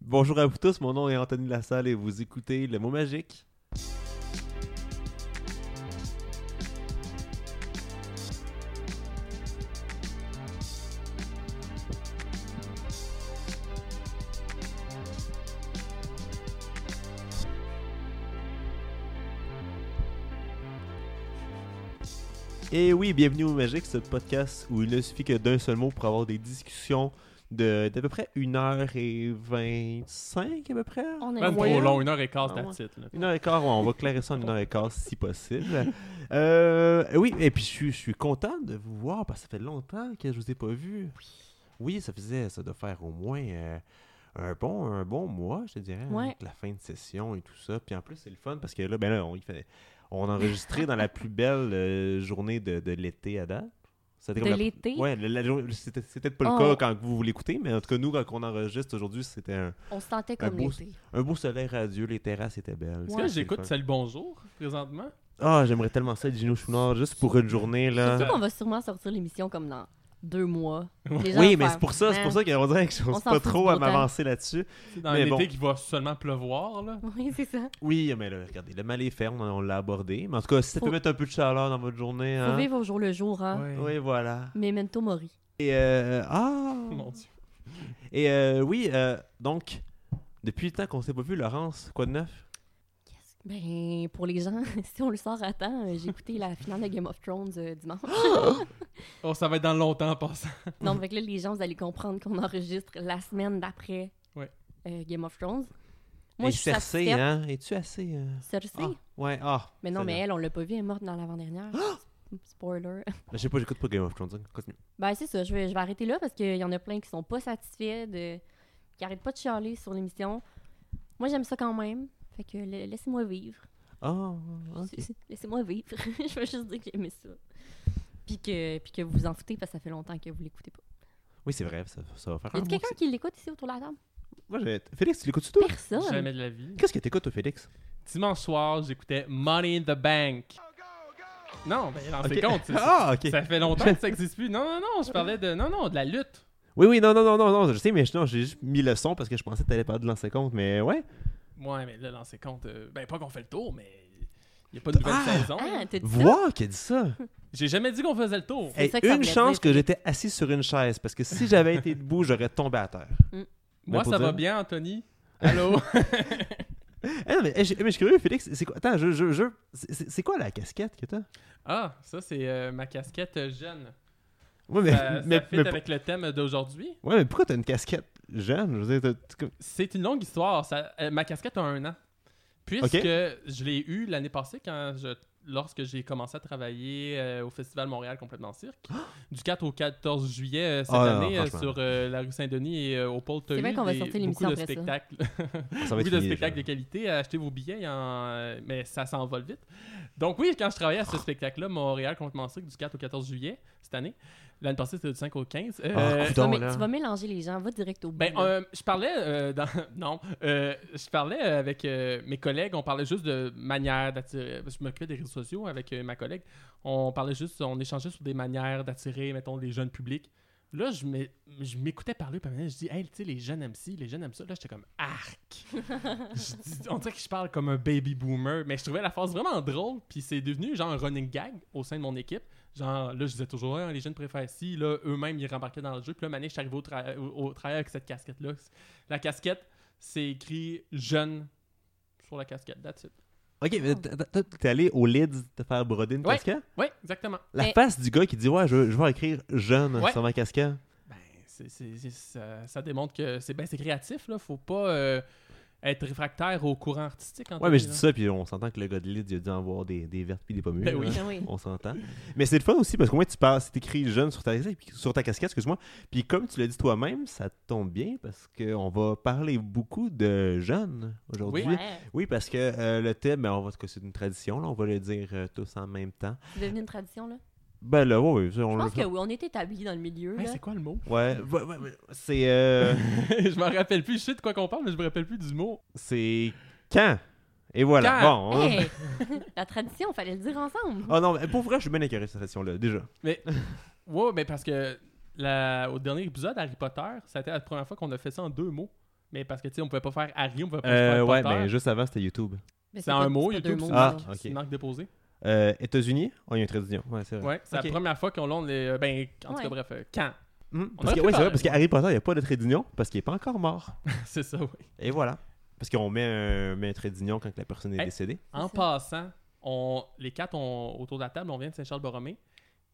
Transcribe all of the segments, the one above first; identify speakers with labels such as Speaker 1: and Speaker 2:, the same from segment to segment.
Speaker 1: Bonjour à vous tous, mon nom est Anthony Lassalle et vous écoutez Le Mot Magique. Et oui, bienvenue au Magique, ce podcast où il ne suffit que d'un seul mot pour avoir des discussions de d'à peu près 1h25 à peu près.
Speaker 2: On est
Speaker 3: Même
Speaker 1: Ouais.
Speaker 3: trop long, une heure et quart,
Speaker 1: Ah
Speaker 3: that's it, là.
Speaker 1: Une heure et quart, ouais, on va clairer ça en une heure et quart si possible. Euh, oui, et puis je suis, je suis content de vous voir parce que ça fait longtemps que je vous ai pas vu. Oui, ça faisait, ça doit faire au moins euh, un, bon, un bon mois, je te dirais, hein,
Speaker 2: Ouais.
Speaker 1: avec la fin de session et tout ça. Puis en plus, c'est le fun parce que là, ben là on, y fait- on a enregistré dans la plus belle euh, journée de, de l'été à date. C'était
Speaker 2: De
Speaker 1: comme la-
Speaker 2: l'été?
Speaker 1: Ouais, la- la jour- c'était c'est peut-être pas le
Speaker 2: Oh.
Speaker 1: cas quand vous l'écoutez, mais en tout cas, nous, quand on enregistre aujourd'hui, c'était un,
Speaker 2: On se sentait
Speaker 1: Un
Speaker 2: comme
Speaker 1: beau-
Speaker 2: l'été.
Speaker 1: un beau soleil radieux, les terrasses étaient belles.
Speaker 3: Est-ce
Speaker 1: C'était
Speaker 3: que
Speaker 1: le
Speaker 3: j'écoute
Speaker 1: fun.
Speaker 3: Salut Bonjour présentement
Speaker 1: Ah, j'aimerais tellement ça être Gino Chouinard juste pour une journée
Speaker 2: Surtout
Speaker 1: là.
Speaker 2: qu'on va sûrement sortir l'émission comme dans deux mois. Les gens
Speaker 1: Oui, mais
Speaker 2: vont faire,
Speaker 1: c'est pour ça, c'est pour ça
Speaker 2: Man.
Speaker 1: qu'on dirait que je
Speaker 2: On
Speaker 1: n'ose
Speaker 2: s'en
Speaker 1: pas
Speaker 2: fout du
Speaker 1: trop
Speaker 2: beau
Speaker 1: à
Speaker 2: temps.
Speaker 1: m'avancer là-dessus.
Speaker 3: C'est dans
Speaker 1: Mais
Speaker 3: l'été
Speaker 1: bon.
Speaker 3: qui va seulement pleuvoir, là.
Speaker 2: Oui, c'est ça.
Speaker 1: Oui, mais là, regardez, le mal est ferme, on l'a abordé. Mais en tout cas, si ça
Speaker 2: Faut-
Speaker 1: peut mettre un peu de chaleur dans votre journée,
Speaker 2: Faut
Speaker 1: hein.
Speaker 2: vivre au jour le jour, hein.
Speaker 1: Oui, voilà.
Speaker 2: Memento mori.
Speaker 1: Et euh, ah.
Speaker 3: Mon Dieu.
Speaker 1: Et euh, oui, euh, donc depuis le temps qu'on s'est pas vu, Laurence, quoi de neuf
Speaker 2: Qu'est-ce- Ben, pour les gens, si on le sort à temps, euh, j'ai écouté la finale de Game of Thrones euh, dimanche.
Speaker 3: Oh, ça va être dans longtemps en passant.
Speaker 2: Donc, avec là, les gens, vous allez comprendre qu'on enregistre la semaine d'après
Speaker 3: Ouais.
Speaker 2: euh, Game of Thrones. Moi,
Speaker 1: Et
Speaker 2: je suis
Speaker 1: Cersei,
Speaker 2: satisfaite.
Speaker 1: hein Es-tu assez euh,
Speaker 2: Cersei?
Speaker 1: ah, Ouais, ah.
Speaker 2: Mais non,
Speaker 1: c'est
Speaker 2: mais
Speaker 1: bien.
Speaker 2: elle, on l'a pas vue, elle est morte dans l'avant-dernière. Spoiler.
Speaker 1: Je sais pas, j'écoute pas Game of Thrones. hein. Continue.
Speaker 2: Ben, c'est ça. Je vais, je vais arrêter là parce qu'il y en a plein qui sont pas satisfaits, de... qui arrêtent pas de chialer sur l'émission. Moi, j'aime ça quand même. Fait que la- laissez-moi vivre.
Speaker 1: Ah, ok.
Speaker 2: C'est- c'est- Laissez-moi vivre. je vais juste dire que j'aimais ça. Puis que, puis que vous vous en foutez parce que ça fait longtemps que vous l'écoutez pas.
Speaker 1: Oui, c'est vrai, ça, ça va faire
Speaker 2: Y
Speaker 1: un
Speaker 2: a
Speaker 1: mois
Speaker 2: quelqu'un
Speaker 1: que
Speaker 2: qui l'écoute ici autour de la table?
Speaker 1: c'est- Moi, j'ai... Félix, tu l'écoutes-tu toi
Speaker 2: Personne.
Speaker 3: Jamais de la vie.
Speaker 1: Qu'est-ce que t'écoutes, toi, Félix
Speaker 3: Dimanche soir, j'écoutais Money in the Bank. Non, ben, on
Speaker 1: Ok.
Speaker 3: s'est compte. c'est-
Speaker 1: Ah, ok. Ah.
Speaker 3: Ça fait longtemps que ça existe plus. Non, non, non, je parlais de. Non, non, de la lutte.
Speaker 1: Oui, oui, non, non, non, non, non, je sais, mais non, j'ai juste mis le son parce que je pensais que t'allais pas de lancer compte, mais ouais.
Speaker 3: Ouais, mais là, dans ses comptes, euh, ben, pas qu'on fait le tour, mais. Il n'y a pas de nouvelle
Speaker 1: Ah!
Speaker 3: saison.
Speaker 2: Ah, t'as dit ça?
Speaker 1: Voir qui a dit ça.
Speaker 3: J'ai jamais dit qu'on faisait le tour.
Speaker 2: C'est
Speaker 1: Hey,
Speaker 2: ça que ça
Speaker 1: une
Speaker 2: voulait
Speaker 1: chance
Speaker 2: dire.
Speaker 1: que j'étais assis sur une chaise parce que si j'avais été debout, j'aurais tombé à terre.
Speaker 3: Moi,
Speaker 1: pour ben,
Speaker 3: ça
Speaker 1: dire-
Speaker 3: va bien, Anthony. Allô?
Speaker 1: Eh, non, mais, eh, j'ai- mais je suis curieux, Félix, c'est quoi Attends, je, je, je- c'est- c'est c'est quoi la casquette que t'as
Speaker 3: ah, ça, c'est euh, ma casquette euh, jeune.
Speaker 1: Ouais, mais,
Speaker 3: Ça, ça
Speaker 1: mais,
Speaker 3: fit
Speaker 1: mais-
Speaker 3: avec le thème d'aujourd'hui.
Speaker 1: ouais, mais pourquoi t'as une casquette jeune Je veux dire, t'as- t'as comme-
Speaker 3: C'est une longue histoire. Ça- euh, ma casquette a un an. Puisque
Speaker 1: Ok.
Speaker 3: je l'ai eue l'année passée quand je, lorsque j'ai commencé à travailler euh, au Festival Montréal complètement cirque, du 4 au 14 juillet euh, cette
Speaker 1: Ah, non, non,
Speaker 3: année euh,
Speaker 1: franchement.
Speaker 3: sur euh, la rue Saint-Denis et euh, au pôle Tolu.
Speaker 2: bien qu'on va
Speaker 3: des-
Speaker 2: sortir l'émission
Speaker 3: beaucoup de
Speaker 2: après ça.
Speaker 3: spectacles.
Speaker 1: ah, ça va
Speaker 3: Oui,
Speaker 1: être
Speaker 3: de
Speaker 1: fini,
Speaker 3: spectacle de
Speaker 1: déjà.
Speaker 3: qualité. Achetez vos billets, il y en- euh, mais ça s'envole vite. Donc oui, quand je travaillais
Speaker 1: Ah.
Speaker 3: à ce spectacle-là, Montréal complètement cirque du 4 au 14 juillet cette année. L'année passée, c'était du 5 au 15. Euh,
Speaker 1: coudonc.
Speaker 2: Tu vas,
Speaker 1: Donc,
Speaker 2: mé-
Speaker 1: là.
Speaker 2: tu vas mélanger les gens, va direct au bout.
Speaker 3: ben,
Speaker 2: là.
Speaker 3: euh, je parlais euh, dans... Non, euh, je parlais avec euh, mes collègues, on parlait juste de manière d'attirer... parce que Je m'occupais des réseaux sociaux avec euh, ma collègue. On parlait juste, on échangeait sur des manières d'attirer, mettons, les jeunes publics. Là, je m'é- je m'écoutais parler, puis à un moment donné, je dis « Hey, tu sais, les jeunes aiment ci, les jeunes aiment ça. » Là, j'étais comme « Arc! » Je dis- On dirait que je parle comme un baby boomer, mais je trouvais la phrase vraiment drôle, puis c'est devenu genre un running gag au sein de mon équipe. Genre, là, je disais toujours, Ah, les jeunes préfèrent ci. Là, eux-mêmes, ils rembarquaient dans le jeu. Puis là, Mané, je suis arrivé au, tra- euh, au- au travail avec cette casquette-là. La casquette, c'est écrit jeune sur la casquette. That's it.
Speaker 1: Ok, mais t'as- t'as- t'es allé au Lids te faire broder une
Speaker 3: Ouais.
Speaker 1: casquette
Speaker 3: Oui, exactement.
Speaker 1: La
Speaker 2: Mais-
Speaker 1: face du gars qui dit Ouais, je, je vais écrire jeune
Speaker 3: Ouais.
Speaker 1: sur ma casquette.
Speaker 3: Ben, c'est- c'est- c'est- ça, ça démontre que c'est ben, c'est créatif. Là. Faut pas euh, être réfractaire au courant artistique.
Speaker 1: Ouais,
Speaker 3: Anthony,
Speaker 1: mais je
Speaker 3: là.
Speaker 1: dis ça, puis on s'entend que le gars de Leeds, il a dû en voir des, des vertes puis des pommes. hein.
Speaker 3: Ben oui.
Speaker 2: Ben oui.
Speaker 1: On s'entend. Mais c'est le fun aussi, parce qu'au moins, tu parles, c'est écrit jeune sur ta, sur ta casquette, excuse-moi. Puis comme tu l'as dit toi-même, ça tombe bien, parce qu'on va parler beaucoup de jeunes aujourd'hui.
Speaker 3: Oui.
Speaker 2: Ouais.
Speaker 1: Oui, parce que euh, le thème, ben, on va, que c'est une tradition, là, on va le dire euh, tous en même temps.
Speaker 2: C'est devenu une tradition, là.
Speaker 1: Ben là, oui, oui, ça, on
Speaker 2: Je
Speaker 1: le
Speaker 2: pense que
Speaker 1: fait.
Speaker 2: oui, on est établi dans le milieu,
Speaker 3: Hey,
Speaker 2: là.
Speaker 3: c'est quoi le mot
Speaker 1: Ouais, ouais, ouais, ouais, c'est... euh,
Speaker 3: Je me rappelle plus. Je sais de quoi qu'on parle, mais je me rappelle plus du mot.
Speaker 1: c'est quand? Et voilà,
Speaker 3: Quand?
Speaker 1: bon. hein.
Speaker 2: Hey! la tradition, fallait le dire ensemble.
Speaker 1: Oh non, mais pour vrai, je suis bien écœuré de cette tradition-là, déjà.
Speaker 3: Ouais, mais parce que la- au dernier épisode, Harry Potter, ça a été la première fois qu'on a fait ça en deux mots. Mais parce que, tu sais, on pouvait pas faire Harry, on pouvait pas
Speaker 1: Euh,
Speaker 3: faire
Speaker 1: ouais,
Speaker 3: Potter.
Speaker 1: mais juste avant, c'était YouTube.
Speaker 2: Mais
Speaker 3: C'est
Speaker 2: pas-
Speaker 3: un mot,
Speaker 2: pas
Speaker 3: YouTube,
Speaker 2: deux
Speaker 3: c'est
Speaker 2: mots,
Speaker 3: une,
Speaker 1: Ah,
Speaker 2: non.
Speaker 3: marque-
Speaker 1: ok.
Speaker 3: c'est une marque déposée.
Speaker 1: Euh, États-Unis, on a une traduction. Ouais, c'est vrai.
Speaker 3: Ouais, c'est
Speaker 1: Euh, Ok.
Speaker 3: la première fois qu'on l'a. on les- Ben, en tout
Speaker 2: Ouais.
Speaker 3: cas, bref, euh, quand
Speaker 1: Hmm,
Speaker 3: On
Speaker 1: parce
Speaker 3: aurait
Speaker 1: que,
Speaker 3: pu
Speaker 1: ouais, c'est
Speaker 3: parler.
Speaker 1: vrai, parce qu'Harry Potter, il n'y a pas de trait d'union parce qu'il n'est pas encore mort.
Speaker 3: C'est ça, oui.
Speaker 1: Et voilà. Parce qu'on met un, met un trait d'union quand la personne est
Speaker 3: Hey.
Speaker 1: décédée.
Speaker 3: En
Speaker 2: ça.
Speaker 3: passant, on, les quatre on- autour de la table, on vient de Saint-Charles-Borromée.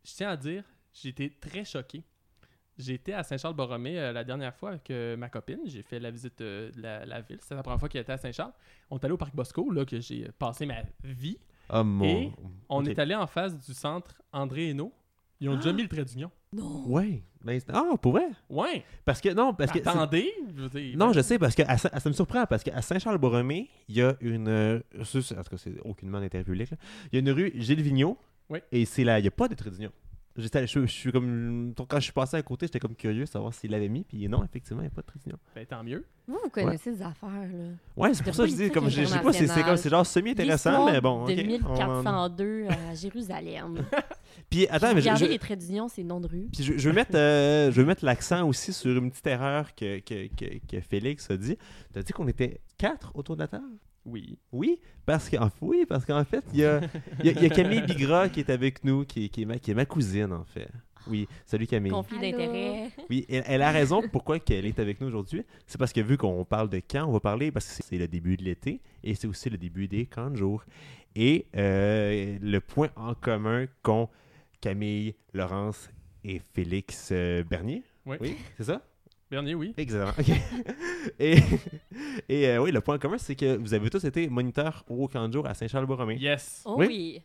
Speaker 3: Je tiens à dire, j'ai été très choqué. J'étais à Saint-Charles-Borromée euh, la dernière fois avec euh, ma copine. J'ai fait la visite euh, de la, la ville. C'était la première fois qu'elle était à Saint-Charles. On est allé au Parc Bosco, là, que j'ai passé ma vie.
Speaker 1: Oh mon.
Speaker 3: Et On
Speaker 1: Ok.
Speaker 3: est allé en face du centre André Hainaut. Ils ont
Speaker 2: Ah!
Speaker 3: déjà mis le trait d'union.
Speaker 2: Non.
Speaker 1: Ouais. Ben, c'est- ah, pour vrai.
Speaker 3: Ouais!
Speaker 1: Parce que, non, parce que. c'est-
Speaker 3: Attendez! je veux dire, ben,
Speaker 1: Non, je sais, parce que à Saint- ça me surprend, parce qu'à Saint-Charles-Borromée, il y a une. euh, ça, c'est- en tout cas, c'est aucunement d'intérêt public. là. Il y a une rue Gilles Vigneault.
Speaker 3: Oui.
Speaker 1: Et c'est là, il n'y a pas de trait d'union. J'étais allé- Je, je suis comme. Quand je suis passé à côté, j'étais comme curieux de savoir s'il l'avait mis. Puis non, effectivement, il n'y a pas de trait d'union.
Speaker 3: ben, tant mieux.
Speaker 2: Vous, vous connaissez des affaires, là.
Speaker 1: Ouais, c'est
Speaker 2: Il y
Speaker 1: pour ça
Speaker 2: a
Speaker 1: que
Speaker 2: pas
Speaker 1: je
Speaker 2: une
Speaker 1: dis, comme je je sais pas, c'est- c'est
Speaker 2: internationale.
Speaker 1: comme c'est genre semi-intéressant,
Speaker 2: L'histoire
Speaker 1: mais bon.
Speaker 2: De
Speaker 1: ok, on-
Speaker 2: 1402 à Jérusalem.
Speaker 1: Puis attends, mais je-
Speaker 2: Regardez
Speaker 1: je,
Speaker 2: les traits d'union, c'est nom de rue.
Speaker 1: Puis je, je veux mettre, euh, je veux mettre l'accent aussi sur une petite erreur que, que, que, que Félix a dit. Tu as dit qu'on était quatre autour de la table?
Speaker 3: Oui.
Speaker 1: Oui, parce qu'en oui, parce qu'en fait, il y a, il y a- il y a Camille Bigra qui est avec nous, qui, est- qui, est ma, qui est ma cousine, en fait. Oui, salut Camille.
Speaker 2: Conflit
Speaker 4: Allô?
Speaker 2: d'intérêts.
Speaker 1: Oui, elle, elle a raison pourquoi qu'elle est avec nous aujourd'hui. C'est parce que vu qu'on parle de camp, on va parler parce que c'est- c'est le début de l'été et c'est aussi le début des camps de jour. Et euh, le point en commun qu'ont Camille, Laurence et Félix euh, Bernier.
Speaker 3: Oui.
Speaker 1: c'est ça?
Speaker 3: Bernier, oui.
Speaker 1: Excellent. ok. et et, euh, oui, le point en commun, c'est que vous avez tous été moniteurs au camp de jour à Saint-Charles-Borromée.
Speaker 3: Yes.
Speaker 2: Oh
Speaker 1: Oui.
Speaker 2: oui.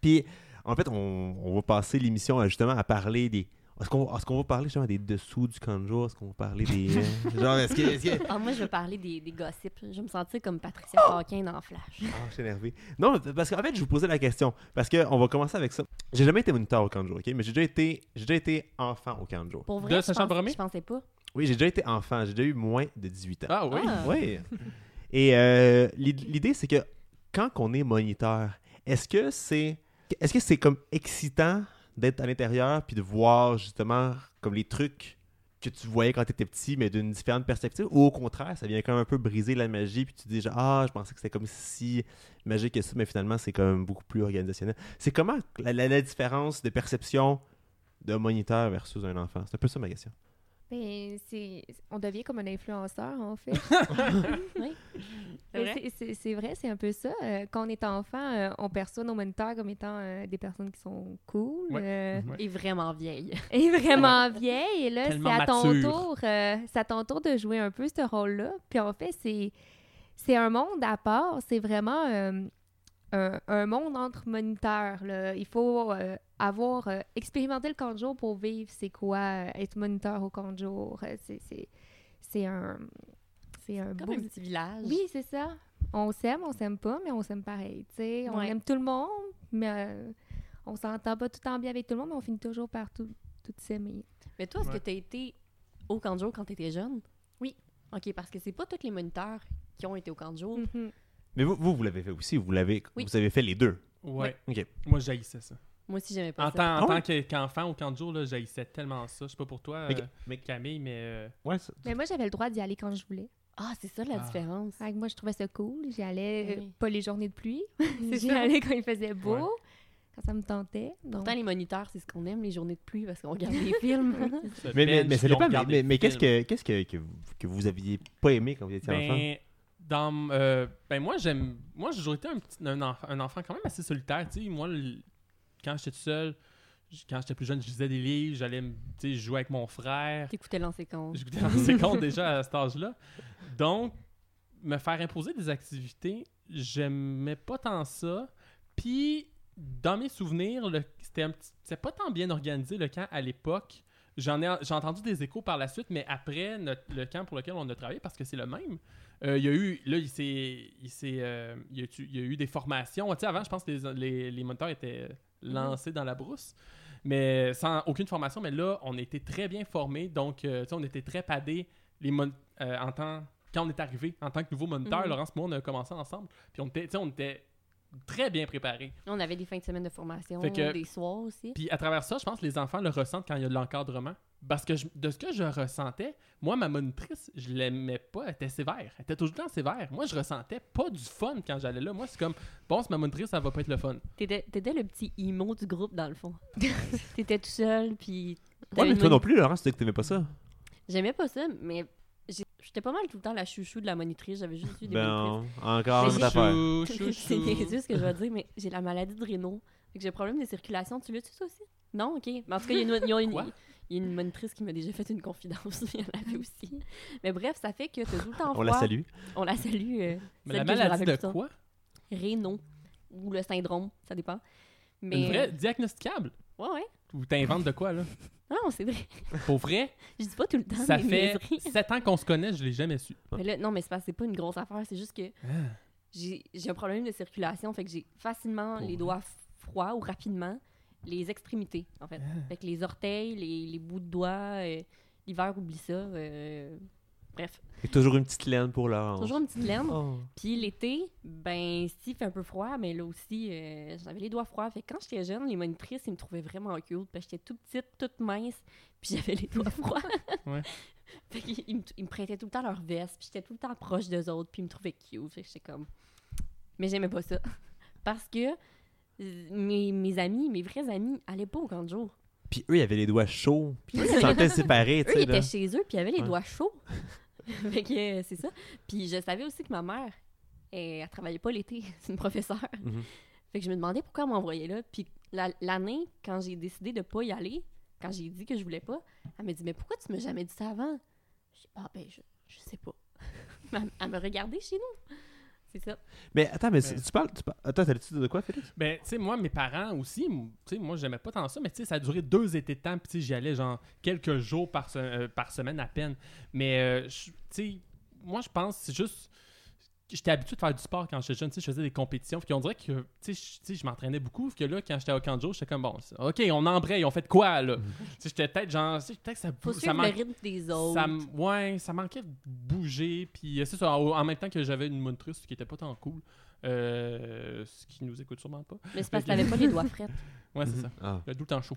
Speaker 1: Puis, en fait, on, on va passer l'émission euh, justement à parler des. Est-ce qu'on est qu'on va parler justement des dessous du Kanjo? Est-ce qu'on va parler des. euh, genre, est-ce que. est-ce que-
Speaker 2: Ah, moi, je veux parler des, des gossips. Je vais me sentir comme Patricia Paquin dans Flash.
Speaker 1: Ah, je suis énervé. Non, parce qu'en fait, je vous posais la question. Parce qu'on va commencer avec ça. J'ai jamais été moniteur au Kanjo, OK? Mais j'ai déjà été, j'ai déjà été enfant au Kanjo.
Speaker 2: Pour
Speaker 3: De
Speaker 2: vrai, je, pense-
Speaker 3: Saint-Jean-Borromée?
Speaker 2: je pensais pas.
Speaker 1: Oui, j'ai déjà été enfant. J'ai déjà eu moins de 18 ans.
Speaker 3: Ah oui.
Speaker 2: Ah.
Speaker 1: Oui. Et euh, l'id- l'idée, c'est que quand on est moniteur, est-ce que c'est est-ce que c'est comme excitant d'être à l'intérieur puis de voir justement comme les trucs que tu voyais quand tu étais petit, mais d'une différente perspective, ou au contraire, ça vient quand même un peu briser la magie, puis tu te dis genre, ah, je pensais que c'était comme si magique que ça, mais finalement, c'est quand même beaucoup plus organisationnel. C'est comment la, la- la différence de perception d'un moniteur versus un enfant? C'est un peu ça ma question.
Speaker 4: Ben, c'est... On devient comme un influenceur, en fait.
Speaker 2: C'est
Speaker 4: Mais
Speaker 2: vrai?
Speaker 4: c'est- C'est c'est vrai, c'est un peu ça. Euh, quand on est enfant, euh, on perçoit nos moniteurs comme étant euh, des personnes qui sont cool
Speaker 3: Ouais.
Speaker 4: euh,
Speaker 3: Mhm.
Speaker 2: Et vraiment vieille.
Speaker 4: et vraiment vieilles. Et là, c'est
Speaker 3: Tellement
Speaker 4: à ton
Speaker 3: mature.
Speaker 4: tour, euh, c'est à ton tour de jouer un peu ce rôle-là. Puis en fait, c'est c'est un monde à part. C'est vraiment euh, un, un monde entre moniteurs. là. Il faut euh, avoir euh, expérimenté le camp de jour pour vivre. C'est quoi euh, être moniteur au camp de jour Euh, C'est c'est- c'est un c'est un
Speaker 2: Comme
Speaker 4: beau
Speaker 2: un petit village.
Speaker 4: oui, c'est ça. On s'aime, on s'aime pas, mais on s'aime pareil. tu sais. On
Speaker 2: Ouais.
Speaker 4: aime tout le monde, mais euh, on s'entend pas tout le temps bien avec tout le monde, mais on finit toujours par tout, tout s'aimer.
Speaker 2: Mais toi, est-ce
Speaker 3: Ouais.
Speaker 2: que tu as été au camp de jour quand tu étais jeune?
Speaker 4: Oui.
Speaker 2: OK, parce que c'est pas tous les moniteurs qui ont été au camp de jour.
Speaker 4: Mhm.
Speaker 1: Mais vous, vous, vous l'avez fait aussi, vous l'avez,
Speaker 2: Oui.
Speaker 1: vous avez fait les deux.
Speaker 3: Ouais.
Speaker 1: Ok.
Speaker 3: Moi, j'haïssais ça.
Speaker 2: Moi aussi, j'aimais pas
Speaker 3: En,
Speaker 2: ça.
Speaker 3: tant, en
Speaker 1: Ah
Speaker 3: tant
Speaker 1: ouais?
Speaker 3: que- qu'enfant au camp de jour, là, j'haïssais tellement ça. Je sais pas pour toi,
Speaker 1: Mais-
Speaker 3: euh, Camille, mais euh,
Speaker 1: Ouais, ça-
Speaker 4: Mais moi, j'avais le droit d'y aller quand je voulais.
Speaker 2: Ah, c'est ça la
Speaker 3: Ah.
Speaker 2: différence.
Speaker 4: Fait que moi, je trouvais ça cool. J'y allais euh,
Speaker 2: Oui.
Speaker 4: pas les journées de pluie.
Speaker 2: C'est
Speaker 4: J'y
Speaker 2: ça.
Speaker 4: allais quand il faisait beau,
Speaker 3: Ouais.
Speaker 4: quand ça me tentait. Donc,
Speaker 2: Pourtant, les moniteurs, c'est ce qu'on aime, les journées de pluie, parce qu'on regarde les films.
Speaker 3: se
Speaker 1: Mais, mais,
Speaker 3: bench,
Speaker 1: mais ça
Speaker 3: puis
Speaker 1: dépend.
Speaker 3: on
Speaker 1: Mais,
Speaker 3: regarde
Speaker 1: mais,
Speaker 3: des
Speaker 1: mais qu'est-ce
Speaker 3: films.
Speaker 1: que, qu'est-ce que, que, vous- que vous aviez pas aimé quand vous étiez enfant?
Speaker 3: Ben, dans, euh, ben moi, j'aime. Moi, j'ai toujours été un, petit- un, enfant, un enfant quand même assez solitaire. Tu sais, moi, le- quand j'étais tout seul, j- quand j'étais plus jeune, je lisais des livres, j'allais me- tu sais, jouer avec mon frère.
Speaker 2: T'écoutais l'en séquence.
Speaker 3: J'écoutais dans ses comptes déjà à cet âge-là. Donc, me faire imposer des activités, j'aimais pas tant ça. Puis, dans mes souvenirs, le- c'était un petit- c'était pas tant bien organisé le camp à l'époque. J'en ai, j'ai entendu des échos par la suite, mais après notre- le camp pour lequel on a travaillé, parce que c'est le même, euh, il y a eu, là, il s'est, il s'est, euh, il y a, eu- il y a eu des formations. Tu sais, avant, je pense que les, les, les moniteurs étaient lancés dans la brousse, mais sans aucune formation. Mais là, on était très bien formés, donc euh, tu sais, on était très padés les mon- euh, en tant, quand on est arrivé en tant que nouveau moniteur.
Speaker 2: Mhm.
Speaker 3: Laurence, moi, on a commencé ensemble, puis on était, tu sais, on était très bien préparés.
Speaker 2: On avait des fins de semaine de formation,
Speaker 3: Fait que-
Speaker 2: des soirs aussi.
Speaker 3: Puis à travers ça, je pense que les enfants le ressentent quand il y a de l'encadrement. Parce que je- de ce que je ressentais, moi, ma monitrice, je l'aimais pas, elle était sévère. Elle était toujours dans sévère. Moi, je ressentais pas du fun quand j'allais là. Moi, c'est comme, bon, c'est ma monitrice, ça va pas être le fun.
Speaker 2: T'étais t'étais le petit immo du groupe, dans le fond. T'étais tout seul, puis...
Speaker 1: Ouais,
Speaker 2: t'avais
Speaker 1: mais
Speaker 2: une
Speaker 1: toi non
Speaker 2: moni-
Speaker 1: plus, Laurent, c'était que t'aimais pas ça.
Speaker 2: J'aimais pas ça, mais j'ai- j'étais pas mal tout le temps la chouchou de la monitrice. J'avais juste eu des monitrices.
Speaker 1: Ben, encore
Speaker 2: Mais
Speaker 1: une
Speaker 2: j'ai-
Speaker 1: affaire.
Speaker 3: Chou, chou,
Speaker 2: C'est
Speaker 3: chou.
Speaker 2: niaiseux ce que je vais dire, mais j'ai la maladie de Raynaud. Fait que j'ai problème de circulation. Tu l'as-tu, ça aussi? Non? OK. Mais en tout cas, il y a une, il y a une-
Speaker 3: Quoi?
Speaker 2: il y a une monitrice qui m'a déjà fait une confidence. puis Elle l'avait aussi. Mais bref, ça fait que t'as tout le temps
Speaker 1: On
Speaker 2: froid.
Speaker 1: la salue.
Speaker 2: On la salue. euh, celle que je
Speaker 3: Mais la
Speaker 2: me
Speaker 3: maladie
Speaker 2: rappelle
Speaker 3: de
Speaker 2: plus tard.
Speaker 3: quoi
Speaker 2: Raynaud. Ou le syndrome, ça dépend. Mais...
Speaker 3: Une vraie diagnosticable
Speaker 2: Ouais, ouais.
Speaker 3: Ou t'inventes de quoi, là
Speaker 2: Non, non, c'est vrai.
Speaker 3: Pour vrai,
Speaker 2: Je dis pas tout le temps.
Speaker 3: ça
Speaker 2: mes
Speaker 3: fait
Speaker 2: niaiseries.
Speaker 3: 7 ans qu'on se connaît, je l'ai jamais su.
Speaker 2: Mais là, non, mais c'est pas, c'est pas une grosse affaire. C'est juste que j'ai j'ai un problème de circulation. Fait que j'ai facilement
Speaker 3: Pour
Speaker 2: les
Speaker 3: vrai?
Speaker 2: doigts froids ou rapidement les extrémités, en fait.
Speaker 3: Ah.
Speaker 2: Fait que les orteils, les, les bouts de doigts, euh, l'hiver, oublie ça. euh, bref.
Speaker 1: Et toujours une petite laine pour Laurent.
Speaker 2: Toujours une petite laine.
Speaker 1: Oh.
Speaker 2: Puis l'été, ben, s'il fait un peu froid, mais là aussi, euh, j'avais les doigts froids. Fait que quand j'étais jeune, les monitrices, ils me trouvaient vraiment cute. Parce que j'étais toute petite, toute mince, puis j'avais les doigts froids.
Speaker 3: Ouais.
Speaker 2: Fait qu'ils ils me, ils me prêtaient tout le temps leur veste, puis j'étais tout le temps proche d'eux autres, puis ils me trouvaient cute. Fait que j'étais comme. Mais j'aimais pas ça. Parce que euh, mes, mes amis, mes vrais amis, allaient pas au camp de jour.
Speaker 1: Puis eux, ils avaient les doigts chauds. Puis ils se sentaient séparés, tu
Speaker 2: Eux, ils
Speaker 1: sais. là.
Speaker 2: étaient chez eux, puis ils avaient les
Speaker 1: Ouais.
Speaker 2: doigts chauds. fait que euh, c'est ça. Puis je savais aussi que ma mère, elle, elle travaillait pas l'été. C'est une professeure.
Speaker 1: Mhm.
Speaker 2: Fait que je me demandais pourquoi elle m'envoyait là. Puis la- l'année, quand j'ai décidé de pas y aller, quand j'ai dit que je voulais pas, elle me dit Mais pourquoi tu m'as jamais dit ça avant Je dis Ah, ben, je, je sais pas. Mais elle, elle me regardait chez nous. C'est ça.
Speaker 1: Mais attends, mais c'est-
Speaker 3: Ouais.
Speaker 1: tu parles. Tu parles... Attends, t'as dit de quoi, Félix
Speaker 3: Ben, tu sais, moi, mes parents aussi, m- tu sais, moi, j'aimais pas tant ça, mais tu sais, ça a duré deux étés de temps, puis tu sais, j'y allais genre quelques jours par, se- euh, par semaine à peine. Mais, euh, je- tu sais, moi, je pense, c'est juste. J'étais habitué de faire du sport quand j'étais jeune, tu sais, je faisais des compétitions, puis on dirait que, tu sais, je- tu sais, je m'entraînais beaucoup, puis que là, quand j'étais au camp de jour, j'étais comme, bon, c'est- ok, on embraye, on fait de quoi, là? Tu sais, j'étais peut-être genre, tu sais, peut-être que ça,
Speaker 2: Faut
Speaker 3: ça
Speaker 2: suivre
Speaker 3: manquait-
Speaker 2: le rythme des autres.
Speaker 3: ça, m- ouais, ça manquait de bouger. Puis euh, c'est ça, en, en même temps que j'avais une monitrice qui était pas tant cool, euh, ce qui nous écoute sûrement pas.
Speaker 2: Mais c'est parce que t'avais pas les doigts frettes.
Speaker 3: Ouais, c'est ça.
Speaker 1: Ah.
Speaker 3: Le doux temps chaud.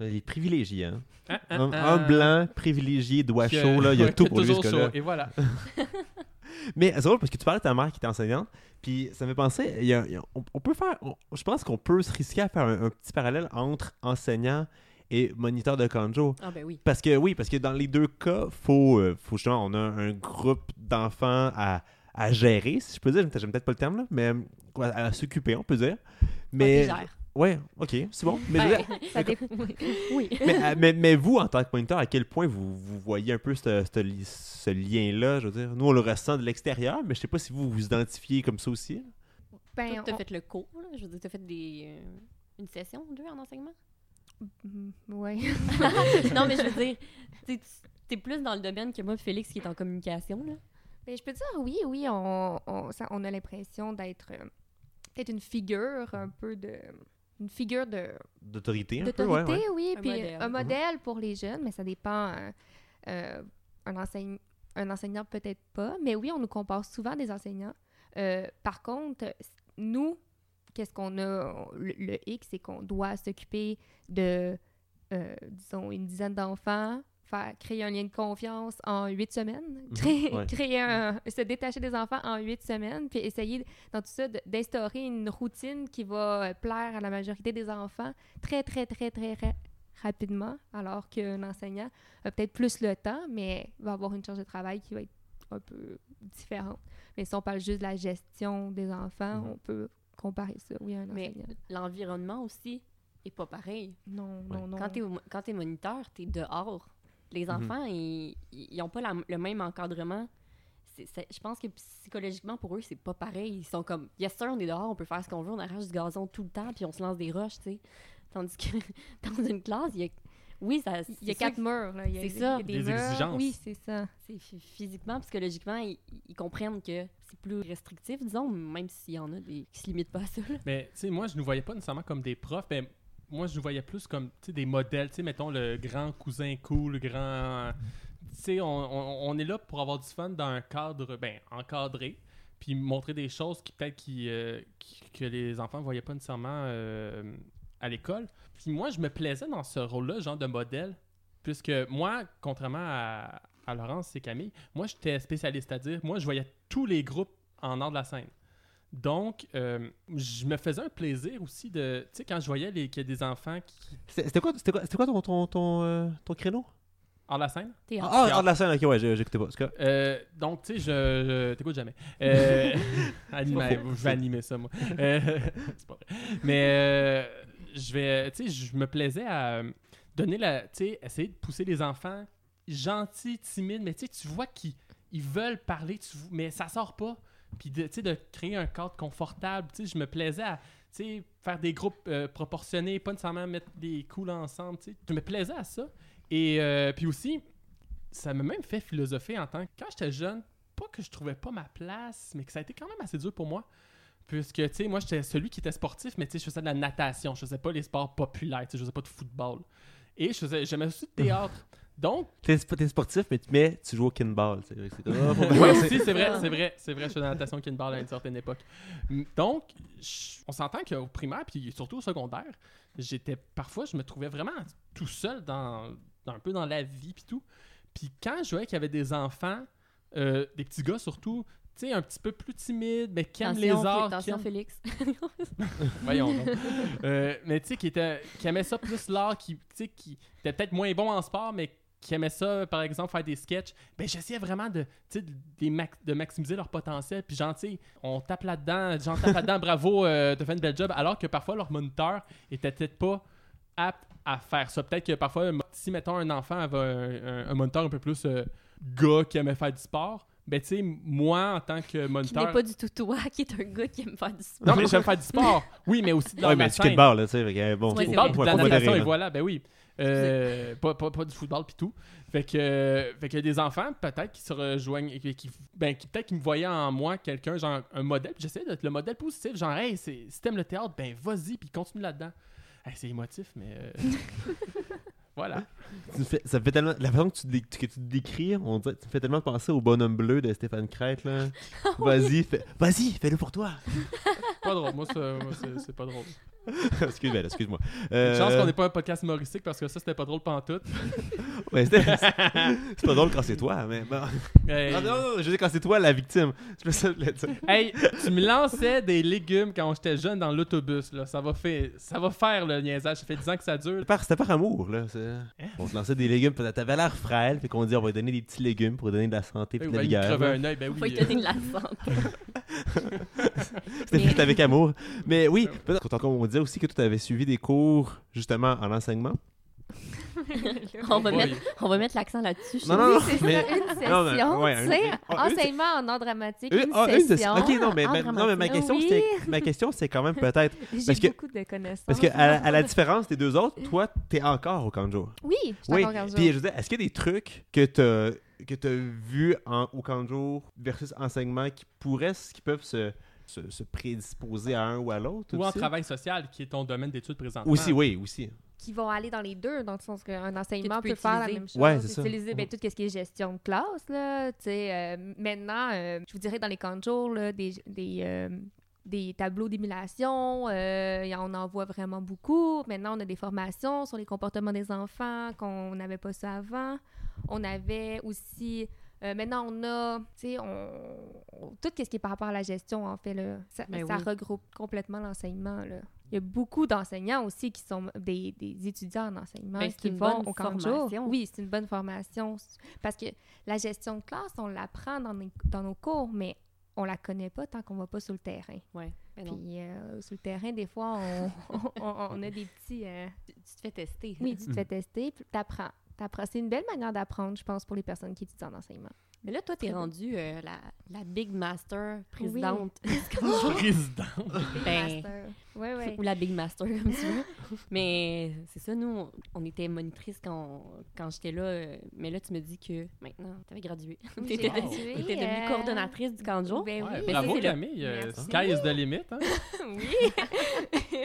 Speaker 1: Les privilégiés, hein.
Speaker 3: Hein, hein,
Speaker 1: Un,
Speaker 3: hein.
Speaker 1: un blanc, privilégié, doigt
Speaker 3: Que-
Speaker 1: chaud, là. Il y a
Speaker 3: euh, ouais,
Speaker 1: tout
Speaker 3: que
Speaker 1: pour lui, ce
Speaker 3: toujours
Speaker 1: gars-là.
Speaker 3: chaud. Et voilà.
Speaker 1: Mais c'est drôle parce que tu parlais de ta mère qui était enseignante, puis ça me fait penser, il y a- il y a- on, on peut faire, on- je pense qu'on peut se risquer à faire un, un petit parallèle entre enseignant et moniteur de kanjo.
Speaker 2: Ah, ben oui.
Speaker 1: Parce que oui, parce que dans les deux cas, faut, euh, faut justement, on a un groupe d'enfants à, à gérer, si je peux dire, j'aime j'aime peut-être pas le terme, là, mais euh, quoi, à, s'occuper, on peut dire.
Speaker 2: Mais...
Speaker 1: Mais ouais, ok, c'est bon. Mais,
Speaker 2: Ben,
Speaker 4: Ça dé-
Speaker 2: oui.
Speaker 1: mais, euh, mais- mais vous, en tant que moniteur, à quel point vous, vous voyez un peu ce, ce li- ce lien-là? Je veux dire, nous, on le ressent de l'extérieur, mais je sais pas si vous vous identifiez comme ça aussi. hein,
Speaker 4: ben,
Speaker 2: Toi, t'as
Speaker 4: on-
Speaker 2: fait le cours, là. Je veux dire, t'as fait des, euh, une session ou deux en enseignement?
Speaker 4: Mm, ouais.
Speaker 2: non, mais je veux dire, t'es- t'es plus dans le domaine que moi, Félix, qui est en communication, là.
Speaker 4: Mais Ben, je peux dire, oui, oui, on, on, ça- on a l'impression d'être euh, peut-être une figure un peu de. Une figure de
Speaker 1: D'autorité, un peu, ouais,
Speaker 4: d'autorité,
Speaker 1: ouais.
Speaker 4: oui,
Speaker 2: Un
Speaker 4: puis
Speaker 2: modèle.
Speaker 4: un
Speaker 2: Mhm.
Speaker 4: modèle pour les jeunes, mais ça dépend. euh, euh, un, enseigne- un enseignant peut-être pas, mais oui, on nous compare souvent des enseignants. Euh, par contre, s- nous, qu'est-ce qu'on a on- le, le hic, c'est qu'on doit s'occuper de, euh, disons, une dizaine d'enfants, faire créer un lien de confiance en huit semaines,
Speaker 1: Mhm,
Speaker 4: créer,
Speaker 1: ouais. Mhm.
Speaker 4: créer un- se détacher des enfants en huit semaines, puis essayer dans tout ça de- d'instaurer une routine qui va euh, plaire à la majorité des enfants très, très, très, très ra- rapidement, alors qu'un enseignant a peut-être plus le temps, mais va avoir une charge de travail qui va être un peu différente. Mais si on parle juste de la gestion des enfants,
Speaker 1: Mhm.
Speaker 4: on peut comparer ça, oui, à un
Speaker 2: Mais-
Speaker 4: enseignant.
Speaker 2: L'environnement aussi est pas pareil.
Speaker 4: Non, non, non.
Speaker 2: Quand t'es au- quand t'es moniteur, t'es dehors. Les
Speaker 1: Mhm.
Speaker 2: enfants, ils- ils ils ont pas la- le même encadrement. C'est- c'est- je pense que psychologiquement, pour eux, c'est pas pareil. Ils sont comme, yes sir, on est dehors, on peut faire ce qu'on veut, on arrache du gazon tout le temps, puis on se lance des roches, tu sais. Tandis que dans une classe, il y a... Oui, ça,
Speaker 4: Il y a quatre murs, là. Il y a,
Speaker 2: C'est
Speaker 4: il y a
Speaker 2: ça.
Speaker 4: des,
Speaker 3: Des
Speaker 4: murs.
Speaker 3: exigences.
Speaker 4: Oui, c'est ça.
Speaker 2: C'est phy- physiquement, psychologiquement, ils, ils comprennent que c'est plus restrictif, disons, même s'il y en a des qui se limitent pas à ça. là.
Speaker 3: Mais tu sais, moi, je ne voyais pas nécessairement comme des profs, mais moi, je nous voyais plus comme tu sais, des modèles. Tu sais, mettons le grand cousin cool, le grand. Tu sais, on, on- on est là pour avoir du fun dans un cadre, ben, encadré, puis montrer des choses qui peut-être qui, euh, qui- que les enfants ne voyaient pas nécessairement euh, à l'école. Puis moi, je me plaisais dans ce rôle-là, genre de modèle. Puis puisque moi, contrairement à, à Laurence et Camille, moi, j'étais spécialiste, c'est-à-dire, moi, je voyais tous les groupes en art de la scène. Donc, euh, je me faisais un plaisir aussi de. Tu sais, quand je voyais les- qu'il y a des enfants qui.
Speaker 1: C'était c'était quoi, c'était quoi, c'était quoi ton, ton, ton, euh, ton créneau
Speaker 3: Art de la scène?
Speaker 2: T'es
Speaker 1: Ah,
Speaker 2: hâte.
Speaker 1: ah, ah, de la scène, ok, ouais, j'ai- j'écoutais pas. En tout cas,
Speaker 3: Euh, donc, tu sais, je, je t'écoute jamais. Euh, anime-
Speaker 1: C'est pas faux.
Speaker 3: je vais animer ça, moi. Euh, c'est pas vrai. Mais euh, je vais, tu sais, je me plaisais à euh, donner la, tu sais, essayer de pousser les enfants gentils, timides, mais tu sais, tu vois qu'ils ils veulent parler, tu, vo- mais ça sort pas. Puis, de- tu sais, de créer un cadre confortable, tu sais, je me plaisais à, tu sais, faire des groupes euh, proportionnés, pas nécessairement mettre des coups là ensemble, tu sais. Je me plaisais à ça. Et euh, puis aussi, ça m'a même fait philosopher en tant que. Quand j'étais jeune, pas que je trouvais pas ma place, mais que ça a été quand même assez dur pour moi. Puisque, tu sais, moi, j'étais celui qui était sportif, mais tu sais, je faisais de la natation, je faisais pas les sports populaires, tu sais, je faisais pas de football. Et je faisais, j'aimais aussi le théâtre. Donc,
Speaker 1: t'es sp- t'es sportif, mais, tu- mais tu joues au kinball. tu sais, c'est comme, ah, faut
Speaker 3: oui,
Speaker 1: balancer.
Speaker 3: aussi, c'est vrai, c'est vrai, c'est vrai, je suis dans la natation qui barre à une certaine époque. M- Donc, je- on s'entend qu'au primaire, puis surtout au secondaire, j'étais parfois, je me trouvais vraiment tout seul dans, dans- un peu dans la vie, puis tout. Puis quand je voyais qu'il y avait des enfants, euh, des petits gars surtout, tu sais, un petit peu plus timides, mais qui aiment les
Speaker 2: Attention, Fé-
Speaker 3: arts, qui
Speaker 2: Attention,
Speaker 3: aiment-
Speaker 2: Félix.
Speaker 3: Voyons donc. Euh, mais tu sais, qui, était- qui aimait ça plus l'art, qui, tu sais, qui était peut-être moins bon en sport, mais qui aimait ça, par exemple, faire des sketchs. Ben, j'essayais vraiment de, tu sais, de, les max- de maximiser leur potentiel. Puis gentil, on tape là-dedans, j'en tape là-dedans, bravo, euh, t'as fait une belle job. Alors que parfois, leur moniteur était peut-être pas apte à faire ça. Peut-être que parfois, si, mettons, un enfant avait un, un- un moniteur un peu plus euh, gars qui aimait faire du sport, ben, tu sais, moi, en tant que
Speaker 2: Qui n'est
Speaker 3: moniteur...
Speaker 2: pas du tout toi, qui est un gars qui aime faire du sport.
Speaker 3: Non, mais j'aime faire du sport. Oui, mais aussi de
Speaker 1: Ouais,
Speaker 3: la
Speaker 1: mais du
Speaker 3: scène.
Speaker 1: kinball, là, tu sais. fait que, Bon, faut-
Speaker 2: Ouais, c'est
Speaker 1: faut-
Speaker 2: vrai.
Speaker 1: faut
Speaker 3: Football,
Speaker 1: pas
Speaker 3: de la
Speaker 1: modérer,
Speaker 3: natation,
Speaker 1: là.
Speaker 3: et voilà, ben oui. Euh, pas, pas, pas du football puis tout. Fait que, euh, fait que y a des enfants, peut-être, qui se rejoignent, et qui, qui- ben, qui- peut-être qu'ils me voyaient en moi quelqu'un, genre un modèle, puis j'essayais d'être le modèle positif, genre, hey, c'est- si t'aimes le théâtre, ben vas-y, puis continue là-dedans. Hey, c'est émotif, mais. euh, voilà.
Speaker 1: Tu me fais- ça me fait tellement. La façon que tu, dé- que tu te décris, on dirait, tu me fais tellement penser au bonhomme bleu de Stéphane Crête, là.
Speaker 2: Ah
Speaker 1: Vas-y, fais- vas-y, fais-le pour toi.
Speaker 3: Pas drôle. Moi, ça- moi, c'est, c'est pas drôle.
Speaker 1: excuse-moi, excuse-moi.
Speaker 3: Une
Speaker 1: Euh,
Speaker 3: chance qu'on n'est pas un podcast humoristique parce que ça, c'était pas drôle pantoute.
Speaker 1: Euh, ouais, c'était- c'est pas drôle quand c'est toi, mais bon. Ah,
Speaker 3: Hey,
Speaker 1: Non, non, non, je veux dire quand c'est toi la victime. C'est pas ça que je voulais dire.
Speaker 3: hey, tu me lançais des légumes quand j'étais jeune dans l'autobus, là. Ça va, faire, ça va faire le niaisage. Ça fait 10 ans que ça dure.
Speaker 1: C'était par, c'était par amour, là. c'est-
Speaker 3: Hein?
Speaker 1: On se lançait des légumes, peut-être t'avais l'air frêle, fait qu'on dit on va lui donner des petits légumes pour donner de la santé,
Speaker 3: Eh
Speaker 1: puis de
Speaker 3: oui,
Speaker 1: la
Speaker 3: ben, il me
Speaker 1: vigueur.
Speaker 3: crevait un œil, ben
Speaker 2: Faut
Speaker 3: oui.
Speaker 2: lui donner de la santé.
Speaker 1: C'était fait avec amour. Mais oui,
Speaker 3: Ouais.
Speaker 1: peut-être qu'on on disait aussi que tu avais suivi des cours, justement, en enseignement.
Speaker 2: On va
Speaker 3: euh,
Speaker 2: mettre,
Speaker 3: oui.
Speaker 2: on va mettre l'accent là-dessus. je
Speaker 1: Non,
Speaker 2: sais.
Speaker 1: non, non,
Speaker 4: c'est
Speaker 1: Ah, mais.
Speaker 4: ça, une session,
Speaker 1: Non, mais- ouais,
Speaker 4: tu sais,
Speaker 1: une- une- ah, une-
Speaker 4: enseignement en art dramatique,
Speaker 1: Une-
Speaker 4: une,
Speaker 1: ah, une
Speaker 4: session.
Speaker 1: session. Ok, non, mais,
Speaker 2: Ah,
Speaker 1: ma, non, mais ma
Speaker 2: dramatique.
Speaker 1: question,
Speaker 4: Oui.
Speaker 1: c'était, ma question, c'est quand même peut-être.
Speaker 4: J'ai
Speaker 1: parce que-
Speaker 4: beaucoup de connaissances.
Speaker 1: Parce que, euh, à, à la différence des deux autres, toi, t'es encore au Kanjo.
Speaker 4: Oui, je suis
Speaker 1: Oui.
Speaker 4: encore en
Speaker 1: Puis,
Speaker 4: jeu.
Speaker 1: je veux dire, est-ce qu'il y a des trucs que t'as que t'as vu en, au Kanjo versus enseignement qui pourraient, qui peuvent se, se, se prédisposer à un ou à l'autre?
Speaker 3: Ou en
Speaker 1: aussi?
Speaker 3: travail social, qui est ton domaine d'études présentement.
Speaker 1: Aussi, oui, aussi.
Speaker 4: Qui vont aller dans les deux, dans le sens qu'un enseignement
Speaker 2: peux
Speaker 4: peut faire la
Speaker 2: utiliser.
Speaker 4: même chose.
Speaker 1: Ouais, c'est ça.
Speaker 4: Utiliser ben,
Speaker 1: Mhm.
Speaker 4: tout ce qui est gestion de classe. Là, tu sais, euh, maintenant, euh, je vous dirais dans les contours, là, des, des, euh, des tableaux d'émulation, euh, y- on en voit vraiment beaucoup. Maintenant, on a des formations sur les comportements des enfants qu'on n'avait pas ça avant. On avait aussi Euh, maintenant, on a, tu sais, on- on- tout ce qui est par rapport à la gestion, en fait, là, ça,
Speaker 2: Ben
Speaker 4: ça
Speaker 2: oui.
Speaker 4: regroupe complètement l'enseignement. là. Il y a beaucoup d'enseignants aussi qui sont des, des étudiants en enseignement
Speaker 2: Ben, c'est
Speaker 4: qui
Speaker 2: une
Speaker 4: vont
Speaker 2: bonne
Speaker 4: au camp de
Speaker 2: formation.
Speaker 4: jour. Oui, c'est une bonne formation. Parce que la gestion de classe, on l'apprend dans, nos- dans nos cours, mais on la connaît pas tant qu'on va pas sur le terrain.
Speaker 2: Ouais, mais non.
Speaker 4: Puis euh, sur le terrain, des fois, on, on- on a des petits... euh,
Speaker 2: Tu tu te fais tester.
Speaker 4: oui, tu te fais tester, puis t'apprends. T'apprends. C'est une belle manière d'apprendre, je pense, pour les personnes qui étudient en enseignement.
Speaker 2: Mais là, toi, t'es
Speaker 4: Très bien.
Speaker 2: rendue euh, la, la Big Master présidente.
Speaker 3: Président.
Speaker 2: Ben,
Speaker 4: Ouais, ouais.
Speaker 2: Ou la Big Master, comme tu veux. mais c'est ça, nous, on- on était monitrice quand, quand j'étais là. euh, Mais là, tu me dis que maintenant, t'avais gradué. T'étais
Speaker 3: j'ai
Speaker 2: de-
Speaker 4: gradué,
Speaker 2: t'étais devenue
Speaker 4: euh,
Speaker 2: coordonnatrice du camp de jour.
Speaker 4: Ben
Speaker 3: Ouais,
Speaker 4: oui.
Speaker 2: mais ça,
Speaker 3: bravo
Speaker 2: c'est le-
Speaker 3: Camille, euh,
Speaker 4: Merci.
Speaker 3: sky is the limit. Hein?
Speaker 2: Oui!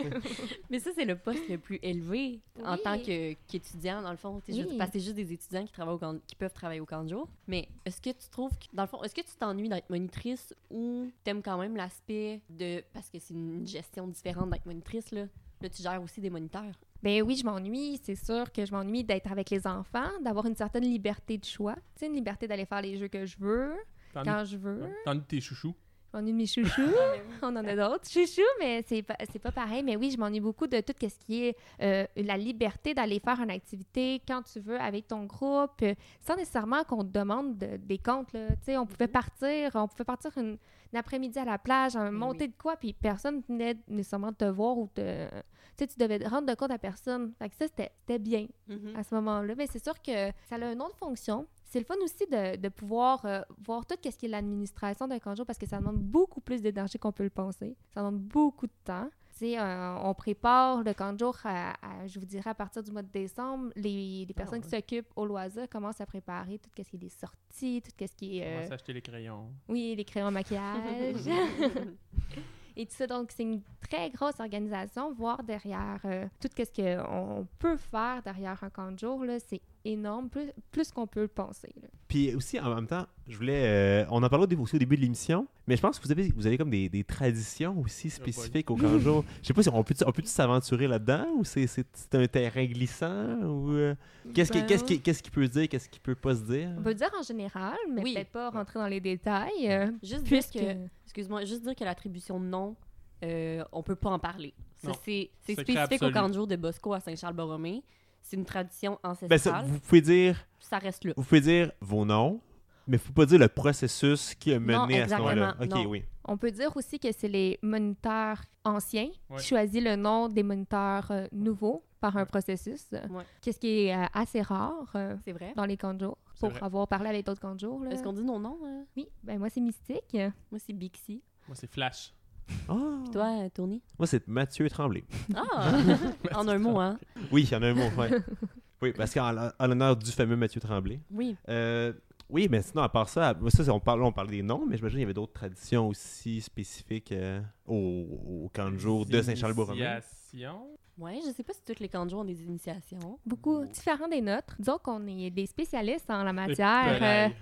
Speaker 2: mais ça, c'est le poste le plus élevé en
Speaker 4: Oui.
Speaker 2: tant que- qu'étudiant, dans le fond. tu sais, je veux
Speaker 4: Oui.
Speaker 2: dire, Parce que c'est juste des étudiants qui, travaillent au camp- qui peuvent travailler au camp de jour. Mais est-ce que tu trouves, que- dans le fond, est-ce que tu t'ennuies d'être monitrice ou t'aimes quand même l'aspect de. Parce que c'est une gestion différente d'être monitrice, là. Là, tu gères aussi des moniteurs.
Speaker 4: ben oui, je m'ennuie, c'est sûr que je m'ennuie d'être avec les enfants, d'avoir une certaine liberté de choix, tu sais, une liberté d'aller faire les jeux que je veux,
Speaker 3: T'en
Speaker 4: quand je veux.
Speaker 3: as- t'en as tes chouchous.
Speaker 4: Je m'ennuie de mes chouchous. On en a d'autres chouchous, mais c'est pas, c'est pas pareil. Mais oui, je m'ennuie beaucoup de tout ce qui est euh, la liberté d'aller faire une activité quand tu veux avec ton groupe, euh, sans nécessairement qu'on te demande de- des comptes. Là. Tu sais, On pouvait partir, on pouvait partir une, une après-midi à la plage,
Speaker 2: Mais
Speaker 4: un monter de quoi, puis personne venait nécessairement te voir ou te... Tu sais, tu devais rendre de compte à personne. Fait que ça, c'était, c'était bien
Speaker 2: Mhm.
Speaker 4: à ce moment-là. Mais c'est sûr que ça a une autre fonction. C'est le fun aussi de, de pouvoir euh, voir tout ce qui est l'administration d'un conjoint parce que ça demande beaucoup plus d'énergie qu'on peut le penser. Ça demande beaucoup de temps. Tu sais, euh, on prépare le conjour, à, à- je vous dirais, à partir du mois de décembre. Les, les personnes qui s'occupent au loisir commencent à préparer tout ce qui est des sorties, tout ce qui est... euh,
Speaker 3: Commence à acheter les crayons.
Speaker 4: oui, les crayons à maquillage. Et tout ça, donc c'est une très grosse organisation, voir derrière euh, tout ce qu'on peut faire derrière un camp de jour, là, c'est énorme, plus, plus qu'on peut le penser. là.
Speaker 1: Puis aussi, en même temps, je voulais. euh, on en parlait au dé- aussi au début de l'émission, mais je pense que vous avez, vous avez comme des, des traditions aussi spécifiques au Kanjo. Je sais pas si on peut, on peut s'aventurer là-dedans ou c'est, c'est, c'est un terrain glissant ou. euh, qu'est-ce, qui,
Speaker 4: Ben,
Speaker 1: qu'est-ce, qui, qu'est-ce qui peut se dire, qu'est-ce qui peut pas se dire
Speaker 4: On peut dire en général, mais
Speaker 2: Oui.
Speaker 4: peut-être pas rentrer dans les détails. euh,
Speaker 2: Juste dire
Speaker 4: puisque...
Speaker 2: que, excuse-moi, juste dire que l'attribution de nom, euh, on peut pas en parler. Ça,
Speaker 3: Non.
Speaker 2: C'est c'est
Speaker 3: Secret
Speaker 2: spécifique au
Speaker 3: absolu.
Speaker 2: camp de jour de Bosco à Saint-Charles-Borromée. C'est une tradition
Speaker 1: Ben, ça,
Speaker 2: ancestrale.
Speaker 1: vous, pouvez dire,
Speaker 2: Ça reste là.
Speaker 1: vous pouvez dire vos noms, mais vous pouvez pas dire le processus qui a mené à ce
Speaker 2: exactement,
Speaker 1: nom-là. Ok,
Speaker 2: non.
Speaker 1: oui.
Speaker 4: On peut dire aussi que c'est les moniteurs anciens
Speaker 3: Ouais.
Speaker 4: qui choisissent le nom des moniteurs euh, nouveaux par un processus.
Speaker 2: Ouais.
Speaker 4: Qu'est-ce qui est euh, assez rare euh,
Speaker 2: C'est vrai.
Speaker 4: dans les camps de jour,
Speaker 3: C'est
Speaker 4: pour
Speaker 3: vrai.
Speaker 4: avoir parlé avec d'autres camps de jour. là.
Speaker 2: Est-ce qu'on dit nos noms? hein?
Speaker 4: Oui, ben moi c'est mystique.
Speaker 2: Moi, c'est Bixi.
Speaker 3: Moi, c'est Flash.
Speaker 1: Ah.
Speaker 2: Toi, euh, Tony?
Speaker 1: Moi, c'est Mathieu Tremblay.
Speaker 2: Ah! en un mot, hein?
Speaker 1: Oui, il y en a un mot, ouais. Oui, parce qu'en en l'honneur du fameux Mathieu Tremblay.
Speaker 2: Oui.
Speaker 1: Euh, oui, mais sinon, à part ça, à- ça c'est- on parle, on parle des noms, mais j'imagine qu'il y avait d'autres traditions aussi spécifiques euh, au, au camp de jour de Saint-Charles-Borromée.
Speaker 3: Initiation.
Speaker 2: Ouais, je sais pas si tous les camps de jour ont des initiations.
Speaker 4: beaucoup
Speaker 3: Oh.
Speaker 4: différents des nôtres. Disons qu'on est des spécialistes en la
Speaker 3: Les
Speaker 4: matière. euh,
Speaker 3: pelailles.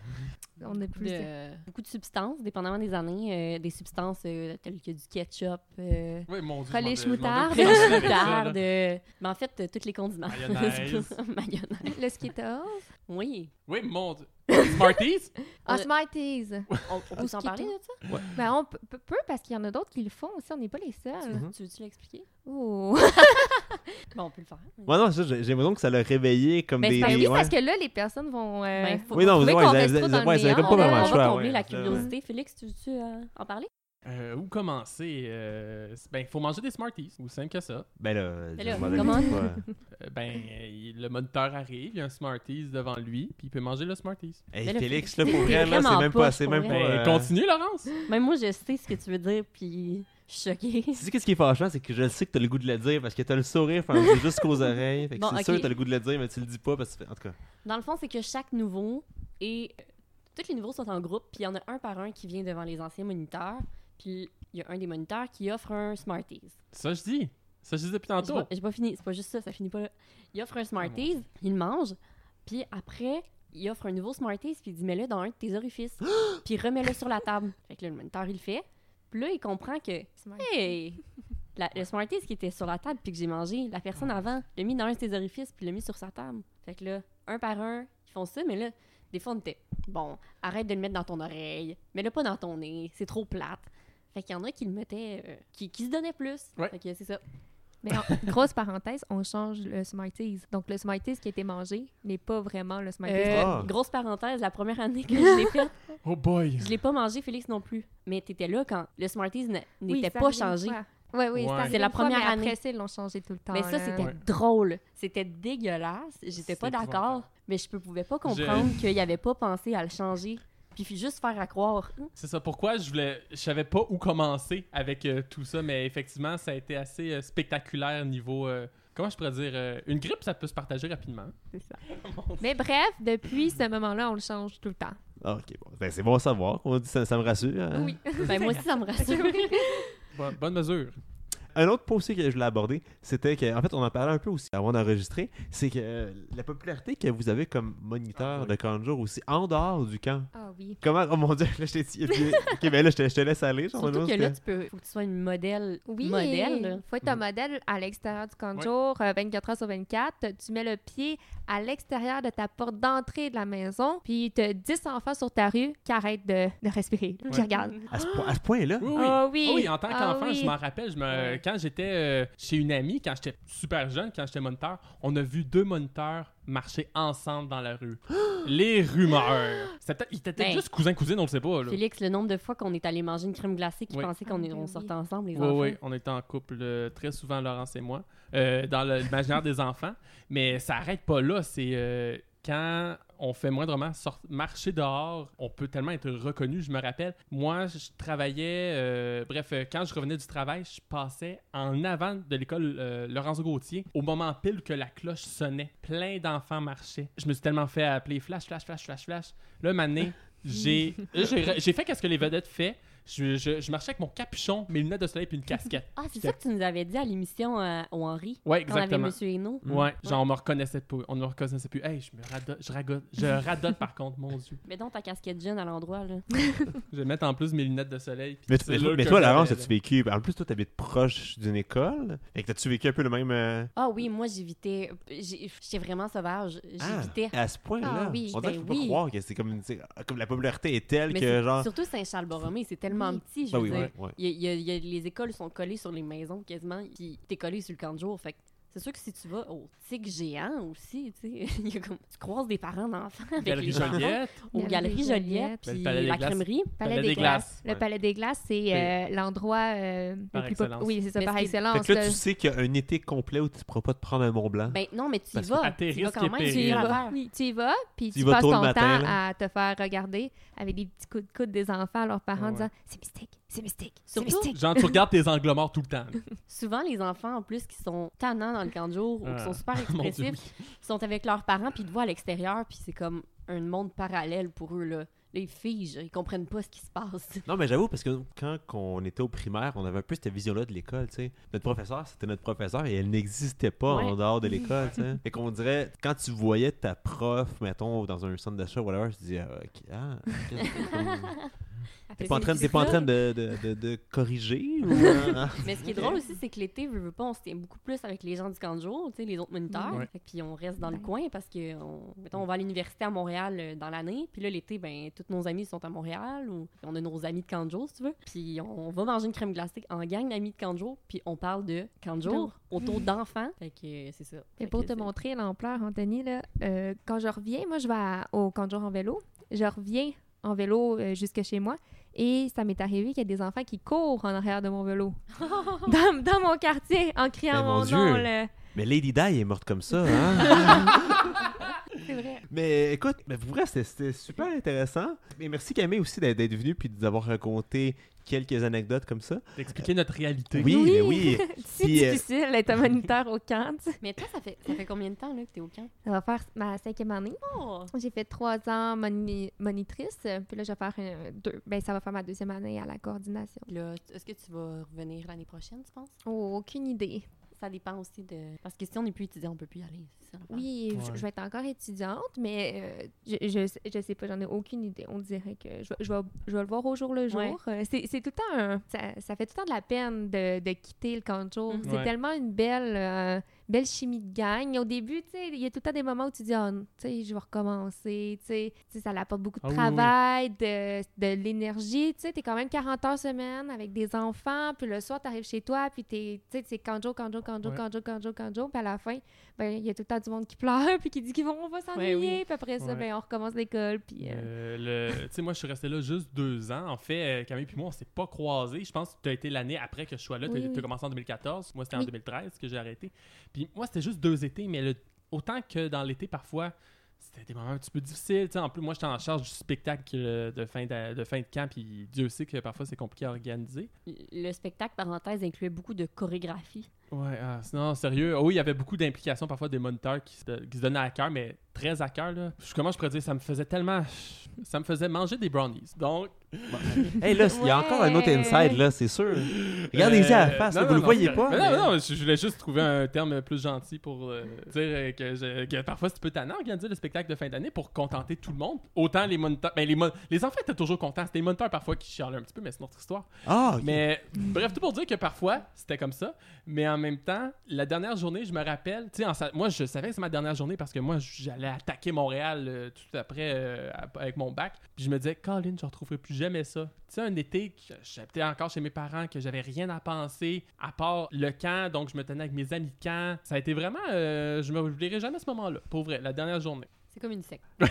Speaker 4: on a plus.
Speaker 2: De- Beaucoup de substances, dépendamment des années. euh, des substances euh, telles que du ketchup, euh,
Speaker 3: Oui, mon Dieu.
Speaker 4: Relais
Speaker 3: je m'en- je m'en
Speaker 4: moutarde.
Speaker 3: doute que c'est avec ça, là.
Speaker 2: moutarde, euh, mais en fait, euh, tous les condiments.
Speaker 3: Mayonnaise.
Speaker 2: Mayonnaise.
Speaker 4: Le Skittles.
Speaker 2: Oui.
Speaker 3: Oui, mon Dieu. Smarties?
Speaker 4: Ah,
Speaker 2: On a-
Speaker 4: Smarties.
Speaker 2: On, on peut
Speaker 4: Ou
Speaker 2: s'en parler de ça?
Speaker 4: Ben, on peut- peut, peut parce qu'il y en a d'autres qui le font aussi. On n'est pas les seuls.
Speaker 1: Mhm.
Speaker 2: Tu veux-tu l'expliquer?
Speaker 4: Oh.
Speaker 2: Bon, on peut le faire.
Speaker 1: Ouais, non, ça, j'ai j'ai l'impression que ça leur réveillait comme
Speaker 2: Mais
Speaker 1: des.
Speaker 2: c'est
Speaker 4: Ben oui,
Speaker 1: des- ouais.
Speaker 4: parce que là, les personnes vont. euh,
Speaker 2: Ben, faut-
Speaker 1: Oui, non, vous
Speaker 4: Mais
Speaker 1: ouais, ils
Speaker 4: qu'on
Speaker 1: avaient-
Speaker 4: reste trop
Speaker 1: ils
Speaker 4: dans le
Speaker 1: ouais, ils avaient
Speaker 4: néant,
Speaker 1: pas
Speaker 2: on, va-
Speaker 1: vraiment le
Speaker 2: on
Speaker 1: choix.
Speaker 2: va combler
Speaker 1: ouais.
Speaker 2: la curiosité. Félix, tu veux-tu euh, en parler?
Speaker 3: Euh, où commencer? Euh, c'est- ben, il faut manger des Smarties. Ou simple que ça.
Speaker 1: Ben là,
Speaker 2: Mais là,
Speaker 1: je m'en allais
Speaker 2: comment-
Speaker 1: dire, ouais.
Speaker 3: Euh, ben, euh, il- le moniteur arrive, il y a un Smarties devant lui, puis il peut manger le Smarties.
Speaker 1: Hey,
Speaker 2: Mais là,
Speaker 1: Félix,
Speaker 2: Félix,
Speaker 1: là, pour vrai,
Speaker 2: t'es
Speaker 1: là, c'est
Speaker 2: vraiment
Speaker 1: même
Speaker 2: poche,
Speaker 1: pas. C'est
Speaker 2: pour
Speaker 1: même
Speaker 2: vrai.
Speaker 1: pas.
Speaker 3: Ben,
Speaker 1: euh,
Speaker 3: continue, Laurence!
Speaker 2: Même Ben, moi, je sais ce que tu veux dire, puis je suis choquée.
Speaker 1: Tu sais, qu'est-ce qui est fâchant, c'est que je sais que t'as le goût de le dire parce que t'as le sourire fermé jusqu'aux oreilles. Fait que
Speaker 2: Bon,
Speaker 1: c'est
Speaker 2: ok.
Speaker 1: sûr que t'as le goût de le dire, mais tu le dis pas parce que. En tout cas.
Speaker 2: Dans le fond, c'est que chaque nouveau et euh, tous les nouveaux sont en groupe, puis il y en a un par un qui vient devant les anciens moniteurs, puis il y a un des moniteurs qui offre un Smarties.
Speaker 3: Ça, je dis. Ça, je dis
Speaker 2: J'ai
Speaker 3: depuis tantôt.
Speaker 2: pas, j'ai pas fini, c'est pas juste ça, ça finit pas là. Il offre un Smarties, il le mange, puis après, il offre un nouveau Smarties, puis il dit mets-le dans un de tes orifices, puis remets-le sur la table. Fait que là, le moniteur, il le fait, puis là, il comprend que
Speaker 4: Smarties.
Speaker 2: Hey! La- le Smarties qui était sur la table puis que j'ai mangé, la personne
Speaker 4: Ah.
Speaker 2: avant l'a mis dans un de ses orifices puis l'a mis sur sa table. Fait que là, un par un, ils font ça, mais là, des fois, on était bon, arrête de le mettre dans ton oreille, mets-le pas dans ton nez, c'est trop plate. Fait qu'il y en a qui le mettaient, euh, qui, qui se donnaient plus.
Speaker 3: Ouais.
Speaker 2: Fait que c'est ça.
Speaker 4: Mais en- grosse parenthèse, on change le Smarties. Donc, le Smarties qui a été mangé n'est pas vraiment le Smarties.
Speaker 2: Euh,
Speaker 1: Ah.
Speaker 2: Grosse parenthèse, la première année que je l'ai faite,
Speaker 3: Oh boy!
Speaker 2: je l'ai pas mangé, Félix non plus. Mais t'étais là quand le Smarties n-
Speaker 4: Oui,
Speaker 2: n'était
Speaker 4: ça
Speaker 2: pas
Speaker 4: arrive une
Speaker 2: changé.
Speaker 4: fois. Ouais, oui,
Speaker 3: Ouais.
Speaker 4: ça arrive
Speaker 2: C'est la
Speaker 4: une fois,
Speaker 2: première
Speaker 4: mais
Speaker 2: année.
Speaker 4: Après ça, ils l'ont changé tout le temps.
Speaker 2: Mais ça,
Speaker 4: là.
Speaker 2: c'était
Speaker 3: Ouais.
Speaker 2: drôle. C'était dégueulasse. J'étais pas
Speaker 3: C'est
Speaker 2: d'accord,
Speaker 3: épouvantable.
Speaker 2: mais je ne pouvais pas comprendre qu'il avait pas pensé à le changer. Puis fi- juste faire à croire.
Speaker 3: C'est ça. Pourquoi je voulais. Je savais pas où commencer avec euh, tout ça, mais effectivement, ça a été assez euh, spectaculaire niveau. euh, comment je pourrais dire euh, Une grippe, ça peut se partager rapidement.
Speaker 4: Mais bref, depuis ce moment-là, on le change tout le temps.
Speaker 1: Ah, ok, bon. Ben, c'est bon à
Speaker 2: Ah,
Speaker 1: savoir. On dit, ça, ça me rassure. hein.
Speaker 4: Oui.
Speaker 2: Ben, moi aussi, ça me rassure.
Speaker 3: Bonne, bonne mesure.
Speaker 1: Un autre point aussi que je voulais aborder, c'était que, en fait, on en parlait un peu aussi avant d'enregistrer, c'est que euh, la popularité que vous avez comme moniteur
Speaker 3: Ah oui.
Speaker 1: de Conjure aussi, en dehors du camp.
Speaker 4: Ah oui.
Speaker 1: Comment, oh mon dieu, là, je t'ai dit, ok, ben là, je te, je te laisse aller. genre,
Speaker 2: Surtout
Speaker 1: parce
Speaker 2: que
Speaker 1: que-
Speaker 2: là, tu peux, faut que tu sois une modèle.
Speaker 4: Oui,
Speaker 2: Modèle. là.
Speaker 4: faut être un modèle à l'extérieur du camp de jour, euh, 24 heures sur 24. Tu mets le pied à l'extérieur de ta porte d'entrée de la maison, puis tu as 10 enfants sur ta rue qui arrêtent de, de respirer, qui
Speaker 3: Ouais.
Speaker 4: regardent.
Speaker 1: à ce, point- à ce point-là,
Speaker 3: Oui,
Speaker 4: Ah oui.
Speaker 3: Ah oui, en tant
Speaker 4: Ah
Speaker 3: qu'enfant,
Speaker 4: oui.
Speaker 3: je m'en rappelle, je me...
Speaker 2: Ouais.
Speaker 3: quand j'étais euh, chez une amie, quand j'étais super jeune, quand j'étais moniteur, on a vu deux moniteurs marcher ensemble dans la rue. Les rumeurs. C'était peut-être- Ils étaient peut-être
Speaker 2: Ben.
Speaker 3: juste cousins-cousines, on le sait pas. Là.
Speaker 2: Félix, le nombre de fois qu'on est allé manger une crème glacée qui
Speaker 3: Oui.
Speaker 2: pensait qu'on
Speaker 4: Ah,
Speaker 2: est-
Speaker 4: ben
Speaker 2: on
Speaker 4: oui.
Speaker 2: sortait ensemble, les
Speaker 3: Oui,
Speaker 2: enfants.
Speaker 3: oui, on était en couple euh, très souvent, Laurence et moi, euh, dans le- l'imaginaire des enfants. Mais ça n'arrête pas là. C'est euh, quand on fait moindrement sort- marcher dehors, on peut tellement être reconnu. Je me rappelle, moi, je travaillais, euh, bref, euh, quand je revenais du travail, je passais en avant de l'école euh, Laurence Gauthier au moment pile que la cloche sonnait. Plein d'enfants marchaient. Je me suis tellement fait appeler flash, flash, flash, flash, flash. Là, mané, j'ai j'ai- j'ai fait qu'est-ce que les vedettes fait. Je, je- je marchais avec mon capuchon, mes lunettes de soleil puis une casquette.
Speaker 2: Ah, c'est ça que tu nous avais dit à l'émission euh, au Henri.
Speaker 3: Ouais,
Speaker 2: Quand on avait
Speaker 3: exactement.
Speaker 2: Monsieur Hénaud.
Speaker 3: Ouais, genre on me reconnaissait pas, on me reconnaissait plus. Hey, je me radote, je ragote, je radote par contre, mon dieu.
Speaker 2: Mets donc ta casquette jeune à l'endroit, là.
Speaker 3: Je vais mettre en plus mes lunettes de soleil. puis
Speaker 1: Mais,
Speaker 3: c'est
Speaker 1: mais-
Speaker 3: là
Speaker 1: mais
Speaker 3: que
Speaker 1: toi,
Speaker 3: j'avais-
Speaker 1: Laurence, as-tu vécu En plus, toi, t'habites proche d'une école. Fait que t'as-tu vécu un peu le même. euh,
Speaker 2: Ah oui, moi, j'évitais. j'ai- J'étais vraiment sauvage.
Speaker 3: Ah.
Speaker 2: J'évitais.
Speaker 1: Ah, à ce point-là.
Speaker 4: Ah oui,
Speaker 1: On dirait que je
Speaker 2: ben
Speaker 1: peux pas
Speaker 2: oui.
Speaker 1: croire que c'est comme, une- c'est- ah, comme la popularité est telle
Speaker 2: Mais
Speaker 1: que
Speaker 2: c'est-
Speaker 1: genre.
Speaker 2: surtout Saint-Charles-Borromée, c'est tellement
Speaker 4: Oui.
Speaker 2: petit, je
Speaker 1: Ben
Speaker 2: veux
Speaker 1: oui,
Speaker 2: dire.
Speaker 1: ouais, ouais.
Speaker 2: Il y a- il y a- il y a- les écoles sont collées sur les maisons quasiment, puis t'es collé sur le camp de jour. Fait que c'est sûr que si tu vas au tic géant aussi, tu sais, il y a comme- tu croises des parents d'enfants avec
Speaker 3: Galerie
Speaker 2: les enfants
Speaker 3: Joliette,
Speaker 2: aux Galeries
Speaker 4: Galerie
Speaker 2: Joliette,
Speaker 4: Joliette,
Speaker 3: Ben, le
Speaker 2: puis
Speaker 3: Palais des
Speaker 2: la
Speaker 3: Glaces.
Speaker 2: crèmerie.
Speaker 4: Palais,
Speaker 3: Palais
Speaker 4: des,
Speaker 3: des
Speaker 4: glaces.
Speaker 3: Glaces.
Speaker 4: Le
Speaker 1: Ouais.
Speaker 4: Palais des Glaces, c'est euh, l'endroit euh,
Speaker 3: Par
Speaker 4: le plus pop-
Speaker 3: excellence.
Speaker 4: Oui, c'est ça,
Speaker 2: Mais
Speaker 4: par
Speaker 2: ce qui-
Speaker 1: Fait
Speaker 4: excellence. euh,
Speaker 1: que là,
Speaker 4: le-
Speaker 1: tu sais qu'il y a un été complet où tu ne pourras pas te prendre un Mont Blanc.
Speaker 2: Ben non, mais tu y
Speaker 1: Parce que
Speaker 2: vas.
Speaker 3: à tes
Speaker 2: Tu y vas
Speaker 3: risques
Speaker 2: quand
Speaker 3: et
Speaker 2: même, tu
Speaker 4: tu
Speaker 3: périls.
Speaker 2: y
Speaker 4: y
Speaker 3: Pire.
Speaker 4: vas,
Speaker 2: vas.
Speaker 4: oui, tu y vas, puis
Speaker 1: Tu
Speaker 4: tu,
Speaker 1: y vas
Speaker 4: passes
Speaker 1: tôt le
Speaker 4: ton
Speaker 1: matin,
Speaker 4: temps
Speaker 1: là.
Speaker 4: à te faire regarder avec des petits coups de coude des enfants à leurs parents
Speaker 3: Ah
Speaker 4: en
Speaker 3: ouais.
Speaker 4: disant c'est mystique, c'est mystique, c'est
Speaker 2: Surtout-
Speaker 4: mystique.
Speaker 3: genre tu regardes tes angles morts tout le temps.
Speaker 2: Souvent, les enfants, en plus, qui sont tannants dans le camp de jour ou
Speaker 3: Ah.
Speaker 2: qui sont super
Speaker 3: Mon Dieu,
Speaker 2: expressifs, sont avec leurs parents, puis ils te voient à l'extérieur, puis c'est comme un monde parallèle pour eux, là. Là, ils figent, ils comprennent pas ce qui se passe.
Speaker 1: Non, mais j'avoue, parce que quand on était au primaire, on avait un peu cette vision-là de l'école, tu sais. Notre professeur, c'était notre professeur et elle n'existait pas
Speaker 2: Ouais.
Speaker 1: en dehors de l'école, tu sais. Et qu'on dirait, quand tu voyais ta prof, mettons, dans un centre d'achat, whatever, tu disais, ah, ok, ah, ok, t'es pas en train, t'es pas en train de, de, de- de corriger ou. hein?
Speaker 2: Mais ce qui est drôle aussi, c'est que l'été, veux, veux pas, on se tient beaucoup plus avec les gens du camp de jour, tu sais, les autres moniteurs.
Speaker 3: Ouais.
Speaker 2: Fait que puis on reste dans le
Speaker 4: Ouais.
Speaker 2: coin parce que, on, mettons, on va à l'université à Montréal euh, dans l'année. Puis là, l'été, ben, tous nos amis sont à Montréal ou on a nos amis de camp de jour, si tu veux. Puis on va manger une crème glacée en gang d'amis de camp de jour. Puis on parle de camp de jour autour d'enfants. Fait que euh, c'est ça.
Speaker 4: Mais
Speaker 2: Fait
Speaker 4: pour
Speaker 2: que
Speaker 4: te
Speaker 2: c'est-
Speaker 4: montrer l'ampleur, Anthony, là, euh, quand je reviens, moi, je vais à- au camp de jour en vélo. Je reviens en vélo euh, jusque chez moi. Et ça m'est arrivé qu'il y a des enfants qui courent en arrière de mon vélo. dans, dans mon quartier, en criant
Speaker 1: Ben, mon
Speaker 4: mon,
Speaker 1: Dieu.
Speaker 4: nom. là.
Speaker 1: Mais Lady Di est morte comme ça, hein?
Speaker 4: C'est vrai.
Speaker 1: Mais écoute, mais pour vrai, c'était- c'était super intéressant. Mais merci Camille aussi d'être d'être venue puis de nous avoir raconté quelques anecdotes comme ça.
Speaker 3: D'expliquer notre réalité.
Speaker 1: Oui, mais oui.
Speaker 4: si
Speaker 1: Puis, euh,
Speaker 4: difficile d'être un moniteur au camp. tu sais.
Speaker 2: Mais toi, ça fait, ça fait combien de temps là, que t'es au camp?
Speaker 4: Ça va faire ma cinquième année.
Speaker 2: Oh!
Speaker 4: J'ai fait trois ans moni- monitrice, euh, puis là, je vais faire un- deux. Ben, ça va faire ma deuxième année à la coordination.
Speaker 2: Là, est-ce que tu vas revenir l'année prochaine, tu penses?
Speaker 4: Oh, aucune idée.
Speaker 2: Ça dépend aussi de. Parce que si on n'est plus étudiant, on peut plus y aller. c'est ça, l'affaire.
Speaker 4: Oui, je-
Speaker 3: Ouais.
Speaker 4: je, vais être encore étudiante, mais euh, je, je, sais- je sais pas, j'en ai aucune idée. On dirait que je, vais- je vais, je vais le voir au jour le jour.
Speaker 2: Ouais.
Speaker 4: Euh, C'est c'est tout le temps un- ça, ça fait tout le temps de la peine de, de quitter le camp de jour.
Speaker 2: Mhm.
Speaker 4: C'est
Speaker 3: Ouais.
Speaker 4: tellement une belle, euh, belle chimie de gang. Au début, tu sais, il y a tout le temps des moments où tu dis, Ah, tu sais, je vais recommencer, tu sais, Tu sais, ça apporte beaucoup de
Speaker 3: Ah oui, oui.
Speaker 4: travail, de, de l'énergie, tu sais, t'es quand même 40 heures semaine avec des enfants, puis le soir, t'arrives chez toi, puis t'es, tu sais, c'est canjo, canjo, canjo,
Speaker 3: Ouais.
Speaker 4: canjo, canjo, canjo, puis à la fin, ben, il y a tout le temps du monde qui pleure, puis qui dit qu'ils vont, on va s'ennuyer,
Speaker 2: oui.
Speaker 4: puis après ça,
Speaker 3: Ouais.
Speaker 4: ben, on recommence l'école, puis... euh,
Speaker 3: Euh, le- Tu sais, moi, je suis resté là juste deux ans. En fait, euh, Camille puis moi, on s'est pas croisés. Je pense que tu as été l'année après que je sois là. Tu as,
Speaker 4: Oui, oui.
Speaker 3: commencé en 2014. Moi, c'était en
Speaker 4: Oui.
Speaker 3: 2013 que j'ai arrêté. Puis moi, c'était juste deux étés, mais le- autant que dans l'été, parfois, c'était des moments un petit peu difficiles. Tu sais, en plus, moi, j'étais en charge du spectacle euh, de fin de, de fin de camp. Puis Dieu sait que parfois, c'est compliqué à organiser.
Speaker 2: le spectacle, parenthèse, incluait beaucoup de chorégraphie.
Speaker 3: Ouais, ah, non, sérieux. Oh, oui, il y avait beaucoup d'implications parfois des moniteurs qui se, qui se donnaient à cœur, mais très à cœur, là. Je- comment je pourrais dire, ça me faisait tellement. Ça me faisait manger des brownies. Donc,
Speaker 1: Hey, Eh, là, il y a encore un autre
Speaker 4: Ouais.
Speaker 1: inside, là, c'est sûr. Regardez-y à la
Speaker 3: Euh,
Speaker 1: face,
Speaker 3: non,
Speaker 1: là,
Speaker 3: non,
Speaker 1: vous le
Speaker 3: non,
Speaker 1: voyez
Speaker 3: c'est
Speaker 1: pas.
Speaker 3: correct. Mais
Speaker 1: mais-
Speaker 3: Non, non, je, je voulais juste trouver un terme plus gentil pour euh, dire euh, que, je- que parfois c'est un peu tannant d'organiser le spectacle de fin d'année pour contenter tout le monde. Autant les moniteurs. Ben, les, mon- les enfants étaient toujours contents. C'était les moniteurs parfois qui chialaient un petit peu, mais c'est notre histoire.
Speaker 1: Ah, ok.
Speaker 3: Mais bref, tout pour dire que parfois, c'était comme ça. Mais en même temps, la dernière journée, je me rappelle, tu sais, en sa- moi, je savais que c'est ma dernière journée parce que moi, j'allais attaquer Montréal euh, tout après euh, ap- avec mon bac. Puis je me disais, Colin, je retrouverai plus jamais ça. Tu sais, un été, que j'étais encore chez mes parents, que j'avais rien à penser à part le camp, donc je me tenais avec mes amis de camp. Ça a été vraiment, euh, je me oublierai jamais ce moment-là, pour vrai, la dernière journée.
Speaker 2: C'est comme une secte.
Speaker 4: Mais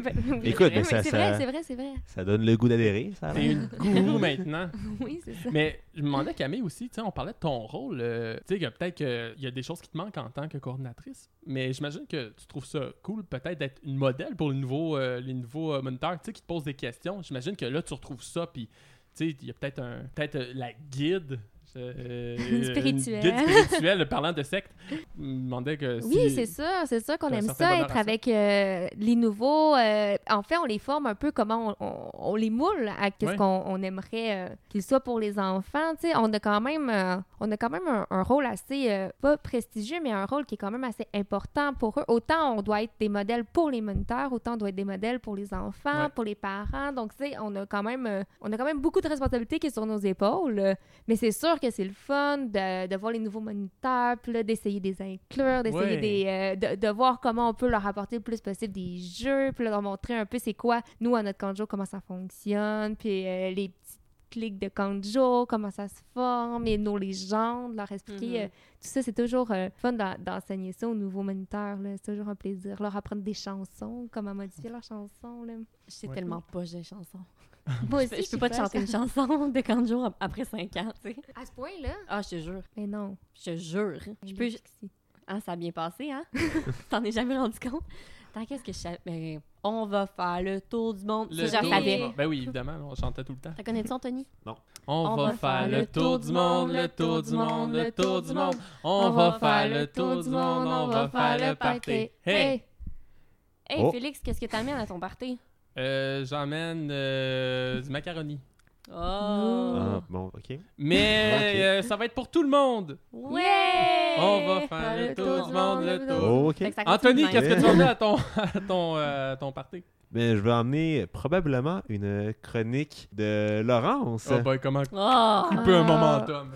Speaker 4: ben- oui, c'est
Speaker 1: Écoute,
Speaker 4: vrai,
Speaker 1: mais ça-
Speaker 4: c'est
Speaker 1: ça-
Speaker 4: vrai, c'est vrai, c'est vrai.
Speaker 1: Ça donne le goût d'adhérer, ça. là.
Speaker 3: T'es une gourou maintenant.
Speaker 4: Oui, c'est ça.
Speaker 3: Mais je me demandais, Camille aussi, tu sais, on parlait de ton rôle. euh, tu sais, que peut-être qu'il y a des choses qui te manquent en tant que coordinatrice, mais j'imagine que tu trouves ça cool peut-être d'être une modèle pour les nouveaux, euh, les nouveaux euh, moniteurs, tu sais, qui te posent des questions. J'imagine que là, tu retrouves ça, puis tu sais, il y a peut-être un, peut-être euh, la guide. euh, une
Speaker 4: Spirituelle.
Speaker 3: guide spirituelle parlant de secte. Je me demandais que euh, si-
Speaker 4: Oui, c'est sûr, c'est sûr qu'on
Speaker 3: T'as un
Speaker 4: aime
Speaker 3: certain
Speaker 4: ça,
Speaker 3: bonheur
Speaker 4: être
Speaker 3: à ça.
Speaker 4: avec euh, les nouveaux. euh, en fait, on les forme un peu comment on, on- on les moule à quest ce
Speaker 3: Ouais.
Speaker 4: qu'on on aimerait euh, qu'ils soient pour les enfants. Tu sais, on a quand même, euh, on a quand même un, un rôle assez euh, pas prestigieux, mais un rôle qui est quand même assez important pour eux. Autant on doit être des modèles pour les moniteurs, autant on doit être des modèles pour les enfants,
Speaker 3: Ouais.
Speaker 4: pour les parents. Donc, tu sais, on a quand même, euh, on a quand même beaucoup de responsabilités qui sont sur nos épaules. Euh, Mais c'est sûr que c'est le fun de, de voir les nouveaux moniteurs, puis là, d'essayer de les inclure, d'essayer
Speaker 3: Ouais.
Speaker 4: des, euh, de, de voir comment on peut leur apporter le plus possible des jeux, puis là, leur montrer un peu c'est quoi, nous, à notre Kanjo, comment ça fonctionne, puis euh, les petits clics de Kanjo, comment ça se forme, et nos légendes, leur expliquer.
Speaker 2: Mhm.
Speaker 4: euh, tout ça, c'est toujours euh, fun d'en- d'enseigner ça aux nouveaux moniteurs. là. C'est toujours un plaisir. Leur apprendre des chansons, comment modifier leurs chansons. Là.
Speaker 2: Je sais
Speaker 3: Ouais.
Speaker 2: tellement pas j'ai chanson.
Speaker 4: Moi
Speaker 2: Je, peux- je peux
Speaker 4: suis
Speaker 2: pas te
Speaker 4: folle.
Speaker 2: chanter une chanson de Kanjo ap- après 5 ans, tu sais.
Speaker 4: À ce point-là?
Speaker 2: Ah, je te jure.
Speaker 4: Mais non.
Speaker 2: Je te jure. Je peux...
Speaker 4: Pixie.
Speaker 2: Ah, ça a bien passé, hein? T'en es jamais rendu compte? Tant qu'est-ce que je savais... Mais on va faire le tour du monde.
Speaker 3: Le
Speaker 2: ça,
Speaker 3: tour
Speaker 2: j'en
Speaker 3: du
Speaker 2: savais.
Speaker 3: monde. Ben oui, évidemment, on chantait tout le temps.
Speaker 2: T'as connais-tu, Anthony?
Speaker 3: On, va, faire le tour du monde, le tour du monde, le tour du monde. On va faire le tour du monde, on va faire le party. Hey!
Speaker 2: Hey,
Speaker 1: Oh.
Speaker 2: Félix, qu'est-ce que t'amènes à ton party?
Speaker 3: Euh, J'emmène euh, du macaroni.
Speaker 2: Oh!
Speaker 1: Ah, bon, ok.
Speaker 3: Mais
Speaker 1: Ok.
Speaker 3: euh, ça va être pour tout le monde.
Speaker 2: Ouais!
Speaker 3: On va faire le tour du monde, le tour. Oh.
Speaker 1: Ok.
Speaker 2: Fait que ça continue
Speaker 3: Anthony,
Speaker 2: de
Speaker 3: qu'est-ce
Speaker 2: même.
Speaker 3: que tu emmènes à ton, à ton, euh, à ton party?
Speaker 1: Mais je vais emmener probablement une chronique de Laurence.
Speaker 3: Oh boy, comment
Speaker 2: Oh!
Speaker 3: couper un
Speaker 4: Ah.
Speaker 3: momentum.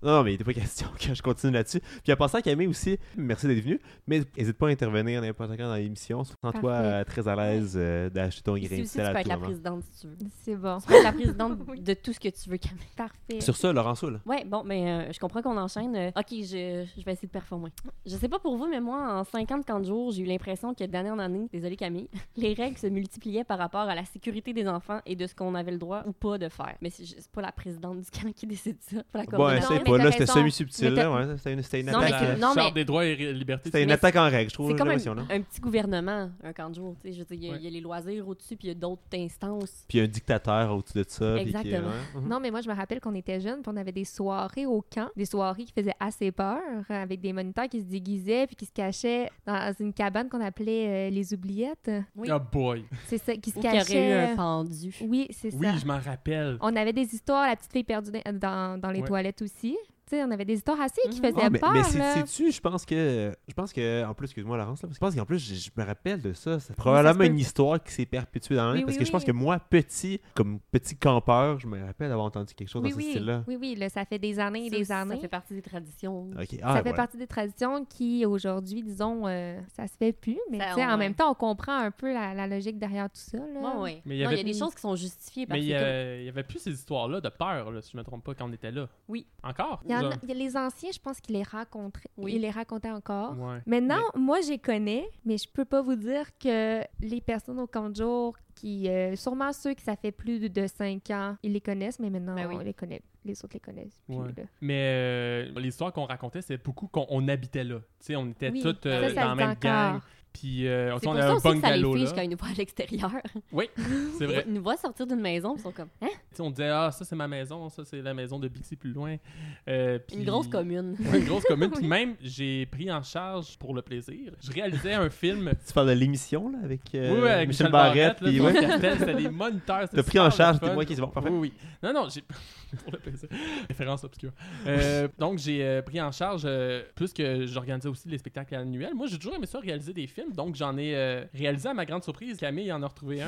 Speaker 1: Non, non, mais il n'était pas question que je continue là-dessus. Puis en passant, Camille aussi, merci d'être venue. Mais n'hésite pas à intervenir n'importe quand dans l'émission. Sens-toi
Speaker 4: Parfait.
Speaker 1: euh, très à l'aise euh, d'acheter ton grain
Speaker 2: Ici
Speaker 1: de
Speaker 2: aussi, tu peux
Speaker 1: sel à hein.
Speaker 2: être
Speaker 1: tout
Speaker 2: la
Speaker 1: moment.
Speaker 2: présidente si tu veux.
Speaker 4: C'est bon.
Speaker 2: Tu peux être la présidente de tout ce que tu veux, Camille.
Speaker 4: Parfait.
Speaker 1: Sur ça, Laurence Soul.
Speaker 2: Ouais, bon, mais euh, je comprends qu'on enchaîne. Euh, ok, je, je vais essayer de performer. Je sais pas pour vous, mais moi, en 50 jours, j'ai eu l'impression que d'année en année, désolé Camille, les règles se multipliaient par rapport à la sécurité des enfants et de ce qu'on avait le droit ou pas de faire. Mais c'est c'est pas la présidente du camp qui décide ça. Faut la
Speaker 1: Bon,
Speaker 2: coordonner.
Speaker 4: essaye
Speaker 1: c'est pas là, c'était semi-subtil.
Speaker 4: mais t'as raison. Mais t'as-
Speaker 1: là, ouais. C'était une, c'était une
Speaker 2: Non, mais
Speaker 1: attaque.
Speaker 2: c'est-
Speaker 1: euh,
Speaker 2: non,
Speaker 3: Charte
Speaker 2: mais-
Speaker 3: des droits et ré- libertés.
Speaker 1: C'était une
Speaker 2: mais
Speaker 1: attaque en règle, je trouve.
Speaker 2: C'est
Speaker 1: j'ai
Speaker 2: comme
Speaker 1: l'impression, là.
Speaker 2: un, un petit gouvernement, un camp de jour. tu sais. Je veux dire, il y a-
Speaker 3: Ouais.
Speaker 2: il y, a les loisirs au-dessus, puis il y a d'autres instances.
Speaker 1: Puis un dictateur au-dessus de ça. puis qui-
Speaker 2: Exactement.
Speaker 1: ouais.
Speaker 3: Mm-hmm.
Speaker 4: Non, mais moi, je me rappelle qu'on était jeunes, puis on avait des soirées au camp, des soirées qui faisaient assez peur, euh, avec des moniteurs qui se déguisaient, puis qui se cachaient dans une cabane qu'on appelait euh, les oubliettes.
Speaker 2: Oui.
Speaker 3: Oh boy.
Speaker 4: C'est ça, qui se
Speaker 2: Ou qu'il y aurait eu
Speaker 4: cachaient.
Speaker 2: un pendu.
Speaker 4: Oui, c'est
Speaker 3: Oui,
Speaker 4: ça.
Speaker 3: je m'en rappelle.
Speaker 4: On avait des histoires, la petite fille perdue dans- dans, dans les
Speaker 3: Ouais.
Speaker 4: toilettes aussi. Tu sais, on avait des histoires assez qui
Speaker 2: Mhm.
Speaker 4: faisaient
Speaker 1: Ah, mais,
Speaker 4: peur.
Speaker 1: mais
Speaker 4: là.
Speaker 1: c'est- sais-tu, je pense que. Je pense que. En plus, excuse-moi, Laurence, là, parce que je pense qu'en plus, je, je me rappelle de ça. C'est probablement
Speaker 4: peut.
Speaker 1: une histoire qui s'est perpétuée dans la
Speaker 4: Oui,
Speaker 1: parce
Speaker 4: oui,
Speaker 1: que je pense
Speaker 4: oui.
Speaker 1: que moi, petit, comme petit campeur, je me rappelle avoir entendu quelque chose
Speaker 4: oui,
Speaker 1: dans ce
Speaker 4: oui,
Speaker 1: style-là.
Speaker 4: oui, oui, là, ça fait des années et
Speaker 2: Ça
Speaker 4: des
Speaker 2: aussi, ça
Speaker 4: années.
Speaker 2: fait partie des traditions.
Speaker 1: Ok.
Speaker 4: ça
Speaker 1: Ah,
Speaker 4: fait
Speaker 1: ouais.
Speaker 4: partie des traditions qui, aujourd'hui, disons, euh, ça se fait plus. Mais
Speaker 2: Ça,
Speaker 4: tu sais, en
Speaker 2: ouais.
Speaker 4: même temps, on comprend un peu la, la logique derrière tout ça. Là.
Speaker 2: Ouais, ouais.
Speaker 3: Mais il
Speaker 2: Non,
Speaker 3: y
Speaker 2: il
Speaker 3: avait-
Speaker 2: y a des choses qui sont justifiées parce
Speaker 3: Mais il y,
Speaker 2: que comme-
Speaker 3: a- il y avait plus ces histoires-là de peur, là, si je me trompe pas, quand on était là.
Speaker 2: Oui.
Speaker 3: Encore?
Speaker 4: Il y en a-
Speaker 3: Genre-
Speaker 4: il y a les anciens, je pense qu'ils les racontaient,
Speaker 2: Oui.
Speaker 4: ils les racontaient encore.
Speaker 3: Ouais.
Speaker 4: Maintenant, moi, je les connais, mais je peux pas vous dire que les personnes au camp de jour, qui, euh, sûrement ceux qui ça fait plus de- de 5 ans, ils les connaissent, mais maintenant,
Speaker 2: Ben oui.
Speaker 4: on les connaît. Les autres les connaissent. plus,
Speaker 3: Ouais.
Speaker 4: là.
Speaker 3: Mais euh, l'histoire qu'on raracontait, c'est beaucoup qu'on on habitait là. Tu sais, on était
Speaker 4: Oui,
Speaker 3: toutes
Speaker 4: ça,
Speaker 3: euh,
Speaker 4: ça
Speaker 3: dans la
Speaker 4: se
Speaker 3: même
Speaker 4: dit encore.
Speaker 3: gang. Puis euh,
Speaker 2: C'est
Speaker 3: on
Speaker 2: pour
Speaker 3: avait
Speaker 2: ça
Speaker 3: un
Speaker 2: aussi que ça les
Speaker 3: bungalow
Speaker 2: fiche quand
Speaker 3: là.
Speaker 2: ils nous voient à l'extérieur.
Speaker 3: Oui, c'est vrai.
Speaker 2: Ils nous voient sortir d'une maison, ils sont comme Hein?
Speaker 3: Tu tu sais, on disait, ah, ça c'est ma maison, ça c'est la maison de Bixi plus loin. Euh, puis-
Speaker 2: Une grosse commune.
Speaker 3: Ouais, une grosse commune. Puis même, j'ai pris en charge pour le plaisir. Je réalisais un film.
Speaker 1: Tu parles de l'émission, là, avec, euh,
Speaker 3: oui, oui, avec
Speaker 1: Michel Barrette.
Speaker 3: là,
Speaker 1: puis
Speaker 3: Thomas
Speaker 1: ouais.
Speaker 3: Castel, C'était des moniteurs. c'était
Speaker 1: T'as pris en
Speaker 3: super
Speaker 1: charge,
Speaker 3: le fun.
Speaker 1: t'es moi qui c'est bon, parfait.
Speaker 3: Oui, oui. Non, non, j'ai. pour le plaisir. Référence obscure. Euh, donc, j'ai euh, pris en charge, euh, puisque j'organisais aussi les spectacles annuels. Moi, j'ai toujours aimé ça, réaliser des films. Donc, j'en ai euh, réalisé à ma grande surprise. Camille en a retrouvé un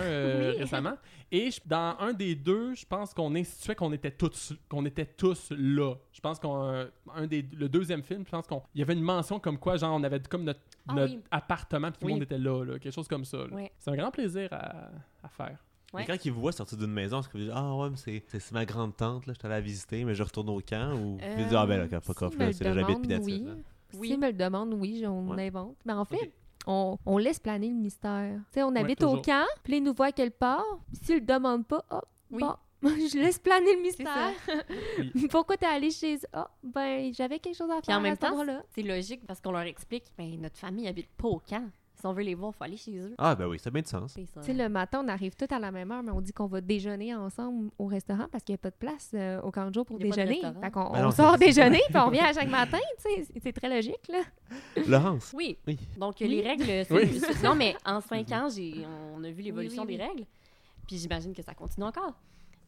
Speaker 3: euh,
Speaker 4: Oui.
Speaker 3: récemment. Et je- dans un des deux, je pense qu'on instituait qu'on était tous, qu'on était tous là. Je pense qu'on. euh, un des, le deuxième film, je pense qu'on. Il y avait une mention comme quoi, genre, on avait comme notre,
Speaker 2: Ah
Speaker 3: notre
Speaker 2: oui.
Speaker 3: appartement, puis tout
Speaker 2: Oui.
Speaker 3: le monde était là, là, quelque chose comme ça. là.
Speaker 2: Ouais.
Speaker 3: C'est un grand plaisir à, à faire.
Speaker 1: Mais
Speaker 2: Ouais.
Speaker 1: quand ils vous voient sortir d'une maison, est-ce que vous dites Ah ouais, mais c'est- c'est c'est ma grande tante, là, je suis allé la visiter, mais je retourne au camp Ou vous dites Ah ben là,
Speaker 4: Euh,
Speaker 1: quand pas
Speaker 4: s'ils
Speaker 1: coffre,
Speaker 4: me
Speaker 1: là,
Speaker 4: le
Speaker 1: c'est là, j'habite, puis
Speaker 4: demandent,
Speaker 1: that's it,
Speaker 4: oui.
Speaker 1: là.
Speaker 2: Oui.
Speaker 4: S'ils me le demandent, oui, on
Speaker 1: Ouais.
Speaker 4: invente. Mais en fait,
Speaker 1: Ok.
Speaker 4: on, on laisse planer le mystère. Tu sais, on habite au
Speaker 3: toujours.
Speaker 4: camp, puis là, ils nous voient à quelle part. S'ils le demandent pas, ah,
Speaker 2: Oui.
Speaker 4: bon, je laisse planer le
Speaker 2: C'est ça.
Speaker 4: mystère. Pourquoi t'es allé chez eux? Ah, ben, j'avais quelque chose à
Speaker 2: Puis
Speaker 4: faire
Speaker 2: en même
Speaker 4: à cet
Speaker 2: temps,
Speaker 4: endroit-là.
Speaker 2: C'est logique parce qu'on leur explique ben, notre famille habite pas au camp. Si on veut les voir, faut aller chez eux.
Speaker 1: Ah ben oui, ça a bien du sens.
Speaker 2: C'est ça.
Speaker 4: Tu sais, le matin, on arrive tous à la même heure, mais on dit qu'on va déjeuner ensemble au restaurant parce qu'il n'y a pas de place euh, au camp de jour pour
Speaker 2: Il y a pas de
Speaker 4: déjeuner.
Speaker 2: restaurant.
Speaker 4: Fait qu'on
Speaker 1: Ben
Speaker 4: on
Speaker 1: non,
Speaker 4: sort
Speaker 1: c'est-
Speaker 4: déjeuner, puis on revient à chaque matin, tu sais. c'est- C'est très logique, là.
Speaker 1: Laurence,
Speaker 2: Oui.
Speaker 1: Oui.
Speaker 2: Donc,
Speaker 4: Oui.
Speaker 2: les règles. c'est-
Speaker 3: Oui.
Speaker 2: c'est- Non, mais en cinq ans, j'ai- on a vu l'évolution
Speaker 4: Oui, oui,
Speaker 2: des règles. Puis j'imagine que ça continue encore.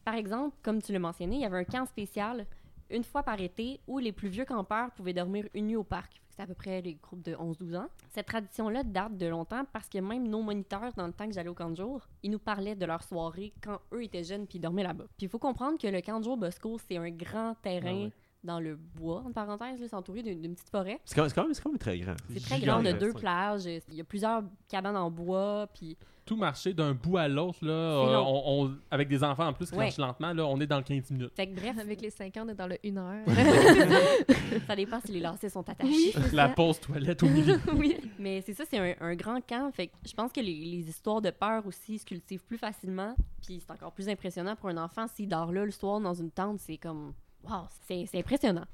Speaker 2: Par exemple, comme tu l'as mentionné, il y avait un camp spécial une fois par été où les plus vieux campeurs pouvaient dormir unis au parc. C'est à peu près les groupes de 11-12 ans. Cette tradition-là date de longtemps parce que même nos moniteurs, dans le temps que j'allais au camp de jour, ils nous parlaient de leur soirée quand eux étaient jeunes puis ils dormaient là-bas. Puis il faut comprendre que le camp de jour Bosco, c'est un grand terrain
Speaker 3: Ah ouais.
Speaker 2: dans le bois, entre parenthèses, là, c'est entouré d'une d'une petite forêt.
Speaker 1: c'est quand, c'est quand même, c'est quand même très grand.
Speaker 2: C'est très grand, on a
Speaker 1: Gigantesque.
Speaker 2: deux plages, il y a plusieurs cabanes en bois, puis
Speaker 3: tout marcher d'un bout à l'autre, là,
Speaker 2: C'est
Speaker 3: euh,
Speaker 2: long.
Speaker 3: on, on- avec des enfants en plus qui
Speaker 2: Ouais.
Speaker 3: marchent lentement, là, on est dans le 15 minutes.
Speaker 2: fait que bref,
Speaker 4: Avec les 5 ans, on est dans le 1 heure.
Speaker 2: ça dépend si les lacets sont attachés.
Speaker 4: oui, c'est
Speaker 3: La
Speaker 4: ça.
Speaker 3: pause toilette au milieu.
Speaker 2: oui, mais c'est ça, c'est un, un grand camp. Fait que je pense que les, les histoires de peur aussi se cultivent plus facilement. Puis c'est encore plus impressionnant pour un enfant s'il dort là le soir dans une tente. C'est comme, wow, c'est c'est impressionnant.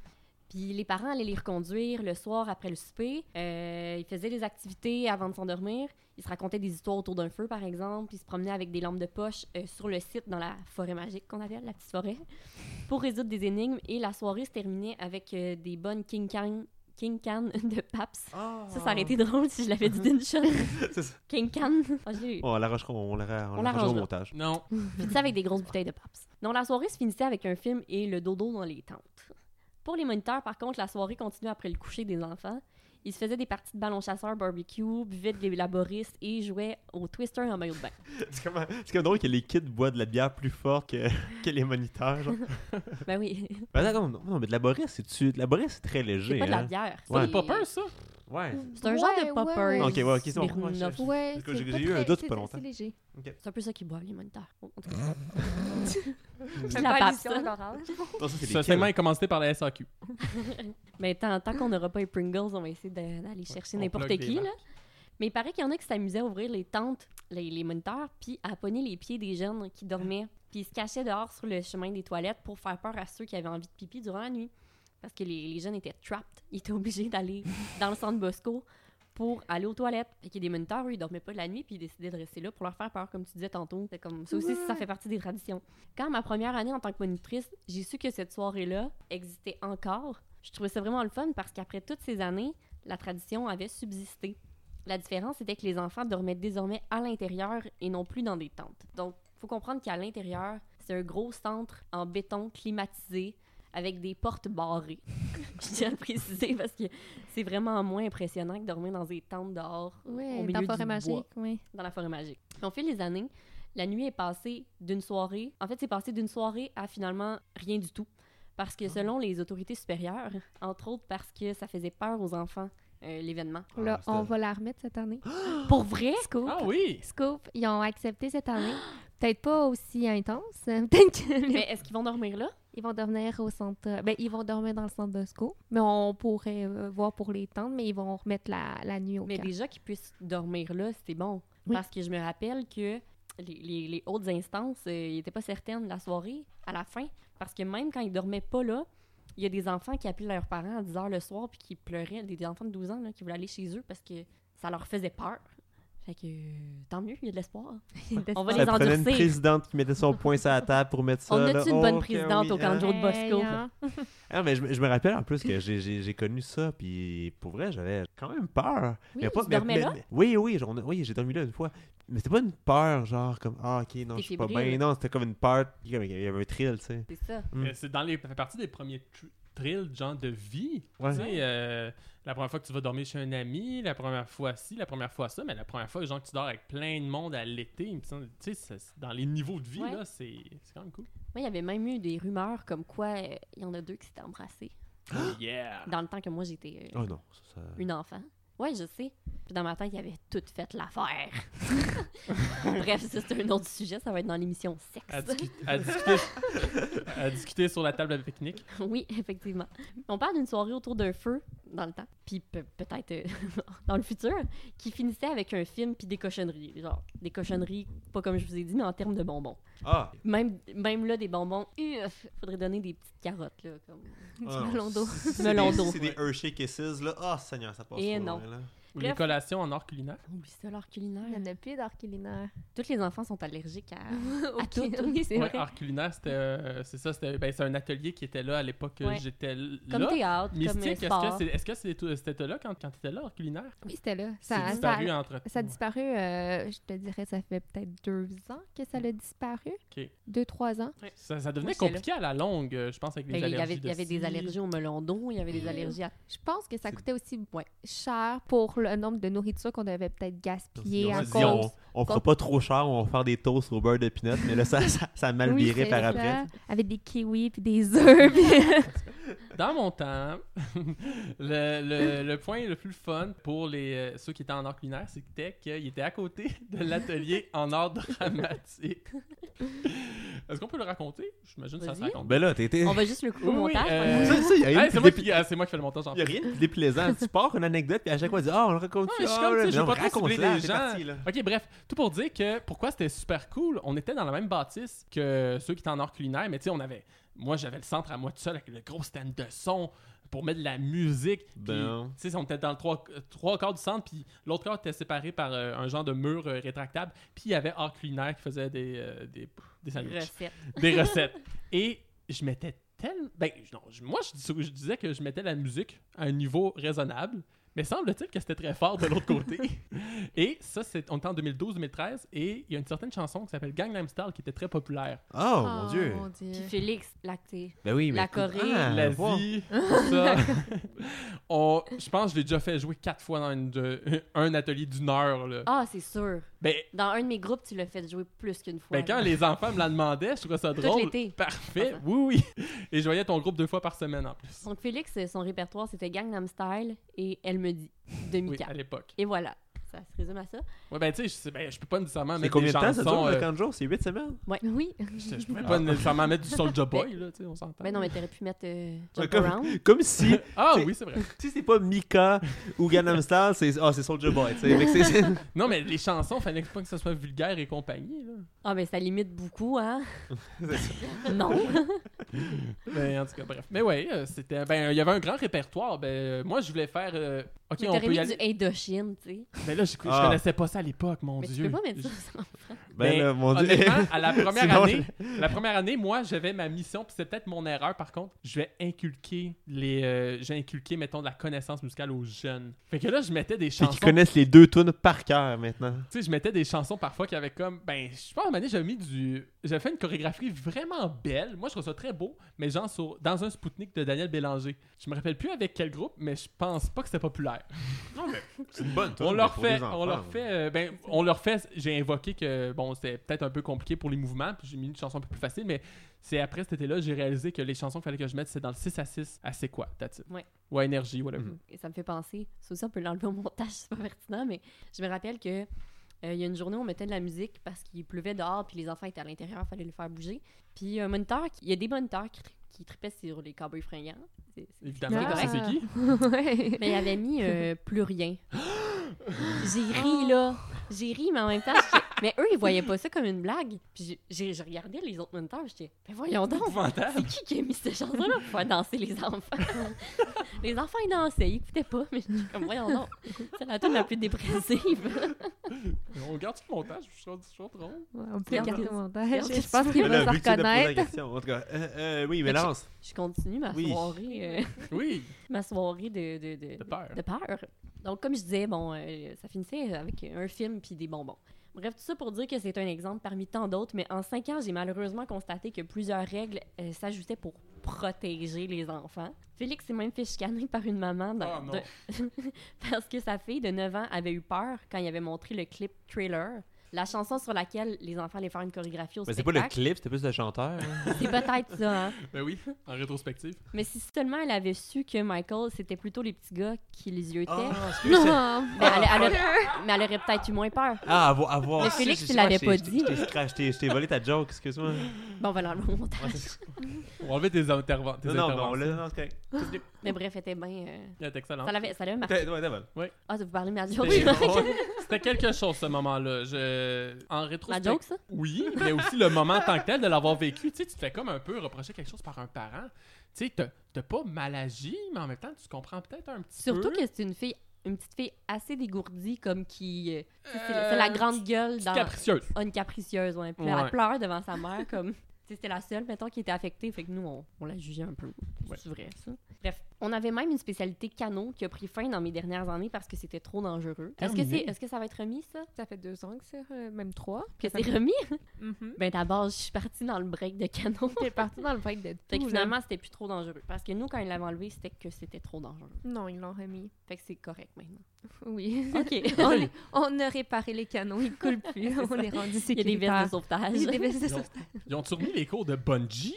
Speaker 2: Puis les parents allaient les reconduire le soir après le souper. Euh, ils faisaient des activités avant de s'endormir. Ils se racontaient des histoires autour d'un feu, par exemple. Ils se promenaient avec des lampes de poche euh, sur le site dans la forêt magique qu'on appelle, la petite forêt, pour résoudre des énigmes. Et la soirée se terminait avec euh, des bonnes king can, king can de paps.
Speaker 1: Ah.
Speaker 2: Ça, ça aurait été drôle si je l'avais dit d'une shot.
Speaker 1: C'est ça.
Speaker 2: King can. Ah, je l'ai
Speaker 3: Oh.
Speaker 2: eu.
Speaker 1: On la rochera- on la ra- on
Speaker 2: On
Speaker 1: la rangera au
Speaker 2: l'arrangera.
Speaker 1: montage.
Speaker 3: Non.
Speaker 2: Puis ça avec des grosses bouteilles de paps. Donc la soirée se finissait avec un film et le dodo dans les tentes. Pour les moniteurs, par contre, la soirée continuait après le coucher des enfants. Ils se faisaient des parties de ballon chasseur, barbecue, buvaient de laboristes et jouaient au twister en maillot de bain.
Speaker 1: C'est comme, c'est comme drôle que les kids boivent de la bière plus forte que, que les moniteurs. Genre.
Speaker 2: Ben oui,
Speaker 1: Ben attends, non, non, mais de la borée, c'est tu- de la borée, c'est très léger.
Speaker 2: c'est pas de la
Speaker 1: hein.
Speaker 2: bière.
Speaker 1: Ouais.
Speaker 2: c'est-
Speaker 3: Pas peur, ça.
Speaker 1: Ouais.
Speaker 2: C'est un genre de
Speaker 4: Ouais, ouais,
Speaker 2: popper.
Speaker 1: Ok, ouais, ok, c'est bon.
Speaker 2: Smirnoff.
Speaker 1: Ouais, je-
Speaker 4: Ouais,
Speaker 1: Parce que j'ai-
Speaker 4: c'est pas
Speaker 1: j'ai eu un
Speaker 4: très-
Speaker 1: doute
Speaker 4: c'est
Speaker 1: pas
Speaker 4: assez
Speaker 1: longtemps.
Speaker 4: léger.
Speaker 2: C'est un peu ça qu'ils boivent, les moniteurs. En tout cas. Puis
Speaker 4: Fais
Speaker 2: la
Speaker 4: pas
Speaker 2: pape,
Speaker 4: allusion
Speaker 2: ça.
Speaker 4: à l'orage.
Speaker 1: Non, ça, c'est
Speaker 3: Ce
Speaker 1: des
Speaker 3: segment
Speaker 1: kids. Ah,
Speaker 3: est commencé par la SAQ.
Speaker 2: Mais tant, tant qu'on n'aura pas les Pringles, on va essayer de- d'aller chercher
Speaker 3: on
Speaker 2: n'importe
Speaker 3: plug des
Speaker 2: qui. Là.
Speaker 3: marques.
Speaker 2: Mais il paraît qu'il y en a qui s'amusaient à ouvrir les tentes, les, les moniteurs, puis à pogner les pieds des jeunes qui dormaient. Puis ils se cachaient dehors sur le chemin des toilettes pour faire peur à ceux qui avaient envie de pipi durant la nuit. Parce que les, les jeunes étaient trapped. Ils étaient obligés d'aller dans le centre Bosco pour aller aux toilettes. Fait qu'il y a des moniteurs, eux, ils dormaient pas de la nuit, puis ils décidaient de rester là pour leur faire peur, comme tu disais tantôt. C'est comme ça aussi, ça fait partie des traditions. Quand ma première année en tant que monitrice, j'ai su que cette soirée-là existait encore. Je trouvais ça vraiment le fun parce qu'après toutes ces années, la tradition avait subsisté. La différence était que les enfants dormaient désormais à l'intérieur et non plus dans des tentes. Donc, faut comprendre qu'à l'intérieur, c'est un gros centre en béton climatisé avec des portes barrées. Je tiens à le préciser parce que c'est vraiment moins impressionnant que dormir dans des tentes dehors au
Speaker 4: Ouais,
Speaker 2: milieu
Speaker 4: dans
Speaker 2: du bois
Speaker 4: Forêt
Speaker 2: Ah,
Speaker 4: magique, oui.
Speaker 2: dans la forêt magique. Au fil des années, la nuit est passée d'une soirée. En fait, c'est passé d'une soirée à finalement rien du tout. Parce
Speaker 4: Ah.
Speaker 2: que selon les autorités supérieures, entre autres parce que ça faisait peur aux enfants, euh, l'événement.
Speaker 4: Là,
Speaker 1: c'est-
Speaker 4: on va la remettre cette année.
Speaker 2: Pour vrai?
Speaker 4: Scoop.
Speaker 3: Ah oui.
Speaker 4: Scoop, ils ont accepté cette année. Peut-être pas aussi intense. euh, Peut-être qu'ils
Speaker 2: Mais est-ce qu'ils vont dormir là?
Speaker 4: vont dormir au centre. Ben, ils vont dormir dans le centre de Scoop. Mais on pourrait euh, voir pour les tentes, mais ils vont remettre la, la nuit au
Speaker 2: Mais
Speaker 4: camp.
Speaker 2: déjà qu'ils puissent dormir là, c'était bon.
Speaker 4: Oui.
Speaker 2: Parce que je me rappelle que les, les- les hautes instances, euh, ils n'étaient pas certaines la soirée, à la fin. Parce que même quand ils dormaient pas là, il y a des enfants qui appelaient leurs parents à 10 h le soir puis qui pleuraient, des enfants de 12 ans là, qui voulaient aller chez eux parce que ça leur faisait peur. Fait Fait que euh, tant mieux, il y a de l'espoir.
Speaker 4: D'espoir.
Speaker 2: On va
Speaker 1: Ça
Speaker 2: les
Speaker 1: prenait une
Speaker 2: endurcir.
Speaker 1: présidente qui mettait son poing sur la table pour mettre ça.
Speaker 2: On a-tu
Speaker 1: là?
Speaker 2: une bonne
Speaker 1: Oh, que
Speaker 2: présidente
Speaker 1: oui,
Speaker 2: au camp de
Speaker 1: hein?
Speaker 2: jour de Bosco?
Speaker 4: Hey, hein.
Speaker 1: Ah, mais je, me- je me rappelle en plus que j'ai- j'ai j'ai connu ça, puis pour vrai, j'avais quand même peur.
Speaker 2: Oui,
Speaker 1: mais pas,
Speaker 2: tu
Speaker 1: mais-
Speaker 2: dormais
Speaker 1: mais-
Speaker 2: là?
Speaker 1: mais- oui, oui, j'en- oui, j'ai dormi là une fois. Mais c'était pas une peur, genre comme Ah, ok, non,
Speaker 2: T'es
Speaker 1: je suis pas
Speaker 2: fébrile.
Speaker 1: bien. Non, c'était comme une peur. Il y avait- il y avait un thrill, tu sais.
Speaker 2: C'est ça.
Speaker 1: Mm.
Speaker 3: Euh, C'est dans les, ça fait partie des premiers tr- thrills, genre de vie.
Speaker 1: Ouais.
Speaker 3: Tu sais, euh, la première fois que tu vas dormir chez un ami, la première fois ci, la première fois ça, mais la première fois, genre, que tu dors avec plein de monde à l'été, il me semble- tu sais, ça- c'est- dans les niveaux de vie,
Speaker 2: Ouais.
Speaker 3: là, c'est c'est quand même cool.
Speaker 2: Moi, il y avait même eu des rumeurs comme quoi euh, il y en a deux qui s'étaient embrassés
Speaker 3: yeah!
Speaker 2: dans le temps que moi j'étais euh,
Speaker 1: Oh non, ça. ça-
Speaker 2: une enfant. Ouais, je sais. Puis dans ma tête, il y avait tout fait l'affaire. Bref, ça c'est un autre sujet, ça va être dans l'émission
Speaker 3: À,
Speaker 2: sexe.
Speaker 3: discu- à discuter, à discuter sur la table de pique-nique.
Speaker 2: oui, effectivement. On parle d'une soirée autour d'un feu dans le temps, puis pe- peut-être euh, dans le futur, qui finissait avec un film puis des cochonneries, genre des cochonneries, pas comme je vous ai dit, mais en termes de bonbons.
Speaker 1: Ah,
Speaker 2: Même, même là, des bonbons, Uf, faudrait donner des petites carottes là, comme
Speaker 4: Du
Speaker 1: Ah, non.
Speaker 4: melon d'eau.
Speaker 1: c'est
Speaker 2: Melon
Speaker 1: des-
Speaker 2: d'eau.
Speaker 1: C'est des Hershey Kisses, là. Ah, Seigneur, ça passe.
Speaker 2: Et
Speaker 1: pas,
Speaker 2: non.
Speaker 1: là.
Speaker 3: Ou les
Speaker 2: Bref.
Speaker 3: collations en or culinaire.
Speaker 4: Oh,
Speaker 2: Oublie ça, l'art
Speaker 4: Il n'y
Speaker 2: culinaire.
Speaker 4: en a plus d'art culinaire.
Speaker 2: Tous les enfants sont allergiques à, à
Speaker 4: Ok,
Speaker 2: tout.
Speaker 4: oui, c'est
Speaker 3: Ouais,
Speaker 4: vrai.
Speaker 3: art culinaire, c'était, euh, c'est ça, c'était ben, c'est un atelier qui était là à l'époque que
Speaker 2: Ouais.
Speaker 3: j'étais l-
Speaker 2: Comme
Speaker 3: là.
Speaker 2: théâtre,
Speaker 3: Mystique,
Speaker 2: comme euh,
Speaker 3: est-ce
Speaker 2: sport.
Speaker 3: que c'est- est-ce que c'est tout- c'était là quand, quand t'étais là, art culinaire?
Speaker 4: Oui, c'était là.
Speaker 3: c'est
Speaker 4: Ça, ça,
Speaker 3: disparu entre
Speaker 4: ça a disparu, euh, je te dirais, ça fait peut-être deux ans que ça l'a disparu.
Speaker 3: Ok.
Speaker 4: Deux, trois ans.
Speaker 3: Ça, ça
Speaker 2: Moi,
Speaker 3: devenait
Speaker 2: j'étais
Speaker 3: compliqué à la longue, euh, je pense, avec les
Speaker 2: Ben, il
Speaker 3: allergies.
Speaker 2: y avait, il
Speaker 3: de
Speaker 2: y avait des
Speaker 3: ci.
Speaker 2: allergies au melon d'eau, il y avait des
Speaker 4: Euh,
Speaker 2: allergies à...
Speaker 4: Je pense que ça
Speaker 1: C'est-
Speaker 4: coûtait aussi
Speaker 2: Ouais.
Speaker 4: cher pour le nombre de nourriture qu'on avait peut-être gaspillé
Speaker 1: on,
Speaker 4: à
Speaker 1: s'est dit, on,
Speaker 4: cause.
Speaker 1: on fera pas trop cher, on va faire des toasts au beurre de peanut, mais là, ça, ça, ça a mal
Speaker 4: Oui,
Speaker 1: viré
Speaker 4: c'est
Speaker 1: par
Speaker 4: ça,
Speaker 1: après.
Speaker 4: Avec des kiwis puis des œufs. puis-
Speaker 3: Dans mon temps, le, le- le point le plus fun pour les, euh, ceux qui étaient en art culinaire, c'était qu'ils étaient à côté de l'atelier en art dramatique. Est-ce qu'on peut le raconter? J'imagine que ça se
Speaker 2: Vas-y.
Speaker 3: raconte.
Speaker 1: Ben là, t'étais.
Speaker 2: On va juste le coup au
Speaker 3: Oui, oui,
Speaker 2: montage.
Speaker 3: euh,
Speaker 1: Ça, ça, y a
Speaker 3: Hey,
Speaker 1: rien de
Speaker 3: c'est
Speaker 1: plus
Speaker 3: moi,
Speaker 1: dépla-
Speaker 3: qui- ah, c'est moi qui fais le montage en
Speaker 1: y a
Speaker 3: fait.
Speaker 1: rien de déplaisant. tu pars une anecdote, puis à chaque fois, tu dis Ah, on le raconte ça.
Speaker 3: Ouais, je suis
Speaker 1: ah,
Speaker 3: comme
Speaker 1: là,
Speaker 3: ça, j'ai
Speaker 1: non,
Speaker 3: pas trop
Speaker 1: raconte-la,
Speaker 3: ciblé les
Speaker 1: c'est
Speaker 3: gens.
Speaker 1: parti, là.
Speaker 3: Ok, bref, tout pour dire que pourquoi c'était super cool, on était dans la même bâtisse que ceux qui étaient en art culinaire, mais tu sais, on avait. Moi, j'avais le centre à moi tout seul avec le gros stand de son pour mettre de la musique. Puis,
Speaker 1: Bon.
Speaker 3: Tu sais, on était dans le trois, euh, trois quarts du centre, puis l'autre quart était séparé par euh, un genre de mur euh, rétractable, puis il y avait art culinaire qui faisait des, euh, des, des sandwichs
Speaker 2: Recette.
Speaker 3: des recettes. Et je mettais tellement. Ben, je- non, je- moi, je, dis- je disais que je mettais la musique à un niveau raisonnable, mais semble-t-il que c'était très fort de l'autre côté. et ça, c'est, on était en 2012-2013, et il y a une certaine chanson qui s'appelle Gangnam Style qui était très populaire.
Speaker 1: Oh, mon Dieu.
Speaker 2: Puis Félix, lacté.
Speaker 1: Ben oui, mais.
Speaker 2: La
Speaker 1: écoute,
Speaker 2: Corée,
Speaker 1: ah,
Speaker 3: la
Speaker 1: voir.
Speaker 3: vie, tout ça. On- je pense que je l'ai déjà fait jouer quatre fois dans une- de- un atelier d'une heure. Là.
Speaker 2: Ah, c'est sûr.
Speaker 3: Ben,
Speaker 2: Dans un de mes groupes, tu l'as fait jouer plus qu'une fois.
Speaker 3: ben, quand
Speaker 2: là.
Speaker 3: les enfants me la demandaient, je trouvais ça
Speaker 2: Tout
Speaker 3: drôle.
Speaker 2: l'été.
Speaker 3: Parfait, oui, oui. Et je voyais ton groupe deux fois par semaine en plus.
Speaker 2: Donc Félix, euh, son répertoire, c'était Gangnam Style et Elle me dit, de
Speaker 3: Oui,
Speaker 2: Mika.
Speaker 3: à l'époque.
Speaker 2: Et voilà. Ça se résume à ça.
Speaker 3: Ouais, ben, tu sais, je sais- ben, je peux pas nécessairement
Speaker 1: C'est
Speaker 3: mettre
Speaker 1: combien
Speaker 3: des
Speaker 1: de temps ça
Speaker 3: chansons.
Speaker 1: dure, le Ah.
Speaker 3: euh,
Speaker 1: camp de jour C'est 8 semaines
Speaker 4: Oui.
Speaker 3: je, je peux pas nécessairement mettre du Soulja Boy, là, tu sais, on s'entend.
Speaker 2: Ben non, mais t'aurais pu mettre euh,
Speaker 1: Ouais,
Speaker 2: Jump
Speaker 1: comme-
Speaker 2: Around.
Speaker 1: Comme si,
Speaker 3: Ah
Speaker 1: tu sais-
Speaker 3: oui, c'est vrai.
Speaker 1: si c'est pas Mika ou Gangnam Style, c'est Ah, c'est Soulja Boy. tu sais. Fait que c'est- c'est-
Speaker 3: Non, mais les chansons, fallait pas que ça soit vulgaire et compagnie, là.
Speaker 2: Ah, mais ça limite beaucoup, hein?
Speaker 1: C'est
Speaker 2: non.
Speaker 3: Ben, en tout cas, bref. Mais ouais, euh, c'était. Ben, il y avait un grand répertoire. Ben, euh, moi, je voulais faire. euh, Ok,
Speaker 2: Mais
Speaker 3: on
Speaker 2: T'aurais
Speaker 3: peut
Speaker 2: mis
Speaker 3: y aller.
Speaker 2: du Indochine, tu sais.
Speaker 3: Mais là, je, je
Speaker 1: Ah.
Speaker 3: connaissais pas ça à l'époque, mon
Speaker 2: Mais tu
Speaker 3: Dieu.
Speaker 2: peux pas mettre ça.
Speaker 1: Ben là, mon Dieu.
Speaker 3: honnêtement, à la première
Speaker 1: Sinon,
Speaker 3: année, la première année, moi, j'avais ma mission, puis c'est peut-être mon erreur. Par contre, je vais inculquer les, euh, j'ai inculqué, mettons, de la connaissance musicale aux jeunes. Fait que là, je mettais des
Speaker 1: Puis
Speaker 3: chansons.
Speaker 1: qu'ils connaissent les deux tunes par cœur maintenant.
Speaker 3: Tu sais, je mettais des chansons parfois qui avaient comme. Ben, je pense à un moment donné, j'avais mis du. J'avais fait une chorégraphie vraiment belle. Moi, je trouve ça très beau, mais genre sur... dans un Spoutnik de Daniel Bélanger. Je me rappelle plus avec quel groupe, mais je pense pas que c'était populaire.
Speaker 1: C'est une bonne
Speaker 3: on leur fait. On leur fait. euh, ben, on leur fait. J'ai invoqué que, bon, c'était peut-être un peu compliqué pour les mouvements, puis j'ai mis une chanson un peu plus facile, mais c'est après cet été-là, j'ai réalisé que les chansons qu'il fallait que je mette, c'est dans le 6 à 6 à C'est quoi, that's it.
Speaker 2: Ouais.
Speaker 3: Ou à énergie, whatever.
Speaker 1: Mhm.
Speaker 2: Et ça me fait penser, ça aussi on peut l'enlever au montage, c'est pas pertinent, mais je me rappelle que euh, il y a une journée on mettait de la musique parce qu'il pleuvait dehors puis les enfants étaient à l'intérieur, fallait le faire bouger. Puis un moniteur, qui- il y a des moniteurs qui, tri- qui tripaient sur les cowboys fringants. C'est- c'est-
Speaker 3: Évidemment,
Speaker 2: Ah.
Speaker 3: ça, c'est qui
Speaker 4: Ouais.
Speaker 2: Mais il avait mis euh, plus rien. J'ai ri là, j'ai ri mais en même temps j'étais- Mais eux, ils voyaient pas ça comme une blague. Puis j'ai- j'ai- je regardais les autres moniteurs, j'étais, mais voyons donc,
Speaker 3: Épouvantable.
Speaker 2: c'est qui qui a mis cette chanson-là pour faire danser les enfants? les enfants, ils dansaient, ils écoutaient pas, mais j'étais comme, voyons donc, c'est la tune la plus dépressive.
Speaker 3: On garde tout le montage, je trouve je trouve drôle.
Speaker 4: Ouais, on peut
Speaker 2: Regarde
Speaker 4: garder
Speaker 2: que-
Speaker 4: le montage.
Speaker 2: regarde que
Speaker 4: Je
Speaker 2: tu
Speaker 4: pense
Speaker 2: veux.
Speaker 4: qu'il
Speaker 1: Elle a
Speaker 4: va se
Speaker 1: vu que tu as posé la
Speaker 4: reconnaître.
Speaker 1: question. En tout cas, euh, euh, oui, mais
Speaker 2: Mais tu-
Speaker 1: lance.
Speaker 2: je continue ma
Speaker 1: Oui.
Speaker 2: soirée, euh,
Speaker 3: Oui,
Speaker 2: ma soirée de- de- de,
Speaker 3: de peur.
Speaker 2: de peur. Donc, comme je disais, bon, euh, ça finissait avec un film puis des bonbons. Bref, tout ça pour dire que c'est un exemple parmi tant d'autres, mais en cinq ans, j'ai malheureusement constaté que plusieurs règles euh, s'ajoutaient pour protéger les enfants. Félix s'est même fait chicaner par une maman dans-
Speaker 3: Oh non.
Speaker 2: de- parce que sa fille de 9 ans avait eu peur quand il avait montré le clip trailer, la chanson sur laquelle les enfants allaient faire une chorégraphie au
Speaker 1: Mais c'est pas
Speaker 2: spectacle.
Speaker 1: le clip, c'était plus le chanteur. hein.
Speaker 2: C'est peut-être ça, hein?
Speaker 3: Ben oui, en rétrospective.
Speaker 2: Mais si seulement elle avait su que Michael, c'était plutôt les petits gars qui les yeux
Speaker 1: Oh.
Speaker 4: Non,
Speaker 2: Mais elle, elle aurait- mais elle aurait peut-être eu moins peur.
Speaker 1: Ah, à voir. à voir.
Speaker 2: Mais
Speaker 1: Je-
Speaker 2: Félix,
Speaker 1: je-
Speaker 2: tu
Speaker 1: je-
Speaker 2: l'avais
Speaker 1: je- je-
Speaker 2: pas
Speaker 1: je- je-
Speaker 2: dit.
Speaker 1: je t'ai scratch- Je t'ai- je t'ai volé ta joke, excuse-moi.
Speaker 2: Bon, on va l'enlever au montage.
Speaker 3: On va enlever tes, interven- tes
Speaker 1: Non, non, mais on
Speaker 3: interventions.
Speaker 1: l'a. Non, c'est correct.
Speaker 2: Mais bref, elle était bien. euh,
Speaker 3: Elle est excellente.
Speaker 2: Ça l'avait ça l'avait marqué.
Speaker 1: T'es- ouais, t'es bonne.
Speaker 2: Ah, vous parlez de ma joke.
Speaker 3: C'était c'était quelque chose ce moment-là. Je... En
Speaker 2: ma
Speaker 3: rétrospective.
Speaker 2: joke, ça?
Speaker 3: Oui, mais aussi le moment en tant que tel de l'avoir vécu. Tu sais, tu te fais comme un peu reprocher quelque chose par un parent. Tu sais, t'as- t'as pas mal agi, mais en même temps, tu comprends peut-être un petit
Speaker 2: Surtout
Speaker 3: peu.
Speaker 2: que c'est une fille, une petite fille assez dégourdie, comme qui. euh, tu sais, C'est
Speaker 3: Euh,
Speaker 2: c'est la grande gueule
Speaker 3: Petite
Speaker 2: dans.
Speaker 3: capricieuse.
Speaker 2: Ah, une capricieuse, ouais. Puis
Speaker 3: Ouais.
Speaker 2: elle pleure devant sa mère, comme. tu sais, C'était la seule, mettons, qui était affectée. Fait que nous, on, on la jugeait un peu.
Speaker 3: Ouais.
Speaker 2: C'est vrai, ça. Bref, on avait même une spécialité canot qui a pris fin dans mes dernières années parce que c'était trop dangereux.
Speaker 4: Ah
Speaker 2: Est-ce que,
Speaker 3: Terminé.
Speaker 2: est, est que ça va être remis, ça?
Speaker 4: Ça fait deux ans que c'est euh, même trois.
Speaker 2: Que c'est remis?
Speaker 4: Mm-hmm.
Speaker 2: Ben d'abord, je suis partie dans le break de canon.
Speaker 4: T'es parti dans le break de tout.
Speaker 2: Fait que
Speaker 4: là.
Speaker 2: finalement, c'était plus trop dangereux. Parce que nous, quand ils l'avaient enlevé, c'était que c'était trop dangereux.
Speaker 4: Non, ils l'ont remis.
Speaker 2: Fait que c'est correct maintenant.
Speaker 4: Oui.
Speaker 2: OK.
Speaker 4: on, les- on a réparé les canons, ils coulent plus. on est rendu
Speaker 2: Il y a des vestes de
Speaker 4: sécuritaires.
Speaker 2: sauvetage.
Speaker 4: Il y a des vestes de
Speaker 3: Non.
Speaker 4: sauvetage.
Speaker 3: Ils ont-tu remis les cours de bungee?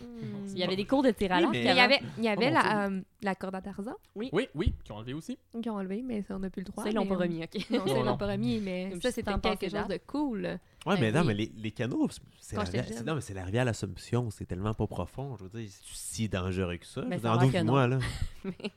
Speaker 4: Mm.
Speaker 2: Il y avait des cours de tir à l'arc.
Speaker 1: mais-
Speaker 4: Il y
Speaker 2: avant.
Speaker 4: avait, il y avait
Speaker 3: Oh, mon
Speaker 4: la, euh, la corde à Tarzan
Speaker 3: Oui, oui, qu'ils ont enlevé aussi.
Speaker 4: qu'ils ont enlevé, mais ça, on n'a plus le droit.
Speaker 2: Ça, ils l'ont
Speaker 4: mais
Speaker 2: pas
Speaker 4: on-
Speaker 2: remis, OK.
Speaker 4: Non, ça,
Speaker 3: Non,
Speaker 4: ils
Speaker 3: non.
Speaker 4: l'ont pas remis, mais
Speaker 2: Comme
Speaker 4: ça,
Speaker 2: si
Speaker 4: c'était
Speaker 2: t'en
Speaker 4: quelque
Speaker 2: pensais
Speaker 4: chose de cool.
Speaker 1: Ouais,
Speaker 2: Ben
Speaker 1: mais non,
Speaker 2: oui.
Speaker 1: mais les, les canaux, c'est- c'est
Speaker 4: Quand
Speaker 1: la,
Speaker 4: j'étais
Speaker 1: rivière- c'est-
Speaker 4: jeune.
Speaker 1: non, mais c'est la rivière à l'Assomption. C'est tellement pas profond. Je veux dire, c'est si dangereux que ça.
Speaker 2: Ben,
Speaker 1: Je veux
Speaker 2: ça
Speaker 1: dire,
Speaker 2: a l'air que
Speaker 1: en 12 mois, là.
Speaker 2: Mais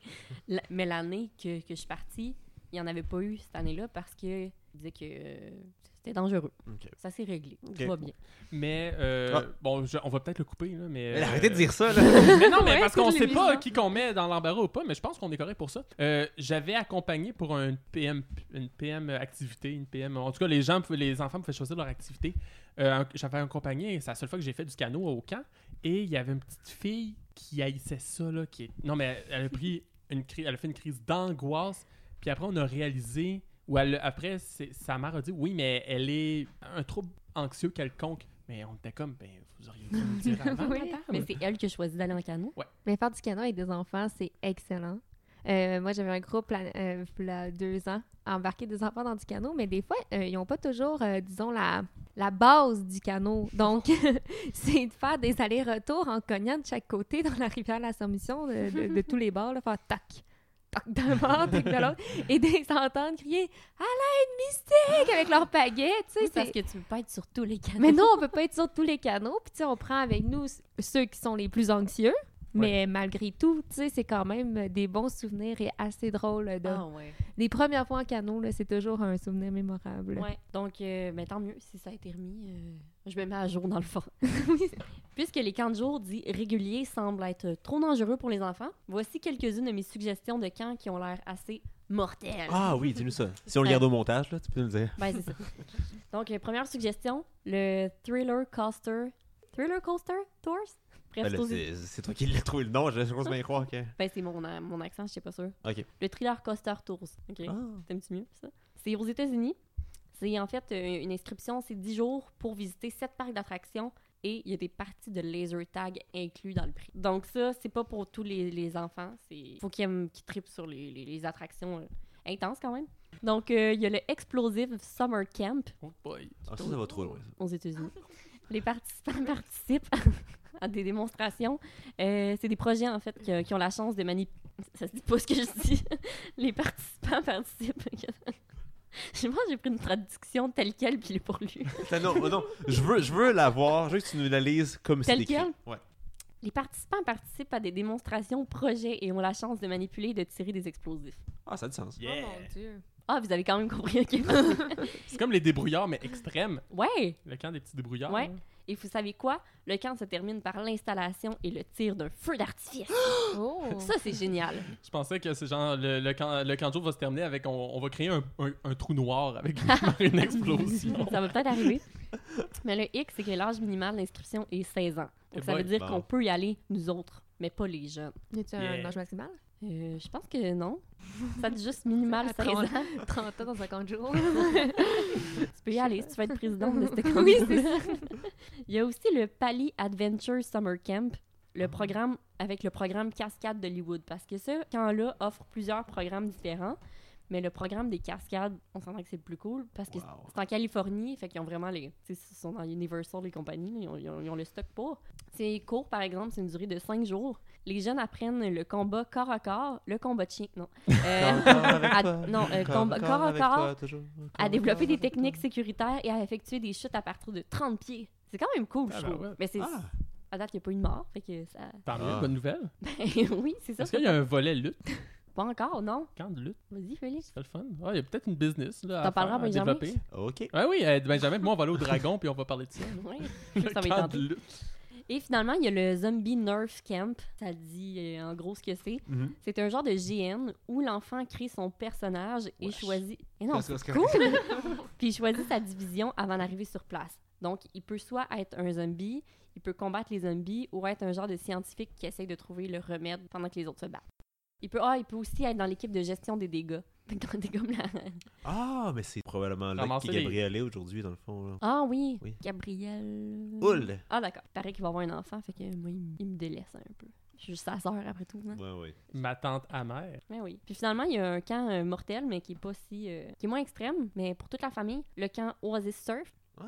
Speaker 2: la- mais l'année que, que je suis partie, il n'y en avait pas eu cette année-là parce que ils disaient que euh, c'était dangereux.
Speaker 1: Ok.
Speaker 2: Ça s'est réglé.
Speaker 1: OK.
Speaker 2: Tout va bien.
Speaker 3: Mais, euh,
Speaker 1: Ah.
Speaker 3: bon, je- on va peut-être le couper, là, mais...
Speaker 1: Mais
Speaker 3: euh,
Speaker 1: arrêtez de dire ça, là.
Speaker 3: Mais non, mais
Speaker 4: Ouais,
Speaker 3: parce
Speaker 4: c'est
Speaker 3: qu'on
Speaker 4: de
Speaker 3: sait pas
Speaker 4: l'évident.
Speaker 3: qui qu'on met dans l'embarras ou pas, mais je pense qu'on est correct pour ça. Euh, J'avais accompagné pour un PM, une PM activité, une PM. En tout cas, les gens, pouvaient- les enfants pouvaient choisir leur activité. Euh, un- J'avais accompagné, c'est la seule fois que j'ai fait du canot au camp, et il y avait une petite fille qui haïssait ça là, qui est... non mais elle a pris une crise, elle a fait une crise d'angoisse, puis après on a réalisé ou elle, après c'est- sa mère a dit oui mais elle est un trouble anxieux quelconque, mais on était comme ben vous auriez dû me dire avant.
Speaker 4: Oui,
Speaker 3: madame.
Speaker 2: Mais c'est elle qui a choisi d'aller en canot.
Speaker 4: Mais faire du canon avec des enfants, c'est excellent. Euh, moi, j'avais un groupe là, euh, là, deux ans à embarquer des enfants dans du canot, mais des fois, euh, ils n'ont pas toujours, euh, disons, la, la base du canot. Donc, c'est de faire des allers-retours en cognant de chaque côté dans la rivière de l'Assomption, de, de- de tous les bords, là, faire tac, tac d'un bord, tac de l'autre, et de s'entendre crier « À l'aide, mystique! » avec leur baguette, tu sais.
Speaker 2: Oui,
Speaker 4: c'est-
Speaker 2: parce que tu peux pas être sur tous les canots.
Speaker 4: mais non, on peut pas être sur tous les canaux. Puis, tu sais, on prend avec nous c- ceux qui sont les plus anxieux. Mais malgré tout, tu sais, c'est quand même des bons souvenirs et assez drôles. De...
Speaker 2: Ah ouais.
Speaker 4: Les premières fois en canot, là, c'est toujours un souvenir mémorable.
Speaker 2: Ouais, donc euh, ben, tant mieux si ça a été remis. euh, je me mets à jour dans le fond. Puisque les camps de jour dits réguliers semblent être trop dangereux pour les enfants, voici quelques-unes de mes suggestions de camps qui ont l'air assez mortelles.
Speaker 1: Ah oui, dis-nous ça. Si on le garde au montage, là, tu peux nous le dire.
Speaker 2: Ben, c'est ça. Donc, euh, première suggestion, le Thriller Coaster. Thriller Coaster Tours?
Speaker 1: Ben
Speaker 2: Bref, c'est
Speaker 1: là,
Speaker 2: aux-
Speaker 1: c'est c'est toi qui l'as trouvé le nom. Je je pense bien croire que.
Speaker 2: ben, c'est mon, euh, mon accent, je sais pas sûr.
Speaker 1: Ok.
Speaker 2: Le Thriller Coaster Tours. OK.
Speaker 1: Ah.
Speaker 2: T'aimes-tu mieux ça? C'est aux États-Unis. C'est en fait euh, une inscription, c'est 10 jours pour visiter 7 parcs d'attractions et il y a des parties de laser tag inclus dans le prix. Donc ça, c'est pas pour tous les, les enfants. Il faut qu'ils aiment- qu'ils tripent sur les, les- les attractions euh, intenses quand même. Donc euh, il y a le Explosive Summer Camp
Speaker 3: Oh boy.
Speaker 1: Ah, ça, ça va trop loin. ça.
Speaker 2: aux États-Unis. Les participants participent à des démonstrations. Euh, c'est des projets, en fait, qui, qui ont la chance de manipuler. Ça se dit pas ce que je dis. Les participants participent. Je pense que j'ai pris une traduction telle quelle, puis il est pour lui.
Speaker 1: Attends, non, oh non. Je veux, je veux la voir. Je veux que tu nous la lises comme c'est
Speaker 2: Tel
Speaker 1: écrit.
Speaker 2: quel?
Speaker 1: Ouais.
Speaker 2: Les participants participent à des démonstrations, projets et ont la chance de manipuler et de tirer des explosifs.
Speaker 1: Ah, ça a du sens.
Speaker 3: Yeah.
Speaker 4: Dieu.
Speaker 2: Ah, vous avez quand même compris, ok.
Speaker 3: C'est comme les débrouillards, mais extrêmes.
Speaker 2: ouais!
Speaker 3: Le camp des petits
Speaker 1: Ah.
Speaker 3: débrouillards.
Speaker 2: Ouais.
Speaker 3: là.
Speaker 2: Et vous savez quoi? Le camp se termine par l'installation et le tir d'un feu d'artifice.
Speaker 4: Oh.
Speaker 2: Ça, c'est génial.
Speaker 3: Je pensais que c'est genre le, le camp, le camp de jour va se terminer avec on, on va créer un, un- un trou noir avec une explosion.
Speaker 2: Ça va peut-être arriver. Mais le X, c'est que l'âge minimal d'inscription est 16 ans. Donc,
Speaker 3: Eh
Speaker 2: ça veut
Speaker 3: boy.
Speaker 2: dire
Speaker 1: Bon.
Speaker 2: qu'on peut y aller, nous autres, mais pas les jeunes.
Speaker 4: Y a-tu
Speaker 3: Yeah.
Speaker 4: un âge maximal?
Speaker 2: Euh, je pense que non. Ça dit juste minimal
Speaker 4: Après,
Speaker 2: 16
Speaker 4: on-
Speaker 2: ans.
Speaker 4: 30 ans dans 50 jours.
Speaker 2: Tu peux y aller si tu veux être présidente de cette
Speaker 4: Oui,
Speaker 2: campagne.
Speaker 4: c'est ça.
Speaker 2: Il y a aussi le Pali Adventure Summer Camp, le programme avec le programme Cascade d'Hollywood, parce que ce camp-là offre plusieurs programmes différents. Mais le programme des cascades, on s'entend que c'est le plus cool parce que
Speaker 1: Wow.
Speaker 2: c'est en Californie, fait qu'ils ont vraiment les. tu sais, Ils sont dans Universal, les compagnies, là, ils ont, ils ont- ils ont le stock pour. Ces cours, par exemple, c'est une durée de 5 jours. Les jeunes apprennent le combat corps à corps, le combat de chien, non. Euh, à- non, euh, combat corps à corps, à développer des techniques sécuritaires et à effectuer des chutes à partir de 30 pieds. C'est quand même cool,
Speaker 3: Ah,
Speaker 2: je
Speaker 3: ben
Speaker 2: trouve.
Speaker 3: ouais.
Speaker 2: Mais c'est,
Speaker 1: Ah,
Speaker 2: à date, il n'y a pas eu de mort. Fait que ça...
Speaker 3: Tant mieux,
Speaker 1: Ah.
Speaker 3: bonne nouvelle.
Speaker 2: Ben oui, c'est ça.
Speaker 3: Est-ce qu'il y a un volet lutte?
Speaker 2: Pas encore, non.
Speaker 3: Camp de lutte,
Speaker 2: Vas-y, Félix.
Speaker 3: c'est le fun. Ah, Il y a peut-être une business là, à,
Speaker 2: T'en
Speaker 3: faire,
Speaker 2: parleras à
Speaker 3: à
Speaker 2: Benjamin?
Speaker 3: développer.
Speaker 1: ok.
Speaker 3: Ouais, oui, euh, Benjamin, puis moi on va aller au dragon puis on va parler de ça.
Speaker 2: Oui.
Speaker 3: Le
Speaker 2: Ça va
Speaker 3: camp
Speaker 2: être
Speaker 3: de
Speaker 2: tenté.
Speaker 3: lutte.
Speaker 2: Et finalement, il y a le Zombie Nerf Camp. Ça dit euh, en gros ce que c'est.
Speaker 1: Mhm.
Speaker 2: C'est un genre de GN où l'enfant crée son personnage et
Speaker 1: Wesh.
Speaker 2: choisit. Et non,
Speaker 1: Parce
Speaker 2: c'est
Speaker 1: que-
Speaker 2: cool! Puis il choisit sa division avant d'arriver sur place. Donc, il peut soit être un zombie, il peut combattre les zombies, ou être un genre de scientifique qui essaye de trouver le remède pendant que les autres se battent. Il peut, ah, il peut aussi être dans l'équipe de gestion des dégâts. Fait que dans des comme la-
Speaker 1: Ah, mais c'est probablement là
Speaker 3: Ramasser
Speaker 1: qui
Speaker 3: les-
Speaker 1: Gabriel est aujourd'hui, dans le fond. là.
Speaker 2: Ah oui,
Speaker 1: Oui.
Speaker 2: Gabriel.
Speaker 1: Oul!
Speaker 2: Ah d'accord. Il paraît qu'il va avoir un enfant, fait que moi, il m- il me délaisse un peu. Je suis juste sa sœur après tout. hein.
Speaker 1: Ouais, ouais.
Speaker 3: Ma tante amère.
Speaker 2: Mais oui. Puis finalement, il y a un camp euh, mortel, mais qui est pas si. euh, qui est moins extrême, mais pour toute la famille, le camp Oasis Surf.
Speaker 1: Ah!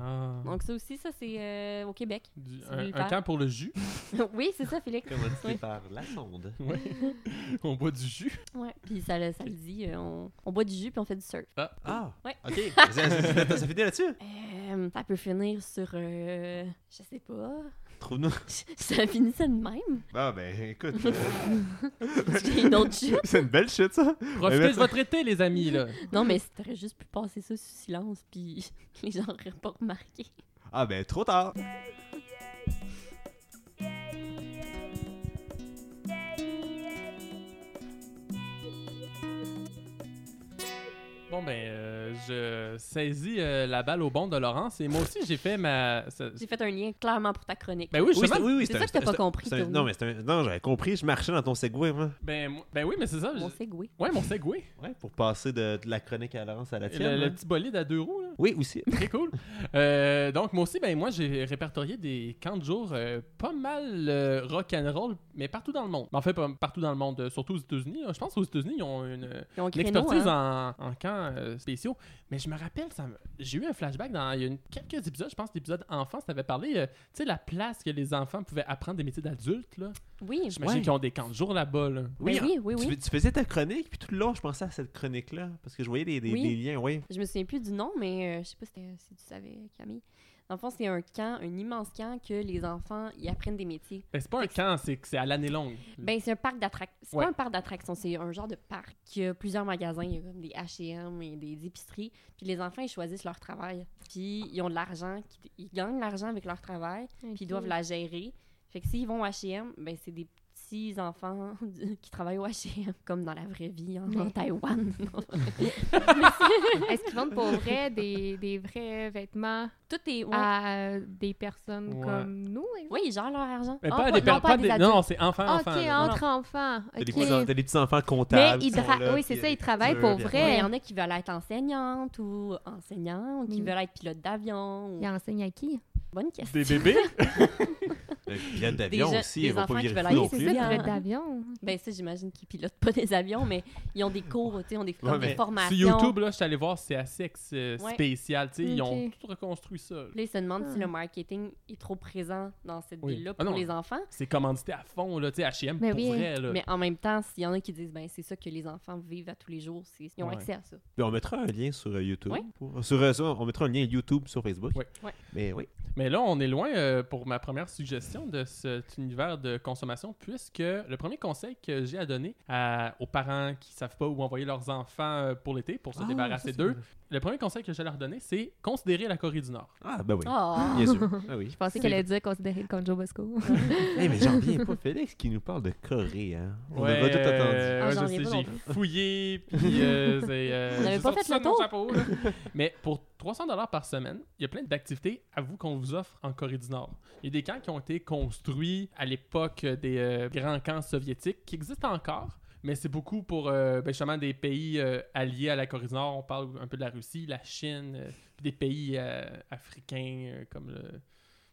Speaker 3: Ah.
Speaker 2: Donc ça aussi, ça, c'est euh, au Québec.
Speaker 3: Du-
Speaker 2: c'est
Speaker 3: un,
Speaker 2: du
Speaker 3: un
Speaker 2: vent.
Speaker 3: camp pour le jus.
Speaker 2: oui, c'est ça, Félix.
Speaker 1: Comment dit
Speaker 2: Ouais.
Speaker 1: par la sonde?
Speaker 3: Ouais. on boit du jus.
Speaker 2: Ouais. Puis ça, le- ça le dit, euh, on, on boit du jus puis on fait du surf.
Speaker 1: Ah!
Speaker 2: Ouais.
Speaker 1: Ok, ça, ça- ça- ça finit là-dessus?
Speaker 2: Euh, ça peut finir sur. euh, je sais pas.
Speaker 1: Trouve-nous.
Speaker 2: ça finit ça de même.
Speaker 1: Ah, ben écoute,
Speaker 2: Parce qu'il y a une autre chute.
Speaker 1: c'est une belle chute ça!
Speaker 3: Profitez
Speaker 1: mais-
Speaker 3: de votre été, les amis. Là.
Speaker 2: Non, mais si t'aurais juste pu passer ça sous silence, puis les gens auraient pas remarqué.
Speaker 1: Ah, ben trop tard!
Speaker 3: Bon, ben, euh, je saisis euh, la balle au bon de Laurence et moi aussi, j'ai fait ma. ça-
Speaker 2: J'ai fait un lien clairement pour ta chronique.
Speaker 3: Ben oui,
Speaker 1: Oui,
Speaker 3: justement.
Speaker 1: c'est- oui, oui,
Speaker 2: c'est
Speaker 1: un-
Speaker 2: ça que t'as
Speaker 1: c'est
Speaker 2: pas
Speaker 1: un-
Speaker 2: compris,
Speaker 1: c'est un-
Speaker 2: toi.
Speaker 1: Non, mais c'est un. Non, j'avais compris, je marchais dans ton segway, moi.
Speaker 3: Ben, moi- ben oui, mais c'est ça.
Speaker 2: Mon
Speaker 3: je-
Speaker 2: segway.
Speaker 3: Ouais, mon segway.
Speaker 1: Ouais, pour passer de, de la chronique à Laurence à la
Speaker 3: Le,
Speaker 1: tienne.
Speaker 3: le
Speaker 1: hein.
Speaker 3: petit bolide à deux roues, là.
Speaker 1: Oui, aussi.
Speaker 3: Très cool. Euh, donc, moi aussi, ben, moi, j'ai répertorié des camps de jour euh, pas mal euh, rock'n'roll, mais partout dans le monde. En fait, pas- partout dans le monde, euh, surtout aux États-Unis. Je pense qu'aux États-Unis, ils ont une, euh,
Speaker 2: Ils ont un
Speaker 3: une
Speaker 2: créneau,
Speaker 3: expertise
Speaker 2: hein.
Speaker 3: en, en camps euh, spéciaux. Mais je me rappelle, ça me- j'ai eu un flashback dans il y a une- quelques épisodes, je pense, l'épisode enfance, ça avait parlé, euh, tu sais, la place que les enfants pouvaient apprendre des métiers d'adultes. là.
Speaker 2: Oui,
Speaker 3: J'imagine
Speaker 1: Ouais.
Speaker 3: qu'ils ont des camps de jour là-bas. Là.
Speaker 2: oui,
Speaker 1: Oui,
Speaker 2: oui, oui,
Speaker 1: Tu, tu faisais ta chronique, puis tout le long, je pensais à cette chronique-là, parce que je voyais des, des-
Speaker 2: Oui.
Speaker 1: des liens, oui.
Speaker 2: Je me souviens plus du nom, mais euh, je sais pas si, t'es- si tu savais, Camille. Dans le fond, c'est un camp, un immense camp que les enfants y apprennent des métiers.
Speaker 3: Ben, c'est pas un camp, c'est que c'est à l'année longue.
Speaker 1: Mm.
Speaker 2: Ben, c'est un parc d'attractions. C'est
Speaker 3: Ouais.
Speaker 2: pas un parc d'attractions, c'est un genre de parc qui a plusieurs magasins. Il y a comme des H&M et des épiceries. Puis les enfants, ils choisissent leur travail. Puis ils ont de l'argent. qui- Ils gagnent de l'argent avec leur travail. puis ils doivent la gérer. Fait que s'ils vont au H&M, ben c'est des petits enfants du- qui travaillent au H&M, comme dans la vraie vie, hein, en, en
Speaker 4: Mais-
Speaker 2: Taïwan.
Speaker 4: Est-ce qu'ils vendent pour vrai des, des vrais vêtements
Speaker 2: Tout est... Ouais.
Speaker 4: à euh, des personnes
Speaker 3: Ouais.
Speaker 4: comme nous? exemple?
Speaker 2: Ah, Oui, ils gèrent leur argent.
Speaker 3: Mais
Speaker 2: Ah,
Speaker 3: pas, à des
Speaker 2: non,
Speaker 3: per- pas à des-
Speaker 2: adultes.
Speaker 3: Non, c'est enfant-enfant.
Speaker 4: ok,
Speaker 3: là.
Speaker 4: entre enfants.
Speaker 1: T'as des
Speaker 4: ok.
Speaker 1: petits- t'as des petits-enfants
Speaker 4: Mais
Speaker 1: comptables.
Speaker 4: ils
Speaker 1: qui sont
Speaker 4: dra-
Speaker 1: là,
Speaker 4: oui, c'est
Speaker 1: puis,
Speaker 4: ça,
Speaker 1: euh,
Speaker 4: ils travaillent
Speaker 1: tu
Speaker 4: pour
Speaker 1: veux,
Speaker 4: vrai.
Speaker 1: puis-
Speaker 2: Ouais, Il y en a qui veulent être enseignantes ou enseignants, ou qui
Speaker 4: Mm.
Speaker 2: veulent être pilotes d'avion. ou-
Speaker 4: Ils enseignent à qui?
Speaker 2: Bonne question.
Speaker 3: Des bébés?
Speaker 1: Le pilote d'avion
Speaker 2: jeunes-
Speaker 1: aussi,
Speaker 2: des
Speaker 1: ils vont
Speaker 2: enfants
Speaker 1: pas
Speaker 2: qui
Speaker 1: virer
Speaker 2: veulent
Speaker 1: fou
Speaker 2: aller
Speaker 1: non
Speaker 2: au
Speaker 4: c'est
Speaker 1: plus.
Speaker 4: ça,
Speaker 2: plus, hein.
Speaker 4: pilote d'avions.
Speaker 2: Ben ça, j'imagine qu'ils pilotent pas des avions, mais ils ont des cours, tu sais, ils ont des, comme
Speaker 1: Ouais,
Speaker 2: des
Speaker 1: mais
Speaker 2: formations.
Speaker 3: ben, Sur YouTube, là, je suis allé voir, c'est assez ex- euh,
Speaker 2: Ouais.
Speaker 3: spécial. tu sais, Ils ont
Speaker 4: Ok.
Speaker 3: tout reconstruit ça. là.
Speaker 2: Puis là, ils se demandent si
Speaker 4: Ah.
Speaker 2: le marketing est trop présent dans cette
Speaker 3: Oui.
Speaker 2: ville-là
Speaker 3: Ah
Speaker 2: pour
Speaker 3: non.
Speaker 2: les enfants.
Speaker 3: C'est commandité à fond, là, tu sais, H&M
Speaker 4: Mais
Speaker 3: pour
Speaker 4: oui.
Speaker 3: vrai. Là.
Speaker 2: Mais en même temps, s'il y en a qui disent, ben c'est ça que les enfants vivent à tous les jours, c'est- ils ont
Speaker 3: Ouais.
Speaker 2: accès à ça.
Speaker 1: Puis on mettra un lien sur euh, YouTube.
Speaker 2: Ouais.
Speaker 1: pour- Sur, euh, sur- on mettra un lien YouTube sur Facebook.
Speaker 3: Ouais.
Speaker 2: Ouais.
Speaker 1: Mais oui.
Speaker 3: Mais là, on est loin euh, pour ma première suggestion de cet univers de consommation, puisque le premier conseil que j'ai à donner à- aux parents qui savent pas où envoyer leurs enfants euh, pour l'été, pour se
Speaker 1: Ah,
Speaker 3: débarrasser
Speaker 1: ça, c'est
Speaker 3: d'eux,
Speaker 1: vrai.
Speaker 3: le premier conseil que je vais leur donner, c'est considérer la Corée du Nord.
Speaker 1: Ah, ben oui.
Speaker 2: Ah.
Speaker 1: Bien sûr. Ah oui.
Speaker 4: Je pensais qu'elle allait dire considérer le Conjo Bosco.
Speaker 1: Eh, mais j'en reviens pas. Félix qui nous parle de Corée, hein. On
Speaker 3: Ouais,
Speaker 1: aurait tout entendu.
Speaker 3: euh,
Speaker 2: Ah,
Speaker 3: ouais,
Speaker 2: j'en
Speaker 3: je
Speaker 2: reviens
Speaker 3: sais,
Speaker 2: pas non
Speaker 3: j'ai fouillé, puis euh, c'est, euh,
Speaker 2: On avait
Speaker 3: j'ai
Speaker 2: pas
Speaker 3: sorti
Speaker 2: fait
Speaker 3: ça
Speaker 2: le
Speaker 3: de mon
Speaker 2: tour.
Speaker 3: chapeau, là. Mais pour 300 dollars par semaine, il y a plein d'activités à vous qu'on vous offre en Corée du Nord. Il y a des camps qui ont été construits à l'époque des euh, grands camps soviétiques qui existent encore. Mais c'est beaucoup pour euh, ben, justement des pays euh, alliés à la Corée du Nord. On parle un peu de la Russie, la Chine, euh, puis des pays euh, africains euh, comme le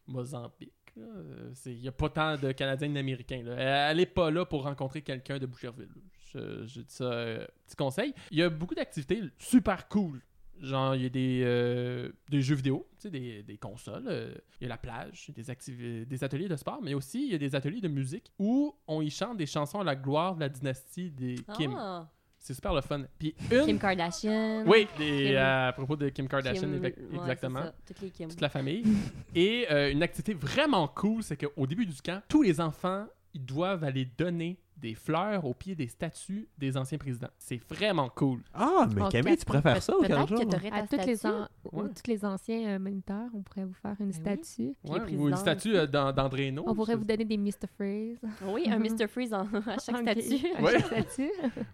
Speaker 3: Mozambique. là. Euh, c'est- Il n'y a pas tant de Canadiens et d'Américains. là. Euh, Elle n'est pas là pour rencontrer quelqu'un de Boucherville. Je, je dis ça, euh, petit conseil. Il y a beaucoup d'activités super cool. Genre, il y a des, euh, des jeux vidéo, tu sais, des, des consoles, euh, il y a la plage, des, activi- des ateliers de sport, mais aussi il y a des ateliers de musique où on y chante des chansons à la gloire de la dynastie des Kim.
Speaker 2: Ah.
Speaker 3: C'est super le fun. Puis une.
Speaker 2: Kim Kardashian.
Speaker 3: Oui, des-
Speaker 2: Kim.
Speaker 3: à propos de Kim Kardashian,
Speaker 2: Kim-
Speaker 3: effect-
Speaker 2: ouais, c'est
Speaker 3: exactement
Speaker 2: ça, Toutes les Kim.
Speaker 3: toute la famille. Et euh, une activité vraiment cool, c'est qu'au début du camp, tous les enfants, ils doivent aller donner des fleurs au pied des statues des anciens présidents. C'est vraiment cool.
Speaker 1: Ah, mais
Speaker 4: Ok.
Speaker 1: Camille, tu pourrais faire ça au
Speaker 2: Oh, Peut-être
Speaker 1: Kanjo?
Speaker 2: que t'aurais
Speaker 4: À
Speaker 2: ta
Speaker 4: tous les,
Speaker 2: statue.
Speaker 4: an- aux-
Speaker 3: Ouais.
Speaker 4: tous les anciens euh, moniteurs, on pourrait vous faire une
Speaker 2: Ben oui.
Speaker 4: statue.
Speaker 2: Puis les
Speaker 3: Ouais, ou une
Speaker 2: présidents.
Speaker 3: statue euh, d'An- d'André Hainaut,
Speaker 4: On pourrait
Speaker 3: je-
Speaker 4: vous donner des Mr. Freeze.
Speaker 2: Oui,
Speaker 3: Mm-hmm.
Speaker 2: un Mr. Freeze en- à chaque
Speaker 4: Ok.
Speaker 2: statue.
Speaker 4: À
Speaker 3: Ouais.
Speaker 4: chaque statue.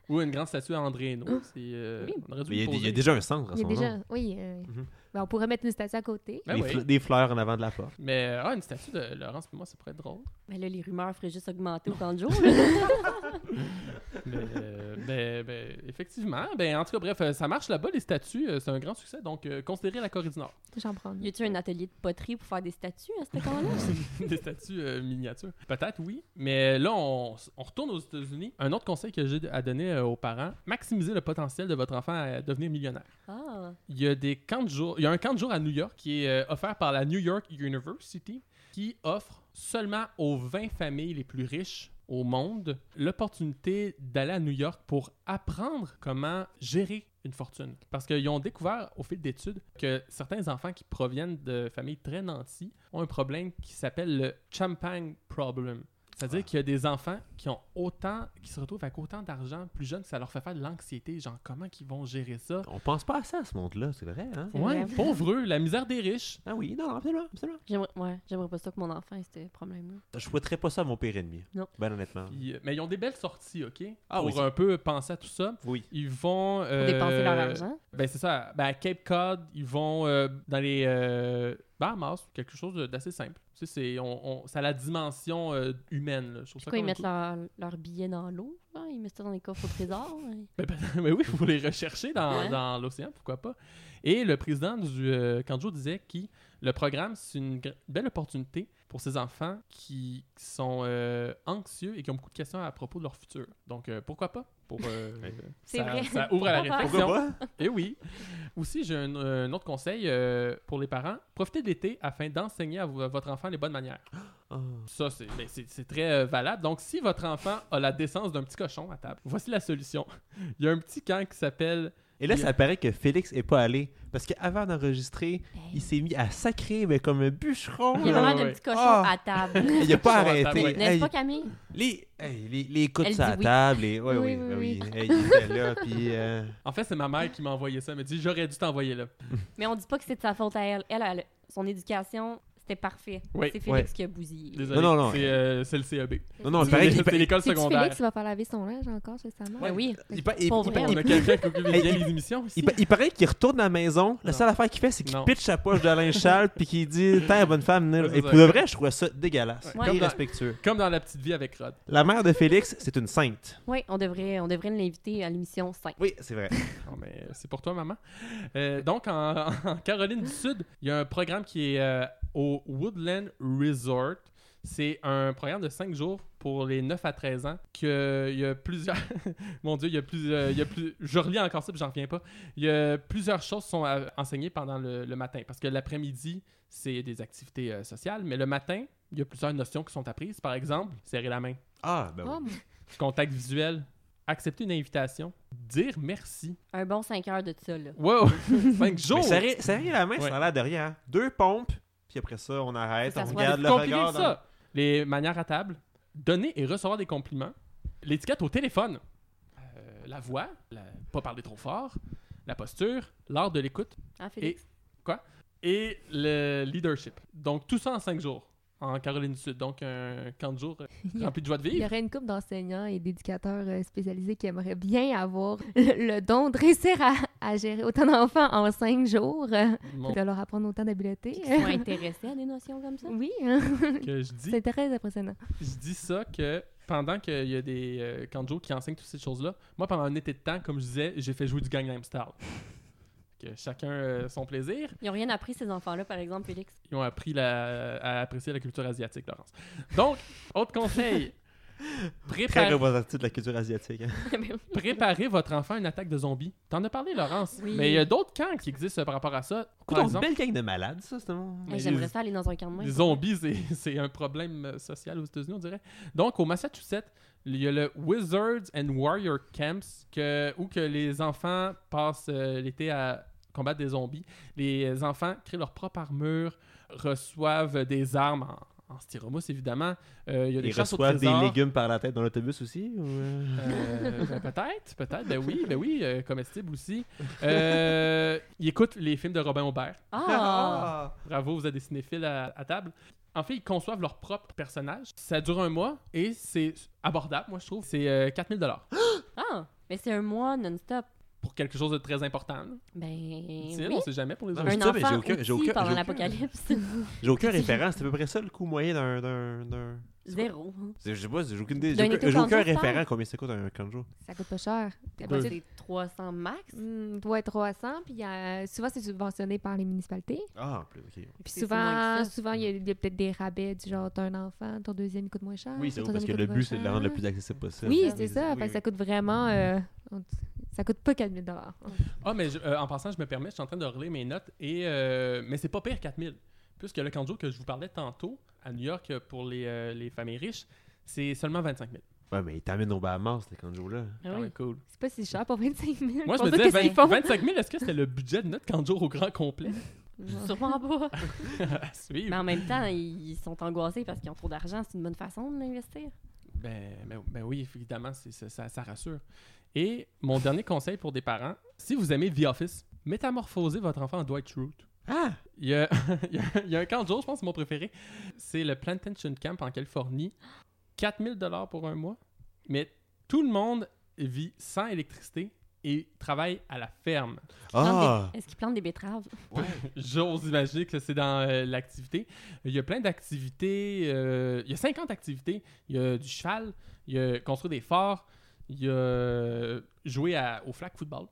Speaker 3: Ou une grande statue d'André
Speaker 4: Ah.
Speaker 3: Hainaut. C'est, euh,
Speaker 2: Oui.
Speaker 3: on aurait dû
Speaker 1: Mais Il y, a,
Speaker 3: poser.
Speaker 1: il y a déjà un centre à
Speaker 4: Il y
Speaker 1: son
Speaker 4: a
Speaker 1: déjà...
Speaker 4: déjà. Oui. euh,
Speaker 1: Mhm.
Speaker 4: ben, on pourrait mettre une statue à côté.
Speaker 3: Ben
Speaker 1: des,
Speaker 3: oui.
Speaker 1: fle- des fleurs en avant de la porte.
Speaker 3: Mais euh, ah, une statue de Laurence, pour moi, ça pourrait être drôle.
Speaker 2: Mais Ben là, les rumeurs feraient juste augmenter au temps de jour.
Speaker 3: Mais, euh, ben, ben, effectivement. Ben, en tout cas, bref, euh, ça marche là-bas, les statues. euh, c'est un grand succès. Donc, euh, considérez la Corée du Nord.
Speaker 4: J'en prends.
Speaker 2: Y a-tu un atelier de poterie pour faire des statues à ce temps-là?
Speaker 3: des statues euh, miniatures. Peut-être, oui. Mais là, on, s- on retourne aux États-Unis. Un autre conseil que j'ai d- à donner euh, aux parents, maximiser le potentiel de votre enfant à devenir millionnaire.
Speaker 2: Ah,
Speaker 3: Il y a, des camps de jour, il y a un camp de jour à New York qui est euh, offert par la New York University qui offre seulement aux 20 familles les plus riches au monde l'opportunité d'aller à New York pour apprendre comment gérer une fortune. Parce qu'ils ont découvert au fil d'études que certains enfants qui proviennent de familles très nantis ont un problème qui s'appelle le champagne problem. C'est-à-dire
Speaker 1: Ah.
Speaker 3: qu'il y a des enfants qui ont autant, qui se retrouvent avec autant d'argent plus jeunes que ça leur fait faire de l'anxiété. Genre, comment qu'ils vont gérer ça?
Speaker 1: On pense pas à ça, à ce monde-là, c'est vrai, hein?
Speaker 2: C'est
Speaker 3: Ouais,
Speaker 2: vrai.
Speaker 3: pauvre eux, la misère des riches.
Speaker 1: Ah oui, non, absolument, absolument.
Speaker 2: j'aimerais ouais, j'aimerais pas ça que mon enfant ait ce problème-là.
Speaker 1: Je souhaiterais pas ça à mon pire ennemi.
Speaker 2: Non.
Speaker 1: Ben honnêtement.
Speaker 3: Puis, euh, mais ils ont des belles sorties, OK?
Speaker 1: Ah
Speaker 3: pour
Speaker 1: oui, ça-
Speaker 3: un peu penser à tout ça.
Speaker 1: Oui.
Speaker 3: Ils vont.
Speaker 2: Pour
Speaker 3: euh,
Speaker 2: dépenser leur argent.
Speaker 3: Ben, c'est ça. Ben, à Cape Cod, ils vont euh, dans les euh, Bahamas, quelque chose d'assez simple. Tu sais, c'est on, on- ça a la dimension euh, humaine. là. Je trouve ça
Speaker 2: Quoi, ils
Speaker 3: comme
Speaker 2: mettent
Speaker 3: cool.
Speaker 2: leur- leurs billets dans l'eau, là, ils mettent ça dans les coffres au trésor. ouais.
Speaker 3: Ben, ben, mais oui, il faut les rechercher dans,
Speaker 2: Ouais.
Speaker 3: dans l'océan, pourquoi pas. Et le président du euh, Kanjo disait que le programme, c'est une gr- belle opportunité pour ces enfants qui, qui sont euh, anxieux et qui ont beaucoup de questions à propos de leur futur. Donc, euh, pourquoi pas? Pour, euh,
Speaker 1: Ouais.
Speaker 2: C'est
Speaker 3: ça,
Speaker 2: vrai.
Speaker 3: ça ouvre à la
Speaker 2: Pourquoi pas?
Speaker 3: réflexion.
Speaker 1: Pourquoi pas?
Speaker 3: Et Eh oui. Aussi, j'ai un, un autre conseil euh, pour les parents. Profitez de l'été afin d'enseigner à, vo- à votre enfant les bonnes manières.
Speaker 1: Ah.
Speaker 3: Ça, c'est ben, c'est- c'est très euh, valable. Donc, si votre enfant a la décence d'un petit cochon à table, voici la solution. Il y a un petit camp qui s'appelle...
Speaker 1: Et là,
Speaker 3: Il y a-
Speaker 1: ça paraît que Félix est pas allé. Parce qu'avant d'enregistrer,
Speaker 2: Hey.
Speaker 1: il s'est mis à sacrer, mais comme un bûcheron.
Speaker 2: Il y a
Speaker 1: là.
Speaker 3: Ouais,
Speaker 2: vraiment
Speaker 3: ouais,
Speaker 2: de
Speaker 3: ouais.
Speaker 2: petits cochons
Speaker 1: Ah.
Speaker 2: à table.
Speaker 1: Il a pas
Speaker 3: Sur la table,
Speaker 1: arrêté.
Speaker 3: ouais.
Speaker 2: N'est-ce
Speaker 1: Hey,
Speaker 2: pas, Camille?
Speaker 1: les, hey, les, les coudes
Speaker 2: Elle
Speaker 1: sur la
Speaker 2: dit oui.
Speaker 1: table. Et... Ouais, oui,
Speaker 4: Oui, oui,
Speaker 1: ben oui.
Speaker 4: oui.
Speaker 1: Hey, il était là, puis... euh,
Speaker 3: En fait, c'est ma mère qui m'a envoyé ça. Elle m'a dit, j'aurais dû t'envoyer là.
Speaker 2: Mais on dit pas que c'est de sa faute à elle. Elle, elle- son éducation, c'était parfait.
Speaker 3: Oui,
Speaker 2: c'est Félix qui a bousillé. Ben
Speaker 3: Désolé,
Speaker 1: Non, non, non.
Speaker 3: c'est euh, c'est le CEB.
Speaker 1: Non, non, il
Speaker 4: C'est-
Speaker 1: paraît qu'il...
Speaker 3: C'est l'école
Speaker 4: C'est
Speaker 3: secondaire.
Speaker 4: Félix qui va faire laver son linge encore récemment.
Speaker 2: Ben oui.
Speaker 1: il pa- il-
Speaker 2: Pour
Speaker 1: il-
Speaker 2: vrai,
Speaker 1: il-
Speaker 3: On a quelqu'un qui occupe
Speaker 1: Hey,
Speaker 3: bien
Speaker 1: il-
Speaker 3: les émissions ici.
Speaker 1: Il, pa- il paraît qu'il retourne à la maison. La
Speaker 3: Non.
Speaker 1: seule affaire qu'il fait, c'est qu'il
Speaker 3: Non.
Speaker 1: pitche sa poche de linge sale puis qu'il dit Tiens, bonne femme, venez là.
Speaker 3: Ouais,
Speaker 1: Et
Speaker 3: c'est
Speaker 1: pour de
Speaker 3: ça.
Speaker 1: vrai, je trouve ça dégueulasse.
Speaker 2: Ouais.
Speaker 1: Irrespectueux.
Speaker 3: Comme dans La Petite Vie avec Rod.
Speaker 1: La mère de Félix, c'est une sainte.
Speaker 2: Oui, on devrait, on devrait l'inviter à l'émission 5.
Speaker 1: Oui, c'est vrai.
Speaker 3: Non, mais c'est pour toi, maman. Euh, donc, en, en Caroline du Sud, il y a un programme qui est euh, au Woodland Resort. C'est un programme de 5 jours pour les 9 à 13 ans. Que il y a plusieurs. Mon Dieu, il y a plusieurs. Il y a plus... Je relis encore ça, puis j'en reviens pas. Il y a plusieurs choses qui sont euh, enseignées pendant le, le matin. Parce que l'après-midi, c'est des activités euh, sociales. Mais le matin, il y a plusieurs notions qui sont apprises. Par exemple, serrer la main
Speaker 1: Ah, ben
Speaker 4: Oh,
Speaker 1: oui.
Speaker 3: contact visuel, accepter une invitation, dire merci.
Speaker 2: Un bon 5 heures de ça, là.
Speaker 3: Wow! 5 jours!
Speaker 1: Mais serrer, serrer la main,
Speaker 3: Ouais.
Speaker 1: ça a l'air de rien. hein. Deux pompes, Puis après ça, on arrête,
Speaker 2: Faut que
Speaker 1: on
Speaker 2: ça soit-
Speaker 1: regarde le
Speaker 3: Compliquer
Speaker 1: regard. dans-
Speaker 3: ça. Les manières à table, donner et recevoir des compliments, l'étiquette au téléphone, euh, la voix, la- pas parler trop fort, la posture, l'art de l'écoute
Speaker 2: Hein, Félix?
Speaker 3: et le leadership. Donc tout ça en cinq jours en Caroline du Sud. Donc un camp de jour euh,
Speaker 4: Il y a-
Speaker 3: rempli de joie de
Speaker 4: Il y
Speaker 3: vivre.
Speaker 4: aurait une couple d'enseignants et d'éducateurs euh, spécialisés qui aimeraient bien avoir le don de réussir à, à gérer autant d'enfants en cinq jours, euh,
Speaker 3: Mon-
Speaker 4: de leur apprendre autant d'habiletés.
Speaker 2: Qui sont intéressés à des notions comme ça?
Speaker 4: Oui, hein,
Speaker 3: que je dis,
Speaker 4: c'est très impressionnant.
Speaker 3: je dis ça que pendant qu'il y a des euh, camps de jour qui enseignent toutes ces choses-là, moi pendant un été de temps, comme je disais, j'ai fait jouer du Gangnam Style. Que chacun euh, son plaisir.
Speaker 2: Ils n'ont rien appris, ces enfants-là, par exemple, Félix.
Speaker 3: ils ont appris la- à apprécier la culture asiatique, Laurence. Donc, autre conseil.
Speaker 1: Très
Speaker 3: Prépare-
Speaker 1: représentatif de la culture asiatique. hein.
Speaker 2: Ben oui.
Speaker 3: préparez votre enfant à une attaque de zombies. T'en as parlé, Laurence.
Speaker 2: Oui.
Speaker 3: Mais il y a d'autres camps qui existent par rapport à ça. Par
Speaker 1: Coudonc,
Speaker 3: exemple,
Speaker 1: belle gang de malades, ça, c'est bon.
Speaker 2: Hey, J'aimerais ça aller dans un camp de
Speaker 3: les
Speaker 2: même.
Speaker 3: zombies, c'est- c'est un problème euh, social aux États-Unis, on dirait. Donc, au Massachusetts, il y a le Wizards and Warrior Camps que, où que les enfants passent euh, l'été à combattre des zombies. Les enfants créent leur propre armure, reçoivent des armes en, en styromousse, évidemment. Euh, il y a des
Speaker 1: Ils
Speaker 3: chasses au
Speaker 1: reçoivent des
Speaker 3: trésor.
Speaker 1: légumes par la tête dans l'autobus aussi ou, euh?
Speaker 3: Euh, ben, peut-être, peut-être, ben oui, ben oui, euh, comestible aussi. Euh, il écoute les films de Robin Aubert.
Speaker 2: Ah!
Speaker 3: Bravo, vous êtes des cinéphiles à, à table. En fait, ils conçoivent leur propre personnage. Ça dure un mois et c'est abordable, moi je trouve. C'est 4000 dollars
Speaker 2: Ah! Mais c'est un mois non-stop.
Speaker 3: pour quelque chose de très important. là.
Speaker 2: Ben.
Speaker 4: Eh
Speaker 3: Utile,
Speaker 2: oui.
Speaker 3: on sait jamais pour les
Speaker 1: Non,
Speaker 3: autres.
Speaker 1: mais je dis ça,
Speaker 2: Un
Speaker 1: mais j'ai
Speaker 2: enfant
Speaker 1: aucun- j'ai
Speaker 2: outil
Speaker 1: aucun-
Speaker 2: pendant
Speaker 1: j'ai aucun-
Speaker 2: l'apocalypse.
Speaker 1: J'ai aucun référent, c'est à peu près ça le coût moyen d'un- d'un. d'un-
Speaker 2: Zéro.
Speaker 1: Je sais pas, j'ai aucune idée. J'ai
Speaker 2: D'un
Speaker 1: aucun-
Speaker 2: étau
Speaker 1: j'ai aucun
Speaker 2: kanjo, tu
Speaker 1: référent
Speaker 2: parles?
Speaker 1: combien ça coûte un kanjo.
Speaker 4: Ça coûte pas cher.
Speaker 2: Après,
Speaker 3: Deux.
Speaker 2: c'est 300 max.
Speaker 4: Hmm, doit être 300, puis il y a- souvent c'est subventionné par les municipalités.
Speaker 1: Ah, en plus, ok.
Speaker 4: Puis
Speaker 2: C'est- c'est moins
Speaker 4: souvent,
Speaker 2: que ça.
Speaker 4: souvent il y a, il y a peut-être des rabais du genre t'as un enfant, ton deuxième il coûte moins cher.
Speaker 1: Oui,
Speaker 4: ton
Speaker 1: c'est
Speaker 4: troisième,
Speaker 1: parce que
Speaker 4: il
Speaker 1: le
Speaker 4: coûte
Speaker 1: but,
Speaker 4: moins
Speaker 1: c'est de le rendre
Speaker 4: cher.
Speaker 1: le plus Mm-hmm. accessible possible. Ah,
Speaker 4: Oui, c'est ça.
Speaker 1: oui,
Speaker 4: parce que ça
Speaker 1: oui.
Speaker 4: coûte vraiment. euh, on- ça coûte pas 4000 dollars.
Speaker 2: Mm.
Speaker 3: Ah, mais je- euh, en passant, je me permets, je suis en train de relire mes notes. Et, euh, mais c'est pas pire 4000. Puisque le canjo que je vous parlais tantôt à New York euh, pour les, euh, les familles riches, c'est seulement 25 000.
Speaker 1: Ouais, mais il t'amène au Bahamas, le kanjo-là.
Speaker 2: Ah
Speaker 3: Quand
Speaker 2: oui.
Speaker 3: même cool.
Speaker 4: C'est pas si cher pour 25 000.
Speaker 3: Moi, je
Speaker 4: Pour
Speaker 3: me
Speaker 4: ça,
Speaker 3: disais,
Speaker 1: ben,
Speaker 4: qu'est-ce qu'ils
Speaker 3: 20
Speaker 4: font?
Speaker 3: 25 000, est-ce que c'était le budget de notre camp de jour au grand complet?
Speaker 2: Sûrement pas.
Speaker 3: à suivre.
Speaker 4: Ben,
Speaker 2: Mais en même temps, ils sont angoissés parce qu'ils ont trop d'argent. C'est une bonne façon de l'investir.
Speaker 3: Ben, ben- ben oui, évidemment, c'est- c'est- ça, ça rassure. Et mon dernier conseil pour des parents, si vous aimez The Office, métamorphosez votre enfant en Dwight Schrute.
Speaker 1: Ah!
Speaker 3: Il y a, il y a- il y a un camp de jour, je pense, c'est mon préféré. C'est le Plantation Camp en Californie. 4000 dollars pour un mois. Mais tout le monde vit sans électricité et travaille à la ferme.
Speaker 2: Plante
Speaker 1: Ah!
Speaker 2: des- Est-ce qu'ils plantent des betteraves?
Speaker 3: J'ose imaginer que c'est dans euh, l'activité. Il y a plein d'activités. euh, il y a 50 activités. Il y a du cheval, il y a construire des forts, il y a euh, jouer à- au flag football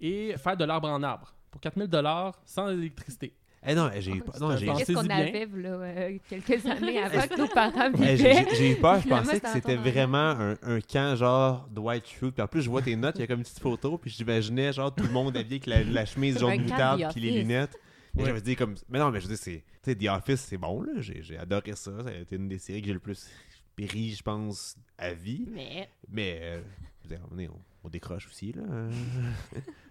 Speaker 3: et faire de l'arbre en arbre pour 4000 dollars sans électricité.
Speaker 1: Eh non, j'ai eu peur. Non,
Speaker 3: C'est
Speaker 1: j'ai
Speaker 3: un
Speaker 1: eu-
Speaker 4: Qu'est-ce qu'on
Speaker 3: Pensez-y
Speaker 4: avait là, euh, quelques années avant que nos parents
Speaker 1: Eh, j'ai-
Speaker 4: vivaient?
Speaker 1: j'ai- j'ai eu peur, je
Speaker 4: Finalement,
Speaker 1: pensais que
Speaker 4: c'était un
Speaker 1: c'était
Speaker 4: tournoi.
Speaker 1: vraiment un, un camp genre Dwight Schrute. Puis en plus, je vois tes notes, il y a comme une petite photo, puis j'imaginais genre tout le monde habillé avec la, la chemise
Speaker 2: Un
Speaker 1: jaune
Speaker 2: camp
Speaker 1: moutarde
Speaker 2: The
Speaker 1: puis les
Speaker 2: Office.
Speaker 1: lunettes. Et
Speaker 3: Ouais.
Speaker 1: J'avais dit comme. Mais non, mais je veux dire, c'est. Tu sais, The Office, c'est bon, là. J'ai j'ai adoré ça. Ça a été une des séries que j'ai le plus ri, je pense, à vie.
Speaker 2: Mais
Speaker 1: Mais, euh, je veux dire, on, est- on- on décroche aussi, là. euh,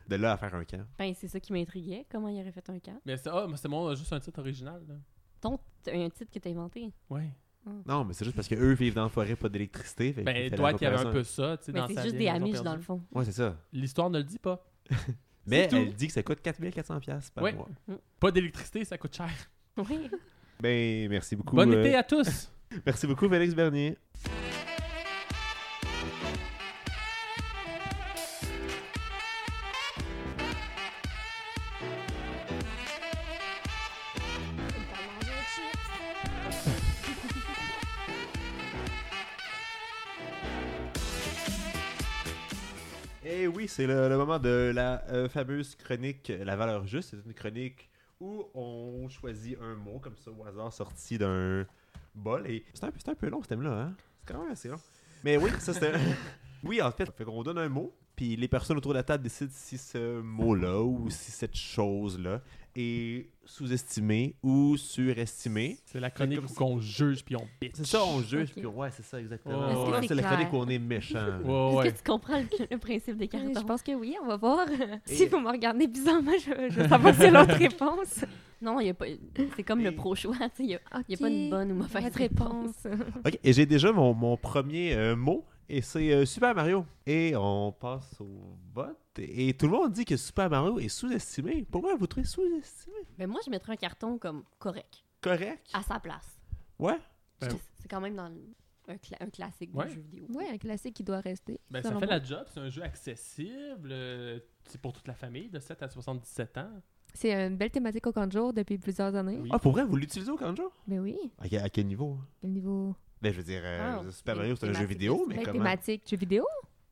Speaker 1: de là à faire un camp.
Speaker 2: ben, c'est ça qui m'intriguait. Comment il aurait fait un camp?
Speaker 3: Mais c'est ah, mais c'est mon- juste un titre original. là.
Speaker 2: Ton, t'as un titre que t'as inventé.
Speaker 3: Ouais.
Speaker 1: Non, mais c'est juste parce qu'eux vivent dans la forêt, pas d'électricité. fait qu'il
Speaker 3: Ben,
Speaker 1: fallait
Speaker 3: Dwight, il y avait un
Speaker 1: représenter-
Speaker 3: peu ça. tu sais,
Speaker 2: Mais
Speaker 3: dans
Speaker 2: Ben, c'est
Speaker 3: sa
Speaker 2: juste
Speaker 3: vie,
Speaker 2: des
Speaker 3: ils ont
Speaker 2: amis,
Speaker 3: perdu.
Speaker 2: dans le fond.
Speaker 1: Ouais, c'est ça.
Speaker 3: L'histoire ne le dit pas.
Speaker 1: Mais
Speaker 3: tout.
Speaker 1: elle dit que ça coûte 4400$ par
Speaker 3: Ouais.
Speaker 1: mois.
Speaker 3: Pas d'électricité, ça coûte cher.
Speaker 2: Oui.
Speaker 1: Ben, merci beaucoup.
Speaker 3: Bon
Speaker 1: euh,
Speaker 3: été à tous!
Speaker 1: Merci beaucoup, Félix Bernier. Et Eh oui, c'est le, le moment de la euh, fameuse chronique euh, La valeur juste. C'est une chronique où on choisit un mot comme ça au hasard sorti d'un bol. Et c'est un, c'est un peu long ce thème-là, hein? C'est quand même assez long. Mais oui, ça c'était. oui, en fait, fait qu'on donne un mot, puis les personnes autour de la table décident si ce mot-là ou si cette chose-là est sous-estimée ou surestimée.
Speaker 3: C'est la chronique
Speaker 1: comme
Speaker 3: où qu'on juge puis on bitch.
Speaker 1: C'est ça, on juge,
Speaker 2: Ok.
Speaker 1: puis ouais, c'est ça, exactement.
Speaker 3: Est-ce que
Speaker 1: Ouais,
Speaker 4: c'est
Speaker 1: c'est la
Speaker 4: clair?
Speaker 1: chronique où on est méchant.
Speaker 3: Ouais, ouais.
Speaker 2: Est-ce que tu comprends le, le principe des cartons?
Speaker 4: Je pense que oui, on va voir.
Speaker 1: Et-
Speaker 4: Si vous me regardez bizarrement, je, je vais savoir c'est l'autre réponse.
Speaker 2: Non, il y a pas. C'est comme le pro-choix, tu sais, il n'y a, il y a pas une bonne ou mauvaise
Speaker 4: Faites
Speaker 2: réponse.
Speaker 4: réponse.
Speaker 1: Ok, et j'ai déjà mon, mon premier euh, mot, et c'est euh, Super Mario. Et on passe au vote, et tout le monde dit que Super Mario est sous-estimé. Pourquoi vous trouvez sous-estimé
Speaker 2: Mais ben, moi, je mettrais un carton comme correct,
Speaker 1: Correct
Speaker 2: à sa place.
Speaker 1: Ouais
Speaker 3: Ben-
Speaker 2: C'est- C'est quand même dans le- un, cla- un classique
Speaker 3: Ouais.
Speaker 2: du jeu vidéo.
Speaker 4: Oui, un classique qui doit rester.
Speaker 3: Ben, ça
Speaker 4: selon
Speaker 3: fait
Speaker 4: moi.
Speaker 3: la job, c'est un jeu accessible, euh, c'est pour toute la famille de 7 à 77 ans.
Speaker 4: C'est une belle thématique au camp de jour depuis plusieurs années.
Speaker 3: Oui.
Speaker 1: Ah, pour vrai, vous l'utilisez au Kanjo
Speaker 4: Mais oui,
Speaker 1: à, quel- à quel niveau
Speaker 4: le niveau
Speaker 1: Ben, je veux dire, euh,
Speaker 2: Ah, ben,
Speaker 1: je veux dire, Super
Speaker 2: les-
Speaker 1: Mario, c'est un
Speaker 2: les
Speaker 1: jeu vidéo, mais
Speaker 4: mais
Speaker 1: comment
Speaker 4: thématique jeux vidéo.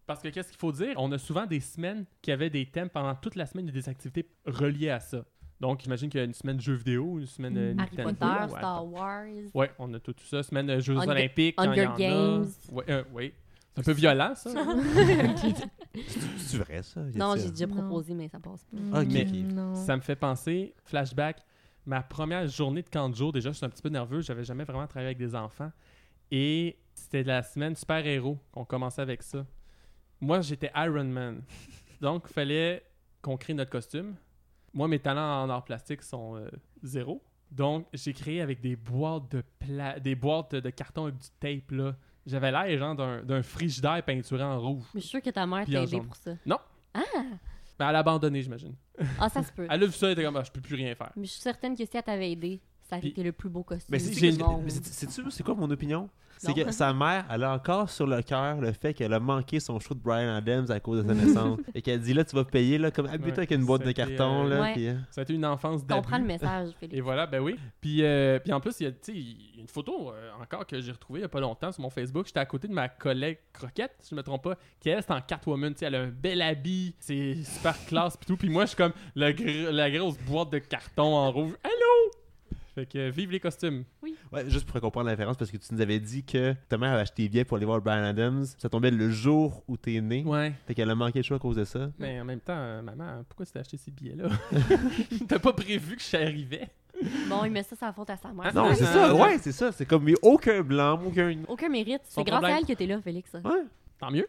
Speaker 3: Parce que qu'est-ce qu'il faut dire? On a souvent des semaines qui avaient des thèmes pendant toute la semaine et des activités reliées à ça. Donc, j'imagine qu'il y a une semaine jeux vidéo, une semaine euh,
Speaker 4: Mm.
Speaker 2: Harry
Speaker 3: Nintendo.
Speaker 2: Potter,
Speaker 3: ouais,
Speaker 2: Star Wars.
Speaker 3: Ouais, on a tout, tout ça. Semaine euh, Jeux
Speaker 2: Hunger-
Speaker 3: Olympiques. quand
Speaker 2: Hunger
Speaker 3: il y en a.
Speaker 2: Games.
Speaker 3: Ouais, euh, oui. C'est un peu violent, ça.
Speaker 1: C'est vrai, ça Y
Speaker 2: Non,
Speaker 1: a-t-il-
Speaker 2: j'ai déjà
Speaker 4: Non.
Speaker 2: proposé, mais ça passe pas.
Speaker 1: Ok.
Speaker 4: Mm,
Speaker 1: Mais-
Speaker 4: non.
Speaker 3: ça me fait penser, flashback, ma première journée de camp de jour, déjà, je suis un petit peu nerveux. J'avais jamais vraiment travaillé avec des enfants. Et c'était la semaine super-héros qu'on commençait avec ça. Moi, j'étais Iron Man. Donc, il fallait qu'on crée notre costume. Moi, mes talents en art plastique sont euh, zéro. Donc, j'ai créé avec des boîtes de pla- des boîtes de carton avec du tape, là. J'avais l'air, genre, d'un d'un frigidaire peinturé en rouge.
Speaker 2: Mais je suis sûre que ta mère
Speaker 3: Puis
Speaker 2: t'a
Speaker 3: en
Speaker 2: aidé
Speaker 3: jaune.
Speaker 2: pour ça.
Speaker 3: Mais elle a abandonné, j'imagine.
Speaker 2: Ah, ça se peut.
Speaker 3: Elle a vu ça, elle était comme, Ah, je peux plus rien faire.
Speaker 2: Mais je suis certaine que si elle t'avait aidé, ça aurait
Speaker 3: Puis-
Speaker 2: été le plus beau costume.
Speaker 1: Mais
Speaker 2: du
Speaker 1: c'est
Speaker 2: monde.
Speaker 1: mais c'est- c'est-tu- c'est quoi mon opinion? C'est
Speaker 2: Non.
Speaker 1: que sa mère, elle a encore sur le cœur le fait qu'elle a manqué son show de Brian Adams à cause de sa naissance. et qu'elle dit là, tu vas payer, là, comme habite
Speaker 3: Ouais,
Speaker 1: avec une boîte de
Speaker 3: c'était,
Speaker 1: carton,
Speaker 3: euh,
Speaker 1: là.
Speaker 2: Ouais.
Speaker 1: puis, euh,
Speaker 3: Ça a été une enfance
Speaker 2: Je comprends
Speaker 3: d'abus.
Speaker 2: le message,
Speaker 3: Et
Speaker 2: Félix.
Speaker 3: voilà, ben oui. Puis, euh, puis en plus, il y a, tu sais, il y a une photo euh, encore que j'ai retrouvée il n'y a pas longtemps sur mon Facebook. J'étais à côté de ma collègue Croquette, si je ne me trompe pas, qui elle, c'est en Catwoman. tu sais, Elle a un bel habit, c'est super classe puis tout. Puis moi, je suis comme le gr- la grosse boîte de carton en rouge. Allô! Fait que euh, vive les costumes.
Speaker 1: ouais, juste pour comprendre la référence, parce que tu nous avais dit que ta mère avait acheté des billets pour aller voir Brian Adams. Ça tombait le jour où t'es né.
Speaker 3: Ouais.
Speaker 1: Fait qu'elle a manqué le show à cause de ça.
Speaker 3: Mais en même temps, euh, maman, pourquoi tu t'es acheté ces billets-là? T'as pas prévu que j'arrivais?
Speaker 2: Bon, il met ça sa faute à sa mère.
Speaker 1: Non, c'est ça, ouais, c'est ça. C'est comme, il y a aucun blanc, aucun. Ouais.
Speaker 2: Aucun mérite.
Speaker 3: Son
Speaker 2: C'est grâce
Speaker 3: problème.
Speaker 2: à elle que t'es là, Félix. ça.
Speaker 3: Tant mieux.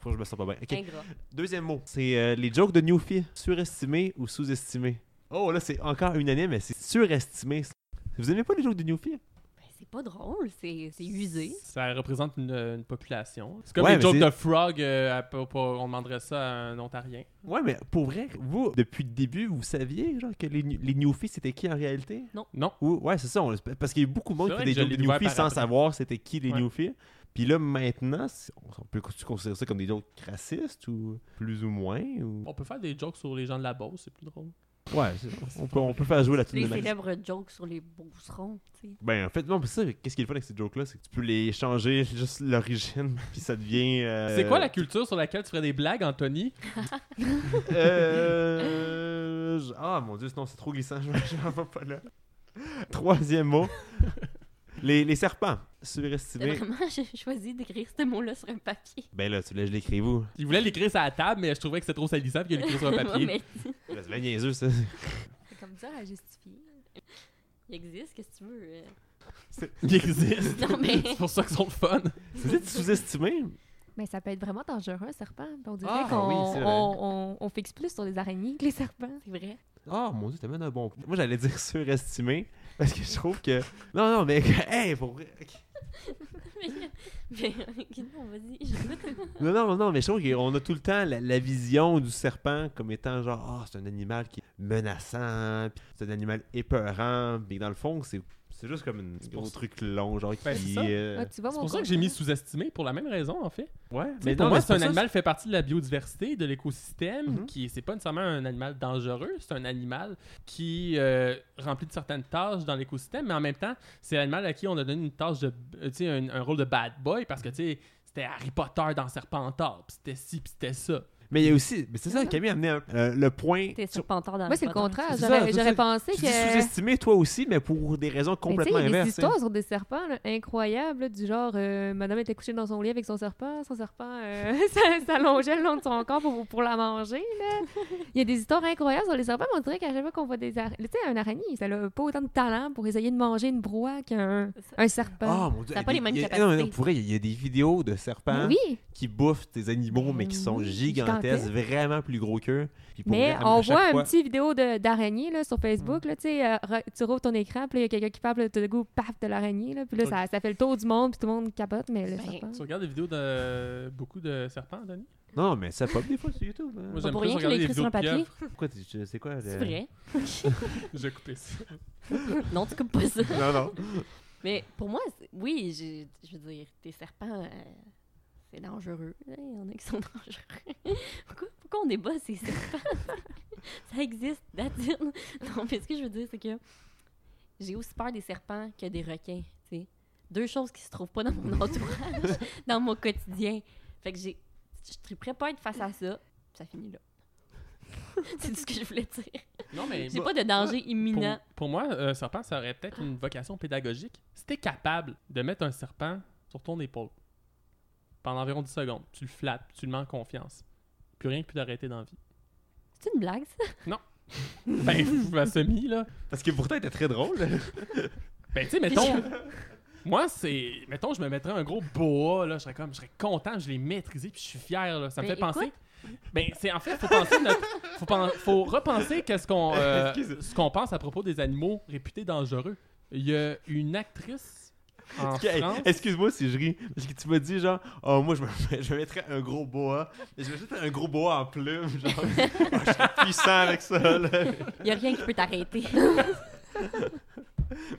Speaker 1: Faut que je me sens pas bien. Ok.
Speaker 2: Ingrat.
Speaker 1: Deuxième mot, c'est euh, les jokes de Newfie. Surestimés ou sous-estimés? Oh, là, c'est encore unanime, mais c'est surestimé. Vous aimez pas les jokes de Newfie?
Speaker 2: Ben, c'est pas drôle, c'est c'est usé.
Speaker 3: Ça représente une, une population. C'est comme
Speaker 1: Ouais,
Speaker 3: les
Speaker 1: mais
Speaker 3: jokes
Speaker 1: c'est-
Speaker 3: de frog, euh, à peu- pas- on demanderait ça à un ontarien.
Speaker 1: Ouais, mais pour vrai, vous, depuis le début, vous saviez genre, que les, nu- les Newfies, c'était qui en réalité?
Speaker 2: Non.
Speaker 3: Non.
Speaker 1: Ou- ouais, c'est ça. on- parce qu'il y a eu beaucoup de monde
Speaker 3: C'est
Speaker 1: qui fait des
Speaker 3: vrai que je
Speaker 1: jokes de
Speaker 3: l'ai découvert
Speaker 1: Newfies
Speaker 3: par
Speaker 1: sans
Speaker 3: après.
Speaker 1: savoir c'était qui les
Speaker 3: Ouais.
Speaker 1: Newfies. Puis là, maintenant, si- on on peut considérer ça comme des jokes racistes ou plus ou moins? Ou...
Speaker 3: On peut faire des jokes sur les gens de la Beauce, c'est plus drôle.
Speaker 1: Ouais, c'est- on peut, on peut faire jouer la tune
Speaker 2: Les
Speaker 1: de Max.
Speaker 2: célèbres jokes sur les beaucerons, tu sais.
Speaker 1: Ben, en fait, non, mais ça, qu'est-ce qui est le fun avec ces jokes-là? C'est que tu peux les changer, juste l'origine, puis ça devient. euh,
Speaker 3: C'est quoi la culture sur laquelle tu ferais des blagues, Anthony
Speaker 1: Euh. je- Ah, mon dieu, non, c'est trop glissant, je je m'en vais pas là. Troisième mot. les, les serpents,
Speaker 2: T'as
Speaker 1: surestimés.
Speaker 2: Vraiment, j'ai choisi d'écrire ce mot-là sur un papier.
Speaker 1: Ben là, tu là, je l'écris vous.
Speaker 3: Il voulait l'écrire sur la table, mais je trouvais que c'était trop salissant puis qu'il l'écrit sur un
Speaker 2: Ouais,
Speaker 3: papier.
Speaker 2: mais
Speaker 1: Là, C'est bien niaiseux, ça.
Speaker 4: C'est comme ça à justifier.
Speaker 2: il existe, qu'est-ce que tu veux? euh.
Speaker 3: Il existe.
Speaker 2: Non, mais- Oh
Speaker 3: c'est pour ça qu'ils sont le fun.
Speaker 1: C'est sous-estimé.
Speaker 4: Mais ça peut être vraiment dangereux, un serpent. On dirait
Speaker 1: Ah,
Speaker 4: qu'on
Speaker 1: oui, c'est vrai.
Speaker 4: on, on- on fixe plus sur les araignées que les serpents.
Speaker 2: C'est vrai.
Speaker 1: Oh mon dieu, t'amènes un bon point. Moi, j'allais dire surestimé, parce que je trouve que. Non, non, mais. Hey, pour vrai. ok.
Speaker 2: mais, mais, non, vas-y, j'écoute.
Speaker 1: Non, non, non, mais je trouve qu'on a tout le temps la, la vision du serpent comme étant genre, ah, c'est un animal qui est menaçant, puis c'est un animal épeurant, mais dans le fond, c'est. C'est juste comme un gros
Speaker 3: pour-
Speaker 1: truc long, genre
Speaker 3: Ben,
Speaker 1: qui.
Speaker 3: c'est ça.
Speaker 1: euh,
Speaker 4: Ah, tu vois,
Speaker 3: C'est
Speaker 4: mon
Speaker 3: pour ça que
Speaker 4: compte,
Speaker 3: j'ai mis
Speaker 4: hein?
Speaker 3: sous-estimé pour la même raison, en fait.
Speaker 1: Ouais,
Speaker 3: Mais pour moi, c'est un
Speaker 1: pour ça,
Speaker 3: animal qui fait partie de la biodiversité, de l'écosystème,
Speaker 1: Mhm.
Speaker 3: qui c'est pas nécessairement un animal dangereux, c'est un animal qui euh, remplit de certaines tâches dans l'écosystème, mais en même temps, c'est l'animal à qui on a donné une tâche de, euh, tu sais, un, un rôle de bad boy parce que tu sais, c'était Harry Potter dans Serpentard, puis c'était ci, puis c'était ça.
Speaker 1: Mais il y a aussi. Mais c'est ça, Camille a amené un- euh, le point.
Speaker 2: T'es sur Pantard dans
Speaker 4: Moi, c'est le
Speaker 2: Pantard.
Speaker 4: contraire.
Speaker 1: C'est ça,
Speaker 4: J'aurais
Speaker 1: c'est ça.
Speaker 4: j'aurais pensé
Speaker 1: Tu
Speaker 4: que.
Speaker 1: dis sous-estimé, toi aussi, mais pour des raisons
Speaker 4: Mais tu sais,
Speaker 1: complètement
Speaker 4: Il y a des
Speaker 1: inverses. hein.
Speaker 4: histoires sur des serpents là, incroyables, là, du genre euh, Madame était couchée dans son lit avec son serpent, son serpent euh, ça- s'allongeait le long de son corps pour, pour la manger. là. Il y a des histoires incroyables sur les serpents, mais on dirait qu'à chaque fois qu'on voit des araignées, tu sais, un araignée, ça n'a pas autant de talent pour essayer de manger une broie qu'un un serpent.
Speaker 1: Ah, mon Dieu,
Speaker 2: Ça a pas
Speaker 1: il y
Speaker 2: les mêmes
Speaker 1: il y a-
Speaker 2: capacités.
Speaker 1: Non, non, pour vrai, il y a des vidéos de serpents
Speaker 4: oui,
Speaker 1: qui bouffent des animaux, mais qui sont
Speaker 4: Oui,
Speaker 1: gigantesques, vraiment plus gros qu'eux. Puis pour
Speaker 4: mais
Speaker 1: vrai, à
Speaker 4: on
Speaker 1: chaque
Speaker 4: voit un
Speaker 1: fois- Mm.
Speaker 4: petit vidéo de- d'araignée là, sur Facebook, là, tu sais, euh, re- tu rouvres ton écran, puis là, il y a quelqu'un qui parle, puis là, tout de coup, paf, de l'araignée, là, puis là, ça, ça fait le tour du monde, puis tout le monde capote, mais le
Speaker 2: Ben,
Speaker 4: serpent...
Speaker 3: Tu regardes des vidéos de beaucoup de serpents, Denis?
Speaker 1: Non, mais ça pop des fois sur YouTube. hein.
Speaker 3: Moi,
Speaker 2: Pas
Speaker 3: j'aime
Speaker 2: pour
Speaker 3: plus
Speaker 2: rien qu'il
Speaker 3: regarder
Speaker 2: l'a
Speaker 3: des
Speaker 2: écrit sur
Speaker 3: vidéos
Speaker 2: un
Speaker 3: de
Speaker 2: papier.
Speaker 3: pieuvres.
Speaker 1: Pourquoi tu- tu- C'est quoi le-
Speaker 2: C'est vrai.
Speaker 3: J'ai coupé ça.
Speaker 2: Non, tu coupes pas ça.
Speaker 1: Non, non.
Speaker 2: Mais pour moi, c'est- oui, j'ai- je veux dire, tes serpents, euh, c'est dangereux. hein, Il y en a qui sont dangereux. pourquoi, pourquoi on débat ces serpents? ça existe, that's it. Non, mais ce que je veux dire, c'est que j'ai aussi peur des serpents que des requins, tu sais. Deux choses qui se trouvent pas dans mon entourage, dans mon quotidien. Fait que j'ai... Je triperais pas à être face à ça. Ça finit là. c'est tout ce que je voulais dire.
Speaker 3: Non, mais
Speaker 2: J'ai pas de danger
Speaker 3: pour,
Speaker 2: imminent.
Speaker 3: pour moi, un serpent, ça aurait peut-être une vocation pédagogique. Si t'es capable de mettre un serpent sur ton épaule pendant environ 10 secondes, tu le flattes, tu le mets en confiance. Plus rien que plus d'arrêter dans la vie.
Speaker 2: C'est une blague, ça?
Speaker 3: Ben, fou à semi, là.
Speaker 1: Parce que pourtant, était très drôle.
Speaker 3: Ben, tu sais, mettons. Moi, c'est. Mettons, je me mettrais un gros boa, là. Je serais comme. Je serais content, je l'ai maîtrisé, puis je suis fier, là. Ça me
Speaker 2: Ben,
Speaker 3: fait penser. Ben, c'est. En fait, faut penser. notre- faut, pen- faut repenser qu'est-ce qu'on. euh,
Speaker 1: Excuse.
Speaker 3: ce qu'on pense à propos des animaux réputés dangereux. Il y a une actrice. En
Speaker 1: Hey,
Speaker 3: France.
Speaker 1: Excuse-moi si je ris. Parce que tu m'as dit, genre, oh, moi, je, me- je mettrais un gros boa. Mais je mettrais un gros boa en plume. Genre, Oh, je suis puissant avec ça. là.
Speaker 2: Il y a rien qui peut t'arrêter.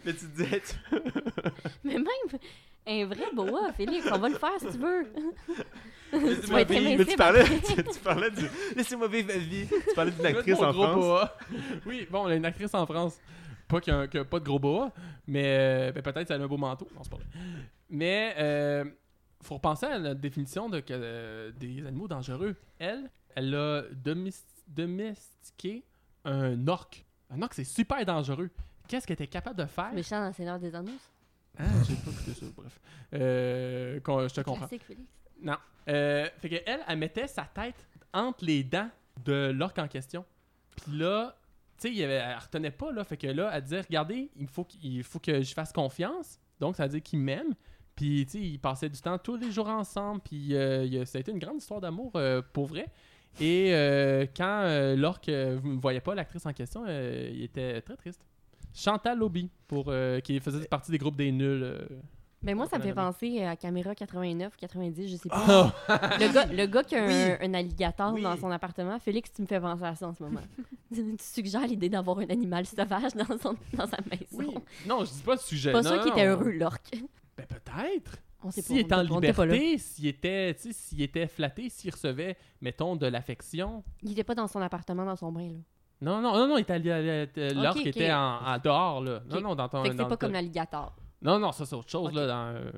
Speaker 1: Mais tu te disais, tu-
Speaker 2: Mais même un vrai boa, Philippe, on va le faire si tu veux.
Speaker 1: mais
Speaker 2: Tu
Speaker 1: tu,
Speaker 2: vas
Speaker 1: m'as
Speaker 2: être
Speaker 1: dit- mais
Speaker 2: invincible
Speaker 1: tu parlais, tu, tu parlais du. Laissez-moi vivre ma vie. Tu parlais d'une actrice
Speaker 3: Mon
Speaker 1: en
Speaker 3: gros
Speaker 1: France.
Speaker 3: boa. Oui, bon, elle a une actrice en France. Pas qu'il y a, un- qu'il y a pas de gros boa, mais euh, ben, peut-être qu'elle a un beau manteau. Non, c'est pas vrai. Mais euh, faut repenser à la définition de que, euh, des animaux dangereux. Elle, elle a domis- domestiqué un orque. Un orque, c'est super dangereux. Qu'est-ce qu'elle était capable de faire?
Speaker 2: Méchant dans Seigneur des Anneaux.
Speaker 3: Hein, j'ai pas écouté ça, bref. Euh, qu'on- je te comprends.
Speaker 2: Classique, Félix.
Speaker 3: Non. Euh, fait que elle, elle mettait sa tête entre les dents de l'orque en question. Puis là, tu sais, il y avait- elle retenait pas, là. Fait que là, elle disait, regardez, il faut, qu'il- il faut que je fasse confiance. Donc, ça veut dire qu'il m'aime. Puis, tu sais, ils passaient du temps tous les jours ensemble. Puis, euh, il y a- ça a été une grande histoire d'amour euh, pour vrai. Et euh, quand euh, l'orque euh, ne voyait pas l'actrice en question, euh, il était très triste. Chantal Lobby, pour, euh, qui faisait partie des groupes des nuls. euh.
Speaker 2: Mais moi, ça me fait
Speaker 3: Première
Speaker 2: penser à Caméra 89, 90, je sais pas.
Speaker 3: Oh!
Speaker 1: Ah.
Speaker 2: Le, gars, le gars qui a un, un alligator
Speaker 1: Oui.
Speaker 2: dans son appartement, Félix, tu me fais penser à ça en ce moment. tu suggères l'idée d'avoir un animal sauvage dans, son, dans sa maison.
Speaker 3: Oui. Non, je dis pas ce sujet.
Speaker 2: Pas
Speaker 3: non,
Speaker 2: sûr qu'il était
Speaker 3: non.
Speaker 2: heureux, l'orque.
Speaker 3: Ben peut-être.
Speaker 2: On sait
Speaker 3: S'il était
Speaker 2: pas.
Speaker 3: en
Speaker 2: on était- on était pas là.
Speaker 3: liberté, s'il était, tu sais, s'il était flatté, s'il recevait, mettons, de l'affection.
Speaker 2: Il était pas dans son appartement, dans son bain. Là.
Speaker 3: Non, non, non, non, il était allé- allé- euh,
Speaker 2: Ok,
Speaker 3: l'orque
Speaker 2: ok.
Speaker 3: était en, en dehors, là. Non,
Speaker 2: Ok.
Speaker 3: non, dans ton...
Speaker 2: fait que
Speaker 3: dans
Speaker 2: c'est pas
Speaker 3: ton-
Speaker 2: comme l'alligator.
Speaker 3: Non, non, ça, c'est autre chose,
Speaker 2: Ok.
Speaker 3: là, dans... euh,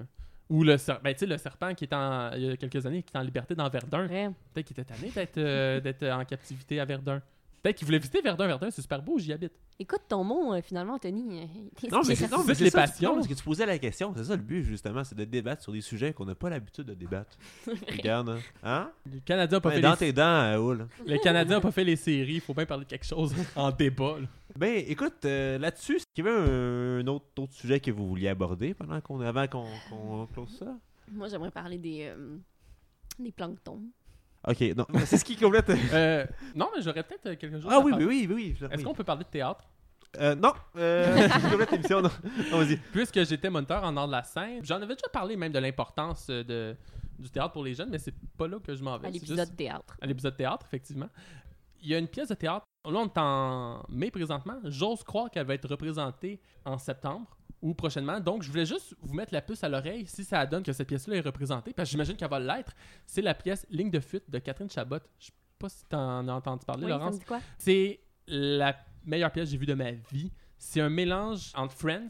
Speaker 3: Ou le serpent, ben, tu sais, le serpent qui est en, il y a quelques années, qui était en liberté dans Verdun.
Speaker 2: Vrai.
Speaker 3: Peut-être qu'il était tanné d'être euh, d'être en captivité à Verdun. Peut-être qu'il voulait visiter Verdun. Verdun, c'est super beau, j'y habite.
Speaker 2: Écoute ton mot, euh, finalement, Tony. euh,
Speaker 1: Non, mais c'est
Speaker 3: c'est
Speaker 1: non,
Speaker 3: ça,
Speaker 1: mais
Speaker 3: c'est
Speaker 1: c'est
Speaker 3: les
Speaker 1: ça,
Speaker 3: passions.
Speaker 1: non, Parce que tu posais la question. C'est ça le but, justement, c'est de débattre sur des sujets qu'on n'a pas l'habitude de débattre. Regarde, hein? hein?
Speaker 3: Le Canadien n'a pas,
Speaker 1: Ouais,
Speaker 3: fait
Speaker 1: dans
Speaker 3: les-
Speaker 1: tes dents, euh, Hull.
Speaker 3: le Canadien a pas fait les séries. Il faut bien parler de quelque chose en débat, là.
Speaker 1: Ben, écoute, euh, là-dessus, est-ce qu'il y avait un, un autre, autre sujet que vous vouliez aborder pendant qu'on, avant qu'on, qu'on close ça?
Speaker 2: Moi, j'aimerais parler des, euh, des planctons.
Speaker 1: Ok, non, mais c'est ce qui complète.
Speaker 3: Euh, non, mais j'aurais peut-être euh, quelque chose
Speaker 1: ah
Speaker 3: à
Speaker 1: oui,
Speaker 3: parler.
Speaker 1: oui, oui, oui. oui.
Speaker 3: Est-ce qu'on peut parler de théâtre?
Speaker 1: Euh, non, euh, c'est ce qui complète l'émission. Non, non vas-y.
Speaker 3: Puisque j'étais moniteur en art de la scène, j'en avais déjà parlé même de l'importance euh, de, du théâtre pour les jeunes, mais c'est pas là que je m'en vais.
Speaker 2: À
Speaker 3: Ah, ben, c'est
Speaker 2: l'épisode
Speaker 3: juste
Speaker 2: théâtre.
Speaker 3: à l'épisode théâtre, effectivement. Il y a une pièce de théâtre. Là, on est en mai présentement. J'ose croire qu'elle va être représentée en septembre ou prochainement. Donc, je voulais juste vous mettre la puce à l'oreille si ça donne que cette pièce-là est représentée, parce que j'imagine qu'elle va l'être. C'est la pièce Ligne de fuite de Catherine Chabot. Je sais pas si t'en as entendu parler,
Speaker 2: Oui, ça me
Speaker 3: Laurence.
Speaker 2: dit quoi?
Speaker 3: C'est la meilleure pièce que j'ai vue de ma vie. C'est un mélange entre Friends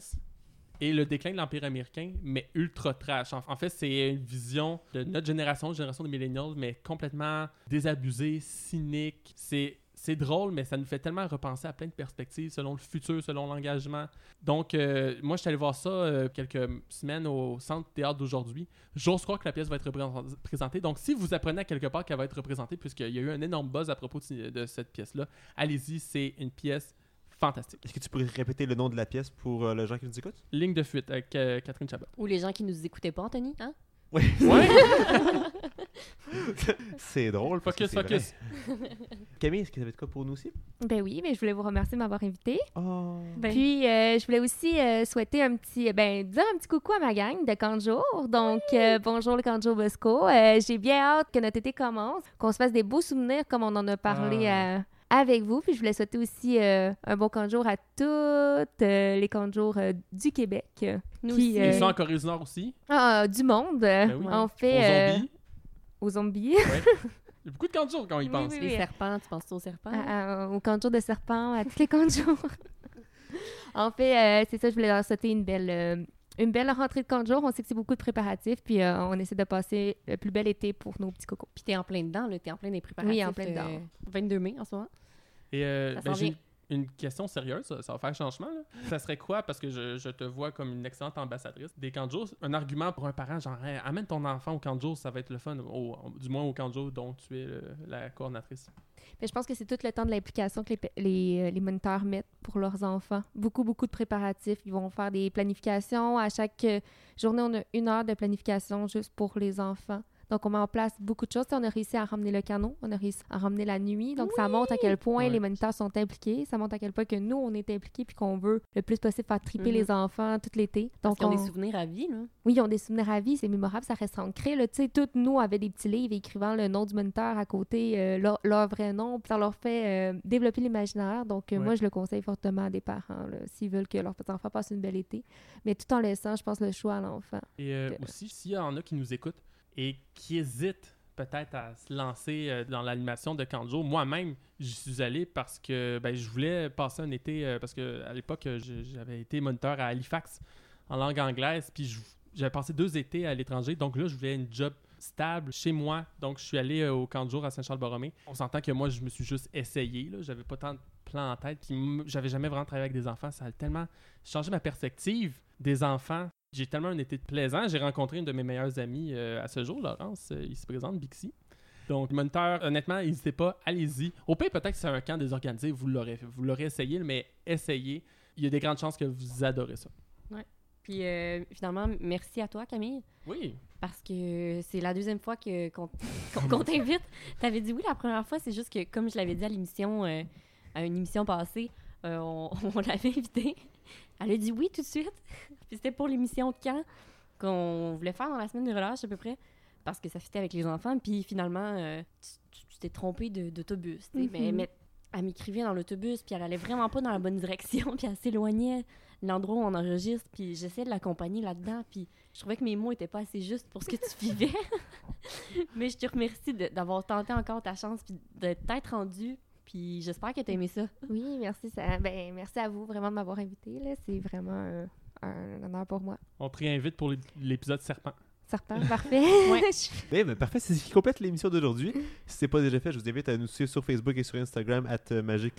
Speaker 3: et le déclin de l'Empire américain, mais ultra trash. En, en fait, c'est une vision de notre génération, génération des millennials, mais complètement désabusée, cynique. C'est c'est drôle, mais ça nous fait tellement repenser à plein de perspectives selon le futur, selon l'engagement. Donc, euh, moi, je suis allé voir ça euh, quelques semaines au Centre Théâtre d'aujourd'hui. J'ose croire que la pièce va être repré- présentée. Donc, si vous apprenez à quelque part qu'elle va être représentée, puisqu'il y a eu un énorme buzz à propos de, de cette pièce-là, allez-y, c'est une pièce fantastique.
Speaker 1: Est-ce que tu pourrais répéter le nom de la pièce pour euh, les gens qui nous écoutent
Speaker 3: Ligne de fuite avec euh, Catherine Chabot.
Speaker 2: Ou les gens qui nous écoutaient pas, Anthony, hein?
Speaker 1: Oui. c'est drôle. parce que
Speaker 3: Focus,
Speaker 1: c'est vrai.
Speaker 3: focus.
Speaker 1: Camille, est-ce que tu avais de quoi pour nous aussi
Speaker 4: Ben oui, mais je voulais vous remercier de m'avoir invité.
Speaker 1: Oh.
Speaker 4: Puis, euh, je voulais aussi euh, souhaiter un petit, ben, dire un petit coucou à ma gang de Canjo. Donc, euh, bonjour le Canjo Bosco. Euh, J'ai bien hâte que notre été commence, qu'on se fasse des beaux souvenirs comme on en a parlé
Speaker 3: Ah.
Speaker 4: euh, avec vous. Puis, je voulais souhaiter aussi euh, un bon Canjo à toutes euh, les Canjo du Québec. euh,
Speaker 2: Nous
Speaker 4: qui,
Speaker 2: aussi.
Speaker 4: euh,
Speaker 3: Ils sont en Corée du Nord aussi,
Speaker 4: ah, du monde.
Speaker 3: Ben oui.
Speaker 4: On
Speaker 3: aux
Speaker 4: fait
Speaker 3: zombies.
Speaker 4: euh, aux zombies,
Speaker 3: Il y a beaucoup de candidatures quand ils
Speaker 4: Oui,
Speaker 3: pensent.
Speaker 4: oui,
Speaker 2: Les serpents, tu penses aux serpents?
Speaker 4: à- à- aux Canjo de serpent, à tous les Canjo. en fait, euh, c'est ça, je voulais leur souhaiter une belle, euh, une belle rentrée de Canjo. On sait que c'est beaucoup de préparatifs, puis euh, on essaie de passer le plus bel été pour nos petits cocos.
Speaker 2: Puis t'es en plein dedans, là. T'es en plein des préparatifs.
Speaker 4: Oui, en plein dedans.
Speaker 2: 22 mai en ce moment.
Speaker 3: Et euh,
Speaker 2: Ça
Speaker 3: ben,
Speaker 2: s'en
Speaker 3: j'ai
Speaker 2: vient.
Speaker 3: une question sérieuse, ça, ça va faire changement. là. Ça serait quoi, parce que je, je te vois comme une excellente ambassadrice des Kanjo, un argument pour un parent, genre Hey, amène ton enfant au Kanjo, ça va être le fun, au- du moins au Kanjo dont tu es le- la coordinatrice.
Speaker 4: Mais je pense que c'est tout le temps de l'implication que les, pa- les, euh, les moniteurs mettent pour leurs enfants. Beaucoup, beaucoup de préparatifs. Ils vont faire des planifications. À chaque euh, journée, on a une heure de planification juste pour les enfants. Donc, on met en place beaucoup de choses. Tu sais, On a réussi à ramener le canot, on a réussi à ramener la nuit. Donc, ça montre à quel point
Speaker 3: Ouais.
Speaker 4: les moniteurs sont impliqués. Ça montre à quel point que nous, on est impliqués puis qu'on veut le plus possible faire triper
Speaker 2: Mhm.
Speaker 4: les enfants tout l'été.
Speaker 2: Parce
Speaker 4: Donc,
Speaker 2: qu'ils ont
Speaker 4: on-
Speaker 2: des souvenirs à vie, là.
Speaker 4: oui, ils ont des souvenirs à vie, c'est mémorable, ça reste ancré. Là. Tu sais, toutes nous avaient des petits livres écrivant le nom du moniteur à côté, euh, leur, leur vrai nom, puis ça leur fait euh, développer l'imaginaire. Donc, euh,
Speaker 3: Ouais.
Speaker 4: moi, je le conseille fortement à des parents, là, s'ils veulent que leurs petits enfants passent une belle été, mais tout en laissant, je pense, le choix à l'enfant.
Speaker 3: Et euh,
Speaker 4: Ok.
Speaker 3: aussi, s'il y en a qui nous écoutent et qui hésitent peut-être à se lancer euh, dans l'animation de Kanjo, moi-même, j'y suis allé parce que ben, je voulais passer un été, euh, parce que à l'époque, euh, je- j'avais été moniteur à Halifax en langue anglaise, puis je- j'avais passé deux étés à l'étranger, donc là, je voulais une job stable chez moi, donc je suis allé euh, au camp de jour à Saint-Charles-Borromé. On s'entend que moi, je me suis juste essayé, là, j'avais pas tant de plans en tête, puis m- j'avais jamais vraiment travaillé avec des enfants, ça a tellement changé ma perspective des enfants. J'ai tellement un été plaisant, j'ai rencontré une de mes meilleures amies euh, à ce jour, Laurence, euh, il se présente, Bixi. Donc, moniteur, honnêtement, n'hésitez pas, allez-y. Au pire, peut-être que c'est un camp désorganisé, vous l'aurez, vous l'aurez essayé, mais essayez. Il y a des grandes chances que vous adorez ça.
Speaker 2: Puis euh, finalement, merci à toi, Camille.
Speaker 3: Oui,
Speaker 2: Parce que c'est la deuxième fois que, qu'on, qu'on- qu'on t'invite. T'avais dit oui la première fois, c'est juste que, comme je l'avais dit à l'émission, euh, à une émission passée, euh, on, on l'avait invitée. Elle a dit oui tout de suite. Puis c'était pour l'émission de camp qu'on voulait faire dans la semaine de relâche à peu près. Parce que ça fitait avec les enfants. Puis finalement, euh, tu, tu- tu t'es trompé de, d'autobus. tu sais. mais,
Speaker 4: Mhm.
Speaker 2: mais elle m'écrivait dans l'autobus, puis elle allait vraiment pas dans la bonne direction. Puis elle s'éloignait de l'endroit où on enregistre. Puis j'essayais de l'accompagner là-dedans. Puis je trouvais que mes mots étaient pas assez justes pour ce que tu vivais. Mais je te remercie de- d'avoir tenté encore ta chance puis de t'être rendu. Puis j'espère que t'as aimé ça.
Speaker 4: Oui, merci, ça, ben, merci à vous vraiment de m'avoir invité. là. C'est vraiment un, un honneur pour moi.
Speaker 3: on te réinvite pour l'ép- l'épisode Serpent.
Speaker 4: Serpent, parfait.
Speaker 2: Ouais.
Speaker 4: Je-
Speaker 1: Eh ben, parfait, c'est ce qui complète l'émission d'aujourd'hui. Si ce n'est pas déjà fait, je vous invite à nous suivre sur Facebook et sur Instagram, at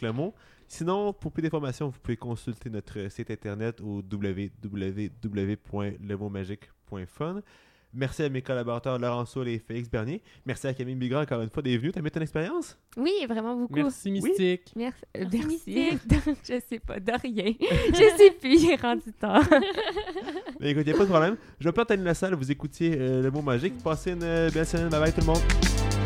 Speaker 1: Lemont. Sinon, pour plus d'informations, vous pouvez consulter notre site internet au www.lemontmagique.fun. Merci à mes collaborateurs Laurent Soul et Félix Bernier. Merci à Camille Bigrand encore une fois d'être venue. T'as mis ton expérience?
Speaker 4: oui, vraiment beaucoup.
Speaker 3: Merci, Mystique.
Speaker 4: Merci. euh,
Speaker 2: Merci,
Speaker 4: merci. je sais pas, de rien. je sais plus, il est rendu tard.
Speaker 1: Mais écoutez, pas de problème. Je vais pas la salle, vous écoutiez euh, Le Mot Magique. Passez une euh, belle semaine. Bye bye tout le monde.